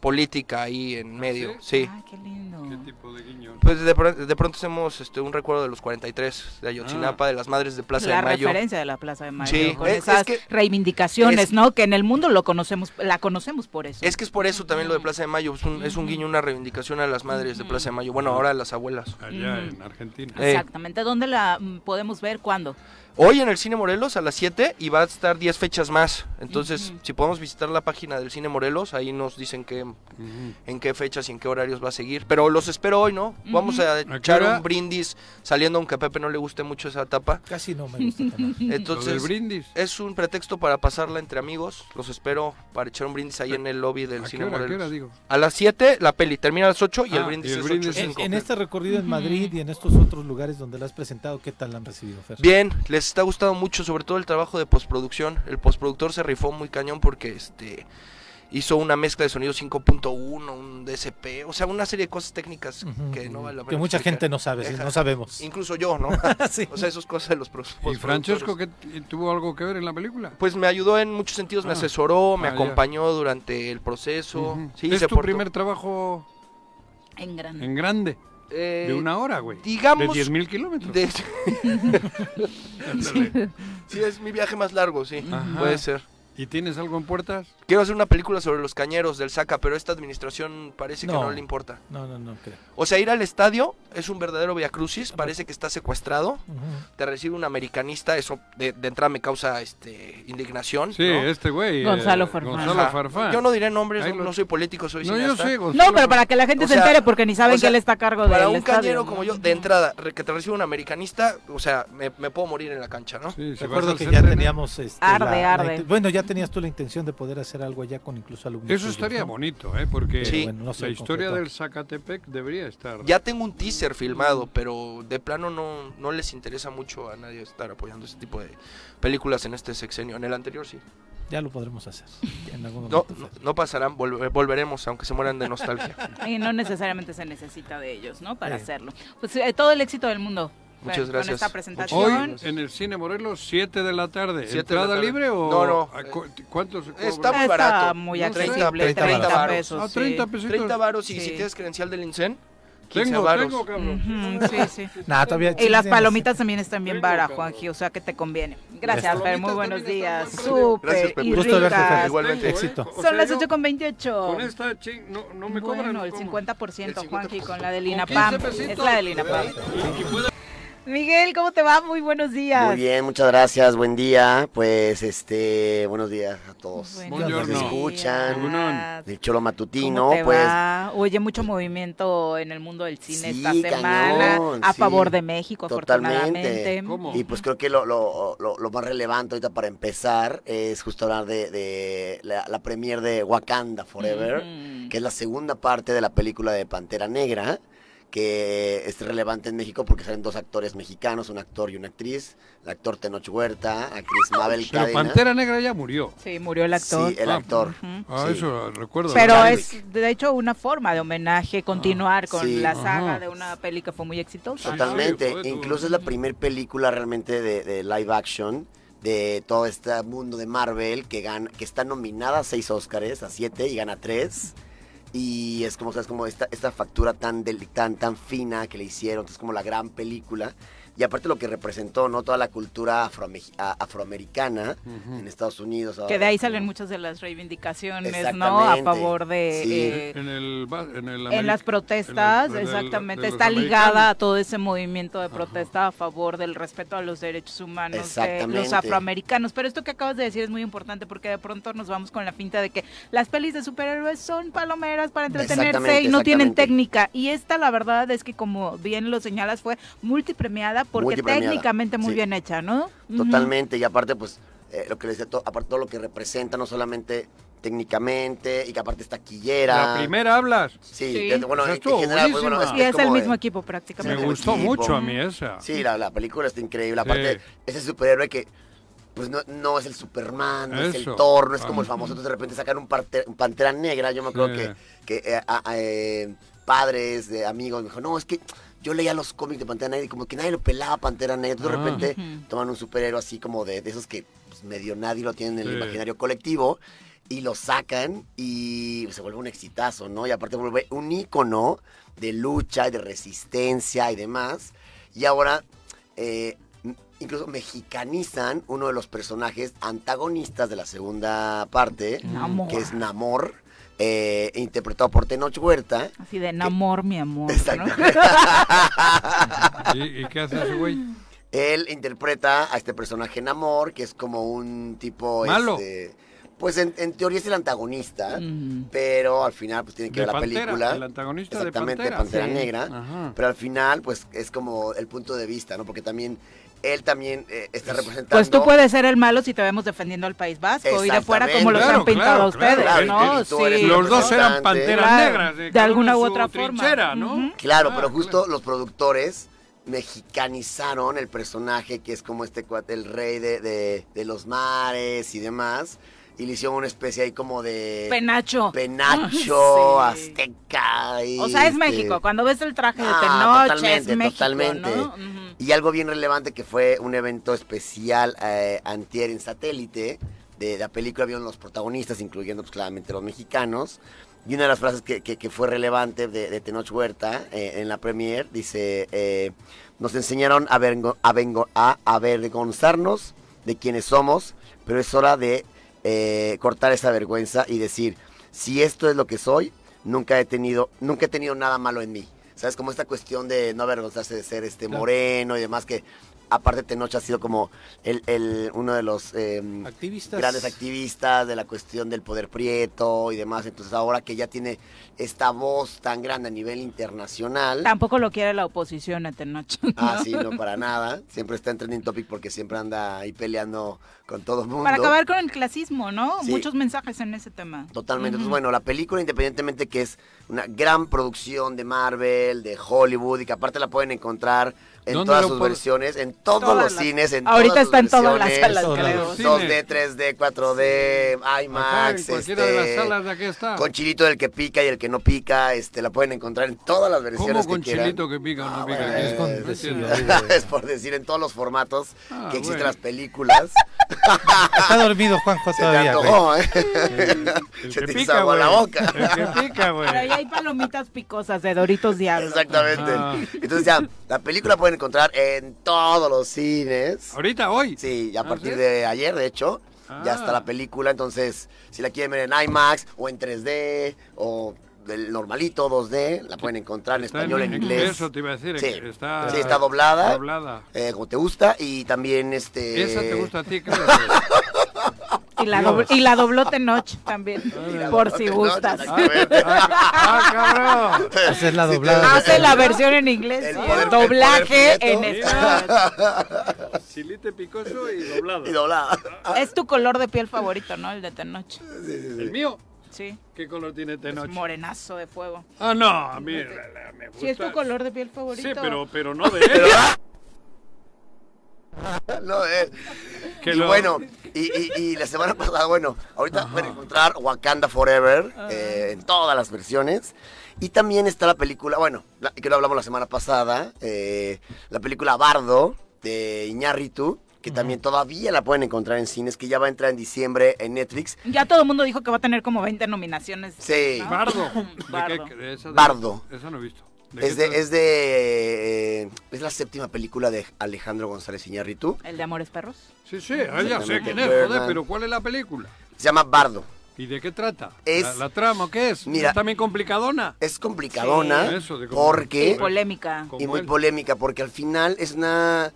política ahí en medio, Ay, sí. Ah, qué lindo. ¿Qué tipo de guiñón? Pues de, pr- de pronto hacemos este, un recuerdo de los 43 de Ayotzinapa, de las madres de Plaza Ah. la de Mayo. referencia de la Plaza de Mayo Sí, eh, con es- es esas que- reivindicaciones, es- ¿no? Que en el mundo lo conocemos, la conocemos por eso. Es que es por eso también lo de Plaza de Mayo, es un, es un guiño, una reivindicación a las madres de Plaza de Mayo, bueno, ahora a las abuelas. Allá en Argentina. eh. Exactamente. ¿Dónde la mm, podemos ver? ¿Cuándo? Hoy en el Cine Morelos a las 7 y va a estar 10 fechas más, entonces si podemos visitar la página del Cine Morelos, ahí nos dicen que, en qué fechas y en qué horarios va a seguir, pero los espero hoy, ¿no? Vamos a qué echar hora? un brindis saliendo, aunque a Pepe no le guste mucho esa etapa. Casi no me gusta tan Lo *laughs* del Entonces, brindis. es un pretexto para pasarla entre amigos. Los espero para echar un brindis ahí en el lobby del ¿A qué Cine hora, a qué Morelos. hora digo? A las 7 la peli, termina a las 8 y Ah, el brindis y el es brindis 8:05. En, en este recorrido en Madrid y en estos otros lugares donde la has presentado, ¿qué tal la han recibido, Fer? Bien, les está gustando mucho, sobre todo el trabajo de postproducción. El postproductor se rifó muy cañón porque este hizo una mezcla de sonido 5.1, un DSP, o sea, una serie de cosas técnicas Ujú. que no vale la pena. que mucha explicar. gente no sabe, sí, Deja- no sabemos. Incluso yo, ¿no? *laughs* Sí. O sea, esas cosas de los pros- ¿Y postproductores. Francesco que tuvo algo que ver en la película? Pues me ayudó en muchos sentidos, me Ah, asesoró, me ah, ya. acompañó durante el proceso. Ujú. Sí, es se tu portó- primer trabajo En Gran. en grande, Eh, de una hora, güey. digamos- De 10.000 kilómetros. *laughs* de- *laughs* sí, es mi viaje más largo, sí. Ajá. Puede ser. ¿Y tienes algo en puertas? Quiero hacer una película sobre los cañeros del Saca, pero esta administración parece que No. no le importa. No, no, no creo. O sea, ir al estadio es un verdadero viacrucis, parece que está secuestrado. Ujú. Te recibe un americanista, eso de, de entrada me causa este, indignación. Sí, ¿no? este güey. Gonzalo Farfán. Gonzalo Ajá. Farfán. Yo no diré nombres, Ahí no, lo- no soy político, soy No, yo cineasta. sé, Gonzalo. No, pero para que la gente O se sea, entere, porque ni saben o sea, que él está a cargo de Para un estadio, cañero ¿no? como yo, de entrada, re- que te recibe un americanista, o sea, me, me puedo morir en la cancha, ¿no? Sí, si Recuerdo vas al que ya centro, ¿no? teníamos... este, Arde, la- la arde. inte- bueno, ya tenías tú la intención de poder hacer algo allá con incluso alumnos. Eso tuyos, estaría ¿no? bonito, ¿eh? Porque Sí. Bueno, no se la historia concretó. del Zacatepec debería estar. Ya tengo un teaser filmado, pero de plano no, no les interesa mucho a nadie estar apoyando este tipo de películas en este sexenio. En el anterior sí. Ya lo podremos hacer. en algún No, momento. no, no pasarán, volve- volveremos, aunque se mueran de nostalgia. *laughs* *laughs* *laughs* Y no necesariamente se necesita de ellos, ¿no? Para Sí. hacerlo. Pues eh, todo el éxito del mundo. Muchas Fer, Con gracias. esta presentación. Hoy en el Cine Morelos, 7 de la tarde. Siete de la ¿Entrada tarde. libre o No, no. a cu- ¿Cuánto se cobra? Está muy barato. muy No sé, accesible, 30, 30 varos. pesos, Ah, 30 sí. pesitos. 30 varos, y Sí. si tienes credencial del INSEN, 15 Tengo, varos. tengo, cabrón. Ujú, sí, sí. Nah, todavía y las tienes- palomitas también están bien barajas, Juanji, o sea que te conviene. Gracias, Fer, muy buenos días. Súper. y Gusto de verte, Fer. ricas. Igualmente. Tengo, ¿eh? Éxito. O sea, Son las yo- 8 con 28. Con esta ching, no, no me cobran. Bueno, el 50%, Juanji, con la de Lina ¿Con 15 Pam. Es pesitos? la de Lina Pam. Miguel, ¿cómo te va? Muy buenos días. Muy bien, muchas gracias, buen día. Pues este, buenos días a todos. Buenos los que días. escuchan del Cholo Matutino, ¿Cómo te pues va? Oye, mucho movimiento en el mundo del cine esta Sí, semana cañón, a sí. favor de México, Totalmente. afortunadamente. Y pues creo que lo, lo- lo- lo más relevante ahorita para empezar es justo hablar de, de la, la premier de Wakanda Forever, que es la segunda parte de la película de Pantera Negra, que es relevante en México porque salen dos actores mexicanos, un actor y una actriz, el actor Tenoch Huerta, actriz Mabel Pero Cadena. Pantera Negra ya murió. Sí, murió el actor. Sí, el Ah, actor. Ah, sí. eso lo recuerdo. Pero Chadwick. es, de hecho, una forma de homenaje, continuar con sí. la saga Ajá. de una peli que fue muy Ah, exitosa. ¿no? Totalmente. Incluso es la primera película realmente de, de live action de todo este mundo de Marvel que gana, que está nominada a seis Óscares, a siete y gana tres. Y es como, ¿sabes? como esta, esta factura tan, del- tan, tan fina que le hicieron, es como la gran película. Y aparte lo que representó, ¿no? Toda la cultura afromeji- a- afroamericana en Estados Unidos. Que de ahí salen muchas de las reivindicaciones, ¿no? A Exactamente, favor de... sí. eh, En, el, ba- en, el en las americ- protestas, en el- en el- exactamente, de los está ligada americanos. a todo ese movimiento de protesta a favor del respeto a los derechos humanos de los Exactamente. afroamericanos. Pero esto que acabas de decir es muy importante porque de pronto nos vamos con la finta de que las pelis de superhéroes son palomeras para entretenerse Exactamente, y no tienen exactamente. técnica. Y esta, la verdad, es que como bien lo señalas, fue multipremiada porque Multipremiada, técnicamente muy sí. bien hecha, ¿no? Ujú. Totalmente, y aparte, pues, eh, lo que les decía, to- aparte todo lo que representa, no solamente técnicamente, y que aparte es taquillera. La primera *laughs* hablas. Sí, Sí. de- bueno, Esa en estuvo general, pues, bueno, buenísima. Y es el como de- mismo equipo Me prácticamente. gustó mucho a mí esa. Sí, la, la película está increíble. Sí. Aparte, ese superhéroe que pues no, no es el Superman, no es Eso. el Thor, no es como el Ajá. famoso. Entonces de repente sacan un, parte- un Pantera Negra. Yo me acuerdo Sí. que, que, eh, a- a- eh, padres, de amigos, me dijo, no, es que yo leía los cómics de Pantera Negra y como que nadie lo pelaba a Pantera Negra. Entonces Ah. de repente Ujú. toman un superhéroe así como de, de esos que pues, medio nadie lo tiene en el Sí. imaginario colectivo. Y lo sacan y se vuelve un exitazo, ¿no? Y aparte vuelve un ícono de lucha y de resistencia y demás. Y ahora eh, m- incluso mexicanizan uno de los personajes antagonistas de la segunda parte, Namor. que es Namor, eh, interpretado por Tenoch Huerta. Así de enamor, mi amor. ¿no? *laughs* ¿Y, y qué hace ese güey? Él interpreta a este personaje Namor, que es como un tipo... Malo. este, pues en, en teoría es el antagonista, Mm. pero al final pues tiene que De ver la Pantera, película. el antagonista de Exactamente, Pantera. Sí. Negra. Ajá. Pero al final pues es como el punto de vista, ¿no? Porque también él también eh, está representando... Pues tú puedes ser el malo si te vemos defendiendo al País Vasco y de fuera como los han Exactamente. pintado Claro, a claro, ustedes, claro. ¿no? Y tú eres Sí. un Los dos eran representante. panteras Claro, negras. de cada alguna uno u en su otra forma. trinchera, ¿no? Claro, Ah, pero justo los productores mexicanizaron el personaje que es como este cuate, el rey de, de- de los mares y demás. Y le hicieron una especie ahí como de... Penacho. Eh, Penacho, Ah, *laughs* sí. azteca. y, O sea, es este, México. Cuando ves el traje de Ah, Tenoch, es totalmente, México, totalmente. ¿no? Y algo bien relevante que fue un evento especial eh, antier en satélite. De la película vieron los protagonistas, incluyendo pues, claramente los mexicanos. Y una de las frases que, que- que fue relevante de, de Tenoch Huerta eh, en la premier dice, eh, nos enseñaron a, vergo- a vengo- a avergonzarnos de quienes somos, pero es hora de eh, cortar esa vergüenza y decir, si esto es lo que soy, nunca he tenido, nunca he tenido nada malo en mí. ¿Sabes? Como esta cuestión de no avergonzarse de ser este Claro. moreno y demás, que aparte Tenoch ha sido como el, el- uno de los em, Activistas. grandes activistas de la cuestión del poder prieto y demás. Entonces ahora que ya tiene esta voz tan grande a nivel internacional. Tampoco lo quiere la oposición a Tenoch. *laughs* ¿no? Ah, sí, no, para nada. Siempre está en trending topic porque siempre anda ahí peleando con todo el mundo. Para acabar con el clasismo, ¿no? Sí. Muchos mensajes en ese tema. Totalmente. Ujú. Entonces, bueno, la película, independientemente que es una gran producción de Marvel, Marvel, de Hollywood, y que aparte la pueden encontrar en ¿Dónde todas lo sus puedo- versiones, en todos Todas los las- cines, en Ahorita todas sus está en todas las versiones, salas, creo. Todos los 2D, 3D, 4D, Acá, en IMAX, cualquiera de las este, salas de aquí está. con chilito del que pica y el que no pica, este, la pueden encontrar en todas las versiones ¿Cómo con que quieran. Ah, chilito que pica o no pica? Bueno, ¿Qué? es, No *laughs* entiendo. es por decir en todos los formatos Ah, que existen bueno. las películas. Está dormido Juanjo *laughs* Se te todavía. güey. antojó, ¿eh? *laughs* el Se que te pica, hizo agua güey. la boca. El que pica, güey. Por ahí hay palomitas picosas de *laughs* Doritos Diablo. Exactamente. Ah. Entonces ya, la película pueden encontrar en todos los cines. ¿Ahorita, hoy? Ah, Sí, ya a partir sí? de ayer, de hecho. Ah. Ya está la película, entonces si la quieren ver en IMAX o en 3D o del normalito 2D, la pueden encontrar en Está español, en, inglés. Eso te iba a decir. Sí, Está, Sí, está doblada. Doblada. eh, como te gusta y también este... Esa te gusta a ti, claro. *laughs* Y la, Dios. dobl- y la doblote noche también, por si gustas. Hacer la doblada. Hace la versión en inglés y el doblaje en español. Chilite picoso y doblado. Y doblado. Es tu color de piel favorito, ¿no? El de Tenoch. ¿El mío? Sí. Pues ¿Qué color tiene este Tenoch? Morenazo de fuego. Ah, no, a mí la- la- me gusta. Sí, es tu color de piel favorito. Sí, pero, pero no *laughs* de él. No, eh. Que y lo- bueno, y, y- y la semana pasada, bueno, ahorita van a encontrar Wakanda Forever Ah. eh, en todas las versiones. Y también está la película, bueno, la- que lo hablamos la semana pasada, eh, la película Bardo de Iñárritu, que también todavía la pueden encontrar en cines, que ya va a entrar en diciembre en Netflix. Ya todo el mundo dijo que va a tener como 20 nominaciones. Sí. ¿no? Bardo. Bardo. Eh, ¿De qué- esa de- Bardo. Esa no he visto. ¿De Es qué de, es de, eh, es la séptima película de Alejandro González Iñárritu. ¿El de Amores Perros? Sí, sí, ah, ya sé quién es, Birdman. joder, pero ¿cuál es la película? Se llama Bardo. ¿Y de qué trata? Es- ¿La, la trama o qué es? Mira. ¿Está bien complicadona? Es complicadona Sí. Eso, de como- porque... Y polémica. y muy polémica porque al final es una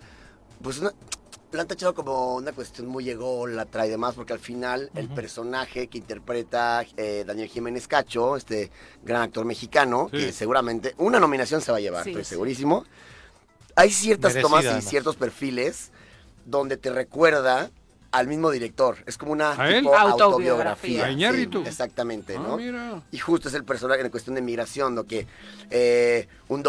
pues una la han tachado como una cuestión muy ególatra y demás, porque al final el personaje que interpreta eh, Daniel Jiménez Cacho, este gran actor mexicano, Sí. que seguramente una nominación se va a llevar, Sí, estoy sí. segurísimo. Hay ciertas Merecida, tomas y además. ciertos perfiles donde te recuerda al mismo director. Es como una ¿A él? tipo Autobiografía. autobiografía. ¿A Iñárritu? sí, exactamente, Ah, ¿no? mira. Y justo es el personaje en cuestión de migración, lo que eh, un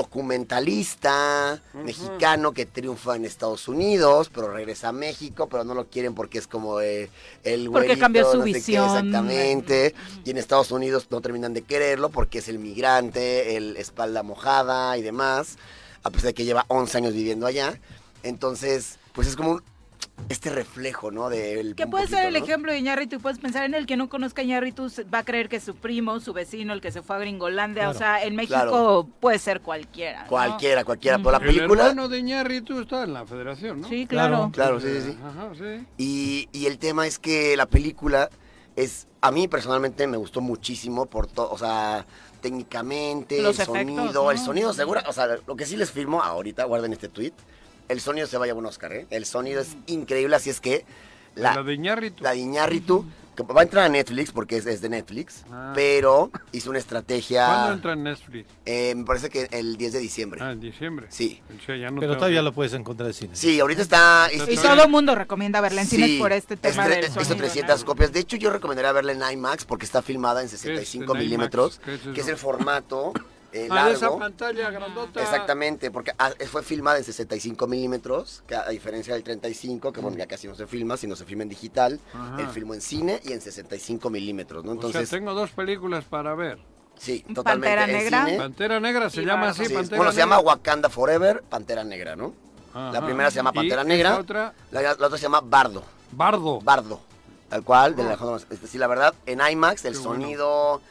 documentalista mexicano que triunfa en Estados Unidos, pero regresa a México, pero no lo quieren porque es como eh, el Porque güerito, cambió su no sé qué, visión. exactamente. Y en Estados Unidos no terminan de quererlo porque es el migrante, el espalda mojada y demás, a pesar de que lleva 11 años viviendo allá. Entonces, pues es como un- este reflejo, ¿no? De él Que un puede ser poquito, el ¿no? ejemplo de Iñárritu, puedes pensar en el que no conozca a Iñárritu, se- va a creer que es su primo, su vecino, el que se fue a Gringolandia, o Claro, sea, en México claro. puede ser cualquiera. ¿no? Cualquiera, cualquiera. Pero la El película... hermano de Iñárritu está en la federación, ¿no? Sí, claro. Claro, sí, sí, sí. Ajá, sí. Y, y el tema es que la película es, a mí personalmente me gustó muchísimo por todo, o sea, técnicamente, Los el efectos, sonido, el ¿no? sonido seguro, o sea, lo que sí les firmo ahorita, guarden este tweet, el sonido se vaya a un Oscar, ¿eh? El sonido es increíble, así es que la, de Iñárritu. La de Iñárritu, que va a entrar a Netflix porque es, es de Netflix, Ah. pero hizo una estrategia... ¿Cuándo entra en Netflix? Eh, me parece que el 10 de diciembre. Ah, en diciembre. Sí. Sí, ya no Pero tengo- todavía lo puedes encontrar en cines. Sí, ahorita está... Y todo el mundo recomienda verla en cines Sí, por este tema es tre- del hizo sonido, 300 ¿no? copias. De hecho, yo recomendaría verla en IMAX porque está filmada en 65 en IMAX? milímetros, ¿Qué es eso? que es el formato eh, Ah, de esa largo. pantalla grandota. Exactamente, porque ah, fue filmada en 65 milímetros, que a diferencia del 35, que bueno, ya casi no se filma, sino se filma en digital. Ajá. Él filmó en cine y en 65 milímetros, ¿no? O sea, Entonces, tengo dos películas para ver. sí, totalmente. Pantera en Negra. cine. Pantera Negra se llama así, Sí, Pantera bueno, se llama Negra. Wakanda Forever, Pantera Negra, ¿no? La Ajá. primera se llama ¿Y Pantera esa Negra. otra? La, la otra se llama Bardo. Bardo. Ah. Bardo. Tal cual, de Alejandro González. Este, Sí, la verdad, en IMAX, el Qué bueno. sonido,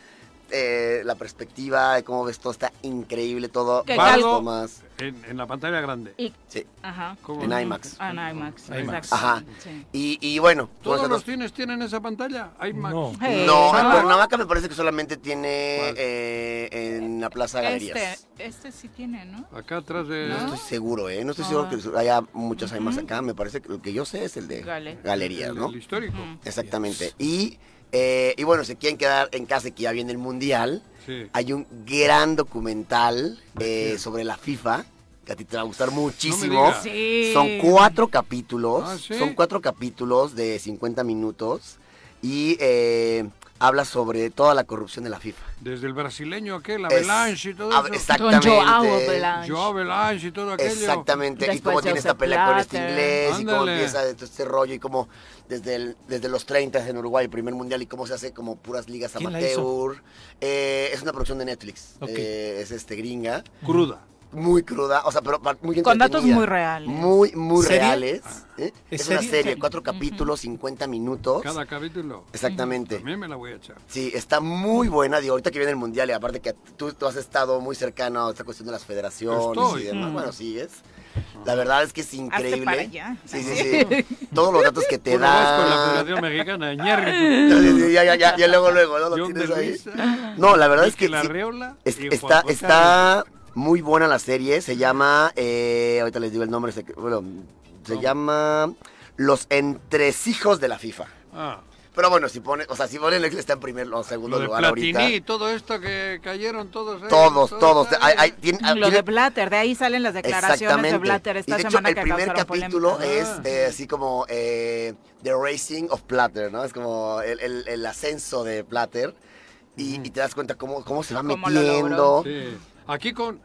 eh, la perspectiva, de cómo ves todo, está increíble todo. Que Bardo cal- más. En, en la pantalla grande. Y- Sí. Ajá. ¿Cómo? En IMAX. Ah, en IMAX, IMAX. exacto. Ajá. Sí. Y, y bueno, ¿Todos bueno, los nosotros- cines tienen esa pantalla? ¿Hay Mac? No. No, Ah. ¿Sala? en Cuernavaca me parece que solamente tiene eh, en la Plaza de Galerías. Este, este sí tiene, ¿no? Acá atrás de... No estoy seguro, ¿eh? No estoy Ah. seguro que haya muchas IMAX acá. Me parece que lo que yo sé es el de Gale. Galerías, ¿no? El histórico. Exactamente. Y, eh, y bueno, se quieren quedar en casa que ya viene el Mundial. Sí. Hay un gran documental eh, sobre la FIFA que a ti te va a gustar muchísimo. digas. Sí. Son cuatro capítulos. Ah, ¿sí? Son cuatro capítulos de 50 minutos. Y eh, habla sobre toda la corrupción de la FIFA. Desde el brasileño aquel, Es- Avalanche y todo a- eso. exactamente. Con Joao Avalanche. Joao Avalanche y todo aquello. Exactamente, y cómo tiene esta pelea con este inglés, y cómo empieza de todo este rollo, y cómo desde, el- desde los 30 en Uruguay, el primer mundial, y cómo se hace como puras ligas ¿Quién la hizo? amateur. Eh, es una producción de Netflix, Ok. eh, es este gringa. Cruda. Muy cruda, o sea, pero pa- muy Con datos entretenida. muy reales. Muy, muy ¿Serie? reales. ¿eh? ¿Es Es, una serie? serie, Serie. cuatro capítulos, 50 minutos. Cada capítulo. Exactamente. También me la voy a echar. Sí, está muy buena. Digo, ahorita que viene el mundial, y aparte que tú, tú has estado muy cercano a esta cuestión de las federaciones Estoy. y demás. Mm. Bueno, sigues. La verdad es que es increíble. para allá. Sí, sí, sí. Todos los datos que te Bueno, vas con la dan. Federación Mexicana, Ah. *laughs* Ya, ñerri. ya, ya, ya, ya luego, luego, ¿no? Lo John tienes de ahí. Luisa. No, la verdad es Mikel que. sí, Arreola es- y está, Juan José está muy buena la serie. Se llama. eh, ahorita les digo el nombre. se- Bueno, se llama. Los entresijos de la FIFA. Ah, Pero bueno, si pone, o sea, si pone Netflix está en primer o segundo lo de lugar ahorita. Platini y todo esto que cayeron todos. eh. ellos, Todos, todos. ellos. Hay- hay- tiene- ah, Lo tiene- de Blatter, de ahí salen las declaraciones de exactamente. Blatter esta y de hecho, semana el que primer causaron capítulo polémica. es eh, así como eh, The Racing of Platter, ¿no? Es como el, el- el ascenso de Platter. Y, y te das cuenta cómo, cómo se va metiendo. Sí. Aquí con,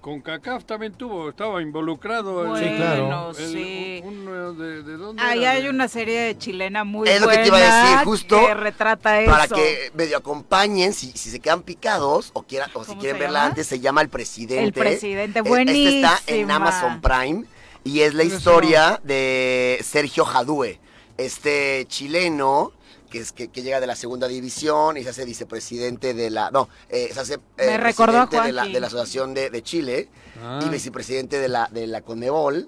con CACAF también tuvo, estaba involucrado. el- Bueno, Sí, claro. el- sí. un- uno de, de dónde Ahí era? hay una serie chilena muy Es lo buena que te iba a decir, justo Ah, que retrata eso. Para que medio acompañen, si, si se quedan picados o, quieran, o si quieren se verla llama? antes, se llama El Presidente. El Eh, Este está Presidente, en buenísima. Amazon Prime y es la historia de Sergio Jadue, este chileno que, es, que, que llega de la segunda división y se hace vicepresidente de la... No, eh, se hace eh, Me recordó a presidente de la, Joaquín. de la Asociación de, de Chile Ah. y vicepresidente de la, de la Conmebol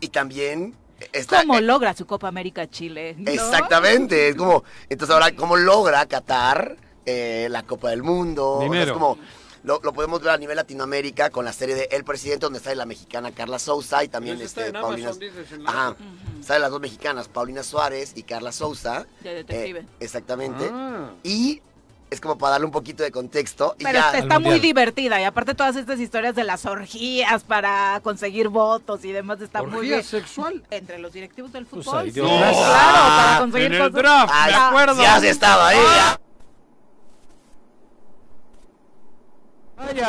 y también... Está, ¿Cómo logra su Copa América Chile? ¿no? Exactamente, es como, entonces ahora, ¿cómo logra Qatar eh, la Copa del Mundo? O sea, Dinero. es como, lo, lo podemos ver a nivel Latinoamérica con la serie de El Presidente, donde sale la mexicana Carla Souza y también Ese está Eh, este, en Paulina. Amazon, dices, en la- Ah. Ajá, Mm, salen las dos mexicanas, Paulina Suárez y Carla Souza. Eh, De Eh, detective. exactamente. Ah. Y es como para darle un poquito de contexto. Y Pero ya, está, está muy divertida y aparte todas estas historias de las orgías para conseguir votos y demás está muy ¿Orgía bien. sexual? Entre los directivos del Pues pues, fútbol. ahí sí, dio claro, clase. para Ah, conseguir en el cosas. Ah, draft, Ay, me acuerdo. Ya se estaba ahí. ya. *laughs*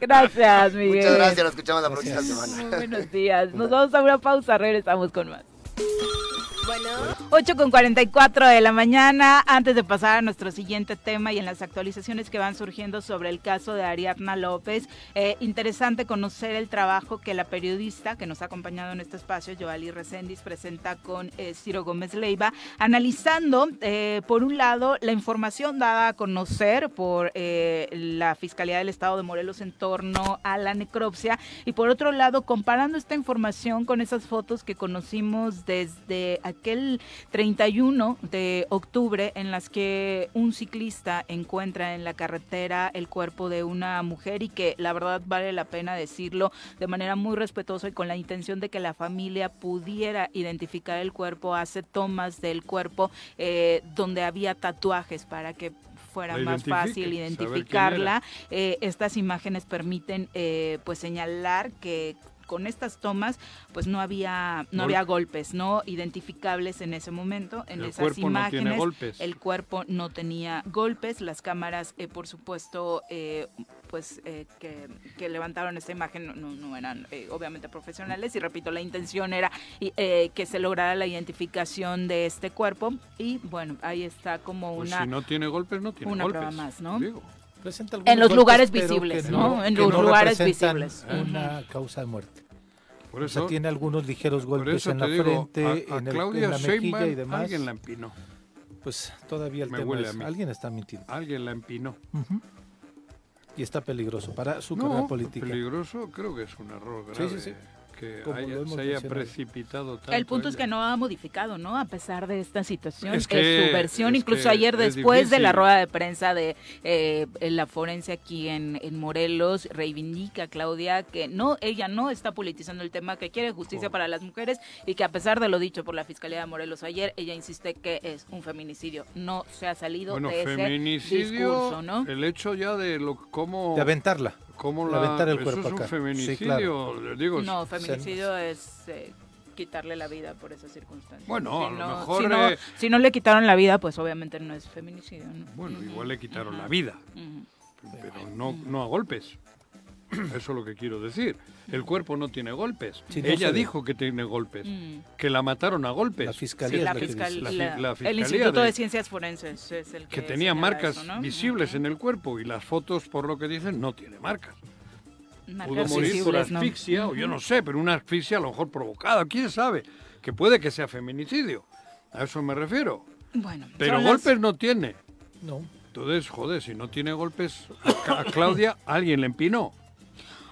Gracias, Miguel. Muchas gracias, nos escuchamos la próxima semana. Muy buenos *laughs* días. Nos vamos a una pausa, regresamos con más. 8 con 44 de la mañana, antes de pasar a nuestro siguiente tema y en las actualizaciones que van surgiendo sobre el caso de Ariadna López, eh, interesante conocer el trabajo que la periodista que nos ha acompañado en este espacio, Joali Reséndiz, presenta con eh, Ciro Gómez Leiva, analizando, eh, por un lado, la información dada a conocer por eh, la Fiscalía del Estado de Morelos en torno a la necropsia y por otro lado, comparando esta información con esas fotos que conocimos desde aquel 31 de octubre en las que un ciclista encuentra en la carretera el cuerpo de una mujer y que la verdad vale la pena decirlo de manera muy respetuosa y con la intención de que la familia pudiera identificar el cuerpo, hace tomas del cuerpo eh, donde había tatuajes para que fuera La más identifique, fácil saber quién era. identificarla eh, estas imágenes permiten eh, pues señalar que con estas tomas pues no había no Gol- había golpes no identificables en ese momento en El esas cuerpo no tiene imágenes golpes. el cuerpo no tenía golpes las cámaras eh, por supuesto eh, pues eh, que, que levantaron esta imagen no, no- no eran eh, obviamente profesionales y repito la intención era y, eh, que se lograra la identificación de este cuerpo y bueno ahí está como Pues una si no tiene golpes, no tiene una golpes. prueba más no Digo. Presenta En los algunos lugares pero visibles, que ¿no? En que los no lugares representan visibles. Una causa de muerte. Por O sea, eso- tiene algunos ligeros Por golpes eso en te la digo, frente, a- a, Eh, en, el- Claudia en la mejilla Sheinbaum y demás. alguien la empinó. Pues todavía el Me tema huele es, a mí. alguien está mintiendo Alguien la empinó. y está peligroso para su carrera No, política. peligroso creo que es un error Sí, grave. sí, sí. Que Como haya- lo hemos se haya mencionado. precipitado tanto. El punto es ella. que no ha modificado, ¿no? A pesar de esta situación, Es es, que- su versión. es Incluso que ayer, es después de la difícil. rueda de prensa de eh, la forense aquí en, en Morelos, reivindica Claudia que no, ella no está politizando el tema, que quiere Oh. justicia para las mujeres y que a pesar de lo dicho por la Fiscalía de Morelos ayer, ella insiste que es un feminicidio. No se ha salido Bueno, de ese feminicidio, discurso, ¿no? el hecho ya de lo cómo De aventarla. cómo De la aventar el eso cuerpo es un acá. Sí, feminicidio, claro. digo, No, feminicidio es eh, quitarle la vida por esas circunstancias. Bueno, a si lo no, mejor, Si no, eh, si no le quitaron la vida, pues obviamente no es feminicidio. ¿no? Bueno, igual le quitaron Ujú. la vida, Ujú. pero no, no a golpes. *clears throat* Eso es lo que quiero decir. El cuerpo no tiene golpes. Sí, no Ella se ve. dijo que tiene golpes, Mm. que la mataron a golpes. La Sí, fiscalía. la fiscal- la- el Instituto de, Ciencias Forenses es el que, que tenía señala marcas eso, ¿no? visibles en el cuerpo y las fotos, por lo que dicen, no tiene marcas. Marcas Pudo morir por visibles, ¿no? asfixia, o yo Ujú. no sé, pero una asfixia a lo mejor provocada, quién sabe, que puede que sea feminicidio. A eso me refiero. Bueno, Pero son las- golpes no tiene. No. Entonces, joder, si no tiene golpes, a, Ca- *laughs* a Claudia alguien le empinó.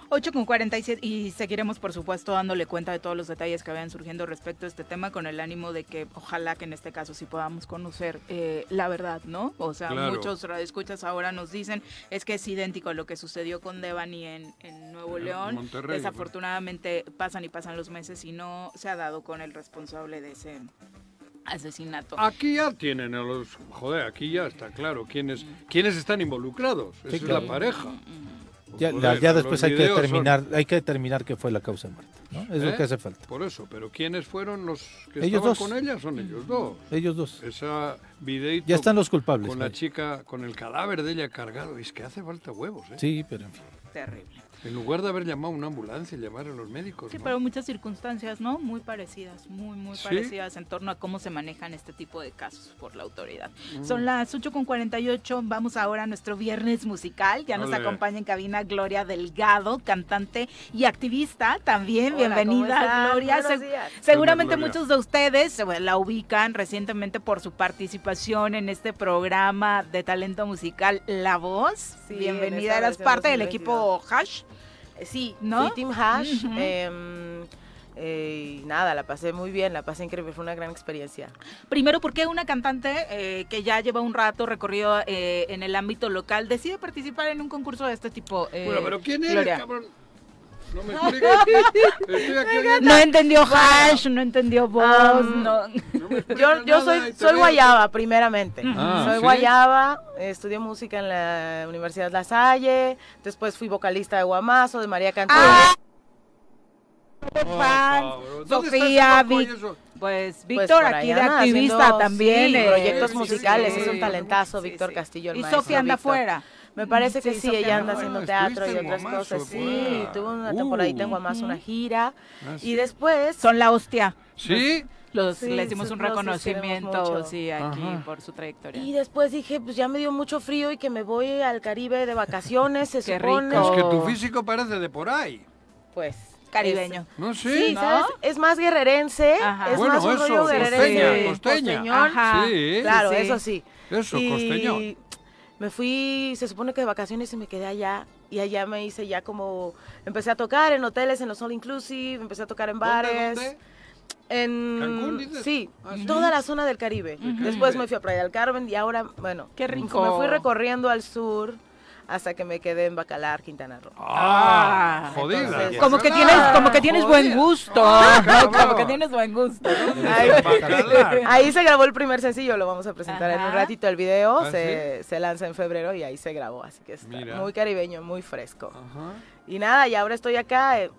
8 con 47 y seguiremos por supuesto dándole cuenta de todos los detalles que vayan surgiendo respecto a este tema con el ánimo de que ojalá que en este caso sí podamos conocer eh, la verdad, ¿no? O sea, Claro. muchos radioescuchas ahora nos dicen es que es idéntico a lo que sucedió con Devani en, en Nuevo En León. Monterrey, Desafortunadamente pasan y pasan los meses y no se ha dado con el responsable de ese asesinato. Aquí ya tienen a los... Joder, aquí ya está claro quiénes, quiénes están involucrados. Esa Sí, es claro. la Mm, pareja. Ya, Joder, la- ya los después hay que videos son- determinar, hay que determinar qué fue la causa de muerte, ¿no? Es ¿Eh? lo que hace falta. Por eso, pero ¿quiénes fueron los que estaban Ellos dos. con ella? Son ellos dos. Ellos dos. é Esa videíto Ya están los culpables, pues. Con la vaya. chica, con el cadáver de ella cargado. Es que hace falta huevos, ¿eh? Sí, pero en fin. Terrible. En lugar de haber llamado a una ambulancia y llamar a los Pues médicos. Sí, ¿no? pero muchas circunstancias, ¿no? Muy parecidas, muy, muy Sí. parecidas en torno a cómo se manejan este tipo de casos por la autoridad. Mm. Son las 8.48, vamos ahora a nuestro viernes musical. Ya nos Ole. acompaña en cabina Gloria Delgado, cantante y activista también. Hola, ¿cómo Bienvenida, están? Gloria. Buenos Se- días. seguramente Hola, Gloria. muchos de ustedes eh, la ubican recientemente por su participación en este programa de talento musical La Voz. Sí, en Bienvenida, esta eras versión parte del 2022. equipo Hash. Sí, ¿no? Fui Eh, Team Hash. Ujú. em, eh, y nada, la pasé muy bien, la pasé increíble, fue una gran experiencia. Primero, ¿por qué una cantante eh, que ya lleva un rato recorrido eh, en el ámbito local decide participar en un concurso de este tipo? eh, Bueno, pero ¿quién eres, Gloria? cabrón? No *laughs* me expliques. Estoy aquí oyendo. No entendió hash, no entendió voz, Am, no. Yo, yo soy, soy guayaba, primeramente. Ah, soy ¿sí? guayaba, estudié música en la Universidad La Salle, después fui vocalista de Guamazo, de María pues, Cantú. Ah, Oh, Sofía, Vic- Vic- pues Pues Víctor por aquí allá de anda activista haciendo, también. sí, eh, proyectos sí, musicales, sí, es sí. un talentazo Víctor Castillo. el Y maestro Sofía anda Víctor. afuera. Me parece que Sí, sí, Sofía ella anda anda afuera. haciendo Ah, teatro y estuviste en otras Guamazo, cosas. Sí, fuera. tuvo una temporadita en Uh. Guamazo, una gira. Ah, Y sí. después... Son la hostia. ¿Sí? Los, Sí, le hicimos un los queremos reconocimiento, mucho. sí, aquí Ajá. por su trayectoria. Y después dije, pues ya me dio mucho frío y que me voy al Caribe de vacaciones, se *laughs* Qué supone. Es que tu físico parece de por ahí. Pues. Caribeño. No sé. Sí, ¿sabes? Es más guerrerense, es Bueno, más un eso, rollo guerrerense. costeña, costeña. costeñón. Ajá. Sí. Claro, Sí, sí. eso sí. Eso, Y costeño. Me fui, se supone que de vacaciones y me quedé allá. Y allá me hice ya como, empecé a tocar en hoteles, en los all inclusive, empecé a tocar en ¿Dónde, bares. dónde? En, ¿Cancún, dices? Sí, Ah, sí. toda la zona del Caribe. Después me fui a Playa del Carmen y ahora, bueno, Qué rico. me fui recorriendo al sur hasta que me quedé en Bacalar, Quintana Roo. Ah, jodida. entonces- Como que tienes, como que tienes buen gusto. *laughs* ¿no? Como que Ah, tienes buen gusto. Ahí, *laughs* ahí se grabó el primer sencillo, lo vamos a presentar en un ratito el video, ¿Ah, se, se lanza en febrero y ahí se grabó, así que está Mira. muy caribeño, muy fresco. Y nada, y ahora estoy acá, eh,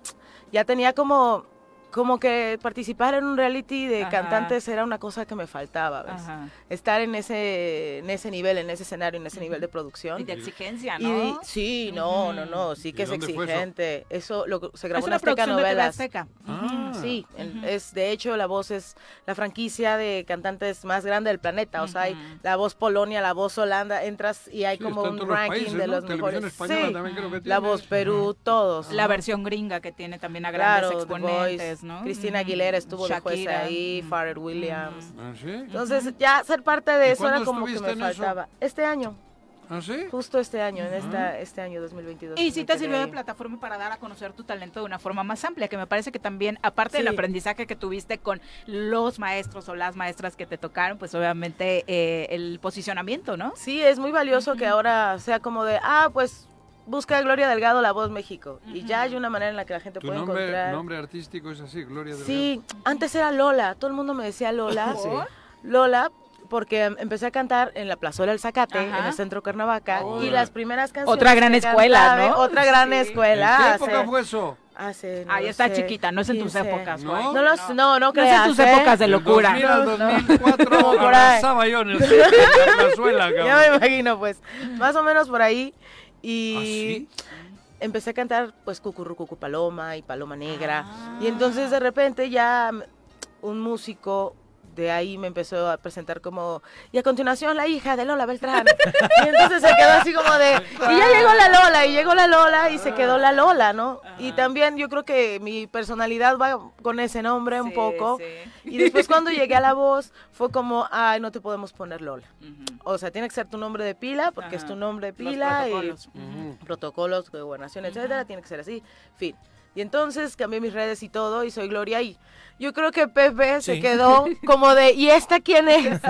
ya tenía como, como que participar en un reality de Ajá. cantantes era una cosa que me faltaba, ¿ves? Ajá. Estar en ese, en ese nivel, en ese escenario, en ese nivel de producción. Y de exigencia, Y- ¿no? sí, no, no, no, sí que ¿Y es dónde fue eso? exigente. Eso, lo que- se grabó Es en una Azteca producción de TV Novelas. Azteca. Ujú, Ah. Sí, en- es de hecho la voz es la franquicia de cantantes más grande del planeta. O sea, hay la voz Polonia, la voz Holanda, entras y hay como está en un todos los ranking países, de ¿no? los Televisión mejores. española Sí, también creo que la tienes. voz Perú, todos. La ¿no? versión gringa que tiene también a Claro, grandes The exponentes, Voice, ¿no? Cristina Ujú. Aguilera estuvo de jueza Shakira. Mm. ahí, Pharrell Williams. ¿Ah, sí? Entonces, ya ser parte de ¿Y eso era cuándo como que estuviste me en eso? faltaba. Este año. ¿Ah, sí? Justo este año, en Ujú. esta, este año 2022. Y sí me te quedé sirvió de ahí. plataforma para dar a conocer tu talento de una forma más amplia, que me parece que también, aparte del Sí. aprendizaje que tuviste con los maestros o las maestras que te tocaron, pues obviamente eh, el posicionamiento, ¿no? Sí, es muy valioso que ahora sea como de, ah, pues busca Gloria Delgado La Voz México. Y ya hay una manera en la que la gente Tu puede nombre, encontrar. nombre artístico es así, Gloria de Sí, antes era Lola, todo el mundo me decía Lola. *laughs* Sí. Lola, porque em, empecé a cantar en la Plazuela del Zacate, Ajá. en el centro Cuernavaca, y Órale. las primeras canciones. Otra gran que escuela, cantaba, ¿no? Otra gran Sí. escuela. ¿En qué época hace- fue eso? Hace, no Ahí está sé, chiquita, no es en tus 15. épocas, güey. ¿eh? No, los- no, no, No es en creas, tus ¿eh? épocas de locura. Del 2000 al 2004 Como por ahí. abrazaba yo *laughs* en el centro de Venezuela, cabrón. Ya me imagino, pues. Más o menos por ahí. Y empecé a cantar, pues, Cucurru Cucu Paloma y Paloma Negra. Y entonces, de repente, ya mm, un músico de ahí me empezó a presentar como, y a continuación, la hija de Lola Beltrán. y entonces se quedó así como de, y ya llegó la Lola, y llegó la Lola, y se quedó la Lola, ¿no? Y también yo creo que mi personalidad va con ese nombre un poco. Y después cuando llegué *laughs* a la voz, fue como, ay, no te podemos poner Lola. O sea, tiene que ser tu nombre de pila, porque es Ajá. tu nombre de Los pila, protocolos. y protocolos, de gobernación, etcétera, tiene que ser así, fin. Y entonces cambié mis redes y todo, y soy Gloria y yo creo que Pepe Sí. se quedó como de, ¿y esta quién *laughs* es?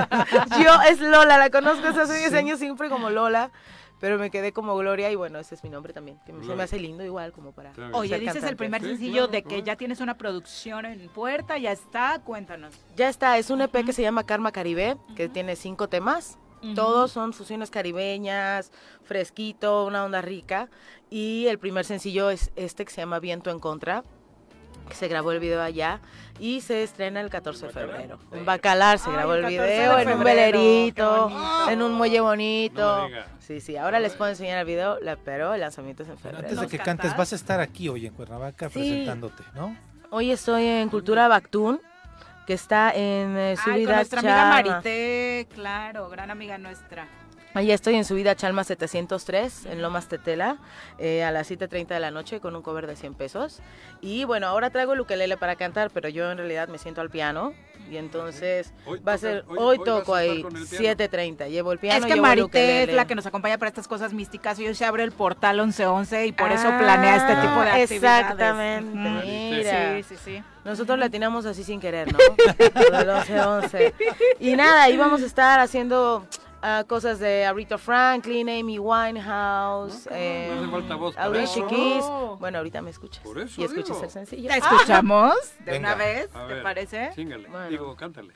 yo es Lola, la conozco desde hace 10 años siempre como Lola, pero me quedé como Gloria y bueno, ese es mi nombre también, que me- se me Gloria. hace lindo igual como para... Oye, ser dices el cantante. primer sencillo de que ya tienes una producción en puerta, ya está, cuéntanos. Ya está, es un EP que se llama Karma Caribe, que tiene cinco temas. Ujú. Todos son fusiones caribeñas, fresquito, una onda rica. Y el primer sencillo es este que se llama Viento en Contra, que se grabó el video allá y se estrena el 14 de febrero. En Bacalar se Ay, grabó el el 14 de video, en un febrero, velerito, qué bonito. en un muelle No me bonito. diga. Sí, sí, ahora les puedo enseñar el video, la- pero el lanzamiento es en febrero. Antes de que cantes, vas a estar aquí hoy en Cuernavaca Sí. presentándote, ¿no? Hoy estoy en Cultura Bactún, que está en eh, Ay, con Subida nuestra amiga Chalma. Marité, claro, gran amiga nuestra. Ahí estoy en Subida Chalma 703, en Lomas Tetela, eh, a las 7.30 de la noche con un cover de 100 pesos. Y bueno, ahora traigo el ukelele para cantar, pero yo en realidad me siento al piano. Y entonces va a ser, hoy, toco ahí, 7.30, llevo el piano. es que llevo el Marité es ukelele. la que nos acompaña para estas cosas místicas y hoy se abre el portal 1111 y por eso planea este tipo de Ah, actividades. Exactamente, Ujú. mira. Sí, sí, sí. Nosotros le atinamos así sin querer, ¿no? Lo del 11-11. Y nada, ahí vamos a estar haciendo ah, cosas de Aretha Franklin, Amy Winehouse, eh, Ah, No hace falta voz para Alicia eso. Keys. Bueno, ahorita me escuchas. Por eso y escuchas digo. el sencillo. ¿La escuchamos de Venga. una vez? A ¿Te ver, parece? Síngale, digo, cántale.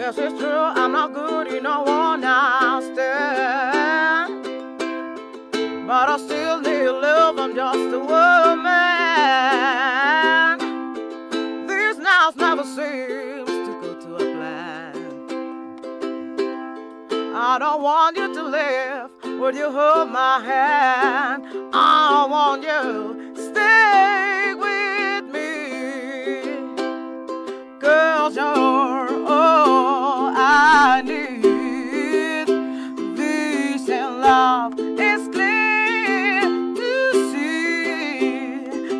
Yes, it's Mm. true, I'm not good in no one stand. But I still need love, I'm just a woman. These nights never seems to go to a plan. I don't want you to live, would you hold my hand? I want you stay with me. Girls, you're all I need. This in love is clear to see.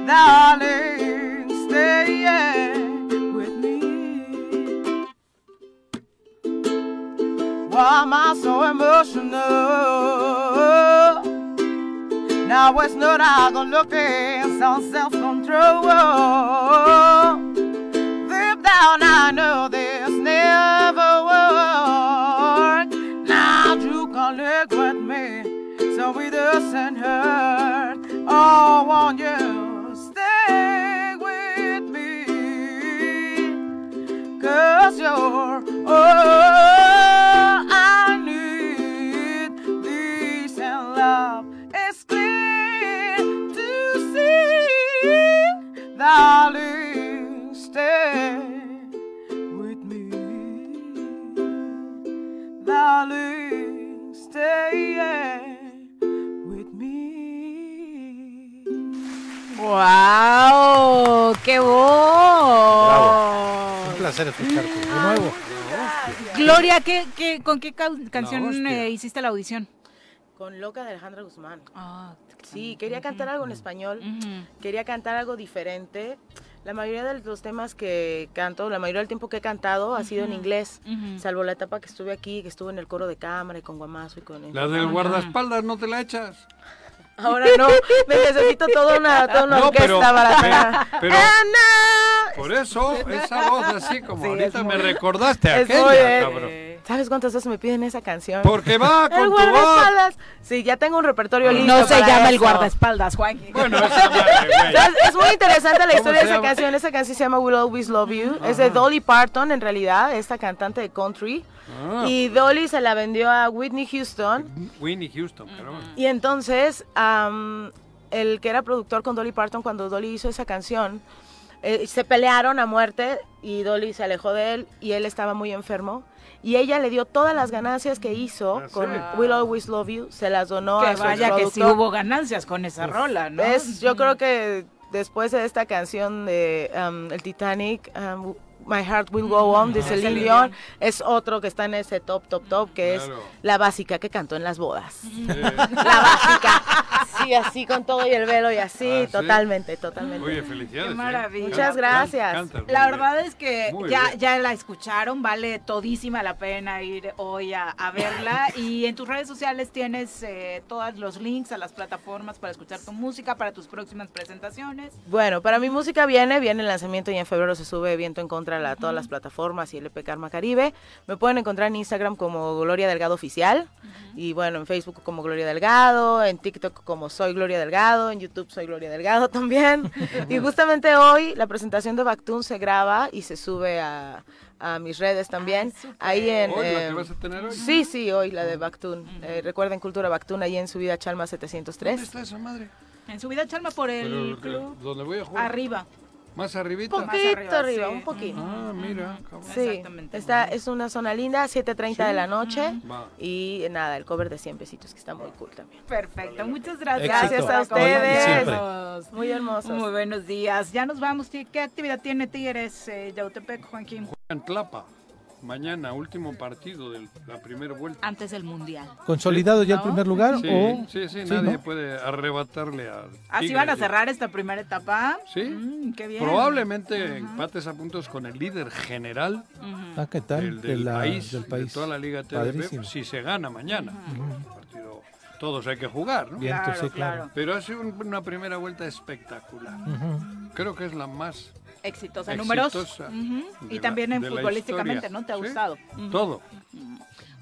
Darling, stay with me. Why am I so emotional? Now it's not I don't look in some self-control deep down I know this never work. Now you can look with me, so it doesn't hurt. Oh, won't you stay with me? Cause you're all I need. This and love is clear to see. Darling, stay with me. Darling, stay with me. ¡Wow! ¡Qué voz! Un placer escucharte de nuevo. Gloria, ¿qué, qué, con qué cau- La canción hostia. eh, hiciste la audición? Con Loca de Alejandra Guzmán. Ah, sí, quería cantar algo en español, quería cantar algo diferente. La mayoría de los temas que canto, la mayoría del tiempo que he cantado ha sido en Ujú, inglés, ujú. salvo la etapa que estuve aquí, que estuve en el coro de cámara y con Guamazo y con... La del guardaespaldas no te la echas. Ahora no, me necesito toda una, toda una No, orquesta pero- para... pero- pero- Por eso, esa voz así como ahorita me recordaste a Es aquella, muy bien. cabrón. ¿Sabes cuántas veces me piden esa canción? Porque va con *laughs* el tu guardaespaldas. Sí, ya tengo un repertorio listo. No se para llama el eso. guardaespaldas, Juan. Bueno, Entonces, es muy interesante la ¿Cómo historia de se esa llama? canción. Esa canción se llama We'll Always Love You. Es de Ajá. Dolly Parton, en realidad, esta cantante de country. Ah. Y Dolly se la vendió a Whitney Houston. Winnie Houston, pero bueno. Y entonces, am, el que era productor con Dolly Parton, cuando Dolly hizo esa canción, eh, se pelearon a muerte y Dolly se alejó de él y él estaba muy enfermo. Y ella le dio todas las ganancias que hizo con We'll Always Love You, se las donó a que su vaya que sí productor. hubo ganancias con esa rola, ¿no? Es- yo creo que después de esta canción de um, El Titanic, um, My Heart Will Go On de Ajá. Celine Celine Dion, es otro que está en ese top, top, top, que Claro. es la básica que cantó en las bodas. La básica. Sí, así con todo y el velo y así, Ah, ¿sí? totalmente, totalmente. Oye, felicidades. Qué ¿eh? maravilla. Muchas gracias. cantas muy La bien. verdad es que Muy ya, bien. ya la escucharon, vale todísima la pena ir hoy a, *laughs* a verla. y en tus redes sociales tienes eh, todos los links a las plataformas para escuchar tu música, para tus próximas presentaciones. Bueno, para mi música viene, viene el lanzamiento y en febrero se sube Viento en Contra a la- todas las plataformas y LP Karma Caribe. Me pueden encontrar en Instagram como Gloria Delgado Oficial y bueno, en Facebook como Gloria Delgado, en TikTok como Soy Gloria Delgado, en YouTube Soy Gloria Delgado también. y justamente hoy la presentación de Bactún se graba y se sube a, a mis redes también. Ahí en... Hoy, ¿la que em, vas a tener hoy? Sí, sí, hoy la de Bactún. Eh, recuerden Cultura Bactún ahí en Subida Chalma 703. ¿Dónde está esa madre? En Subida Chalma por el Pero, club. ¿Dónde voy a jugar? Arriba. ¿Más arribita? Un poquito arriba, un poquito. Ah, mira. cabrón. Sí, está, es una zona linda, 7.30 de la noche. Va. Y nada, el cover de 100 pesitos que está muy cool también. Perfecto, muchas gracias. Gracias a por ustedes. acompañarnos. Muy hermosos. Muy buenos días. Ya nos vamos. Ti- ¿Qué actividad tiene Tigres, eh, Yautepec, Joaquín? En Tlapa. Mañana, último partido de la primera vuelta. Antes del Mundial. ¿Consolidado ya el primer lugar? Sí, o... sí, sí, sí, nadie ¿no? puede arrebatarle a. Así Tigres. Ah, van a cerrar esta primera etapa. Sí. Mm, qué bien. Probablemente empates a puntos con el líder general Ah, ¿qué del, tal? De la- país, del de país. toda la Liga pues Padrísimo. TDP, si se gana mañana. Partido- todos hay que jugar, ¿no? Bien, Claro, sí, claro. claro. Pero ha sido un- una primera vuelta espectacular. Ujú. Creo que es la más Exitosa, Exitosa. números. de Y la- también en de la futbolísticamente, historia. ¿no? ¿Te ha Sí. gustado? Ujú. todo.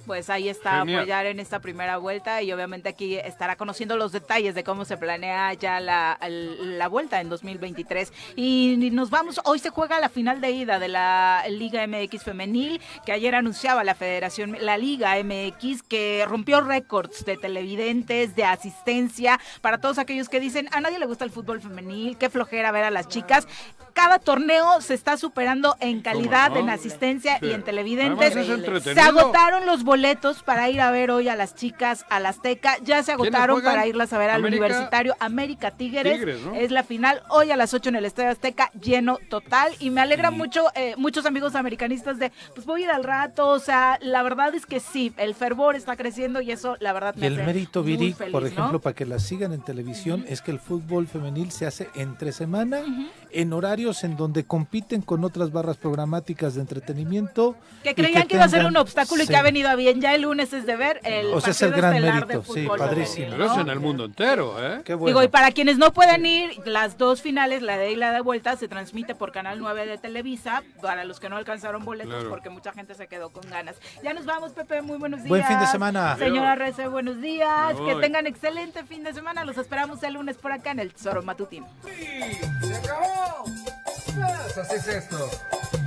Pues ahí está, Genial. apoyar en esta primera vuelta y obviamente aquí estará conociendo los detalles de cómo se planea ya la, el- la vuelta en 2023. Y nos vamos, hoy se juega la final de ida de la Liga MX femenil, que ayer anunciaba la Federación, la Liga MX, que rompió récords de televidentes, de asistencia, para todos aquellos que dicen, a nadie le gusta el fútbol femenil, qué flojera ver a las chicas. Cada torneo se está superando en calidad, no? en asistencia y Sí. en televidentes. Además es Se entretenido. agotaron los boletos para ir a ver hoy a las chicas a la Azteca. Ya se agotaron juegan? para irlas a ver al América- Universitario América Tigres. Tigres, ¿no? Es la final hoy a las 8 en el Estadio Azteca, lleno total. Y me alegra mucho eh, muchos amigos americanistas de, pues voy a ir al rato. O sea, la verdad es que sí, el fervor está creciendo y eso, la verdad, Y me el hace mérito, muy Viri, feliz, por ¿no? ejemplo, para que la sigan en televisión, es que el fútbol femenil se hace entre semana, en horarios en donde compiten con otras barras programáticas de entretenimiento. y Que creían que, iba a ser tengan- un obstáculo y Sí. que ha venido a bien. Ya el lunes es de ver el. O sea, es el partido gran estelar de mérito, sí, fútbol femenil, padrísimo. Pero ¿no? es en el mundo entero, ¿eh? Qué Digo, y para quienes no puedan ir, las dos finales, la de ida y la de vuelta, se transmite por Canal 9 de Televisa, para los que no alcanzaron boletos, Claro. porque mucha gente se quedó con ganas. Ya nos vamos, Pepe, muy buenos días. Buen fin de semana. Señora Rece, buenos días. Me Que voy. tengan excelente fin de semana. Los esperamos el lunes por acá en el Zorro Matutino. ¡Se acabó! Pues así es esto.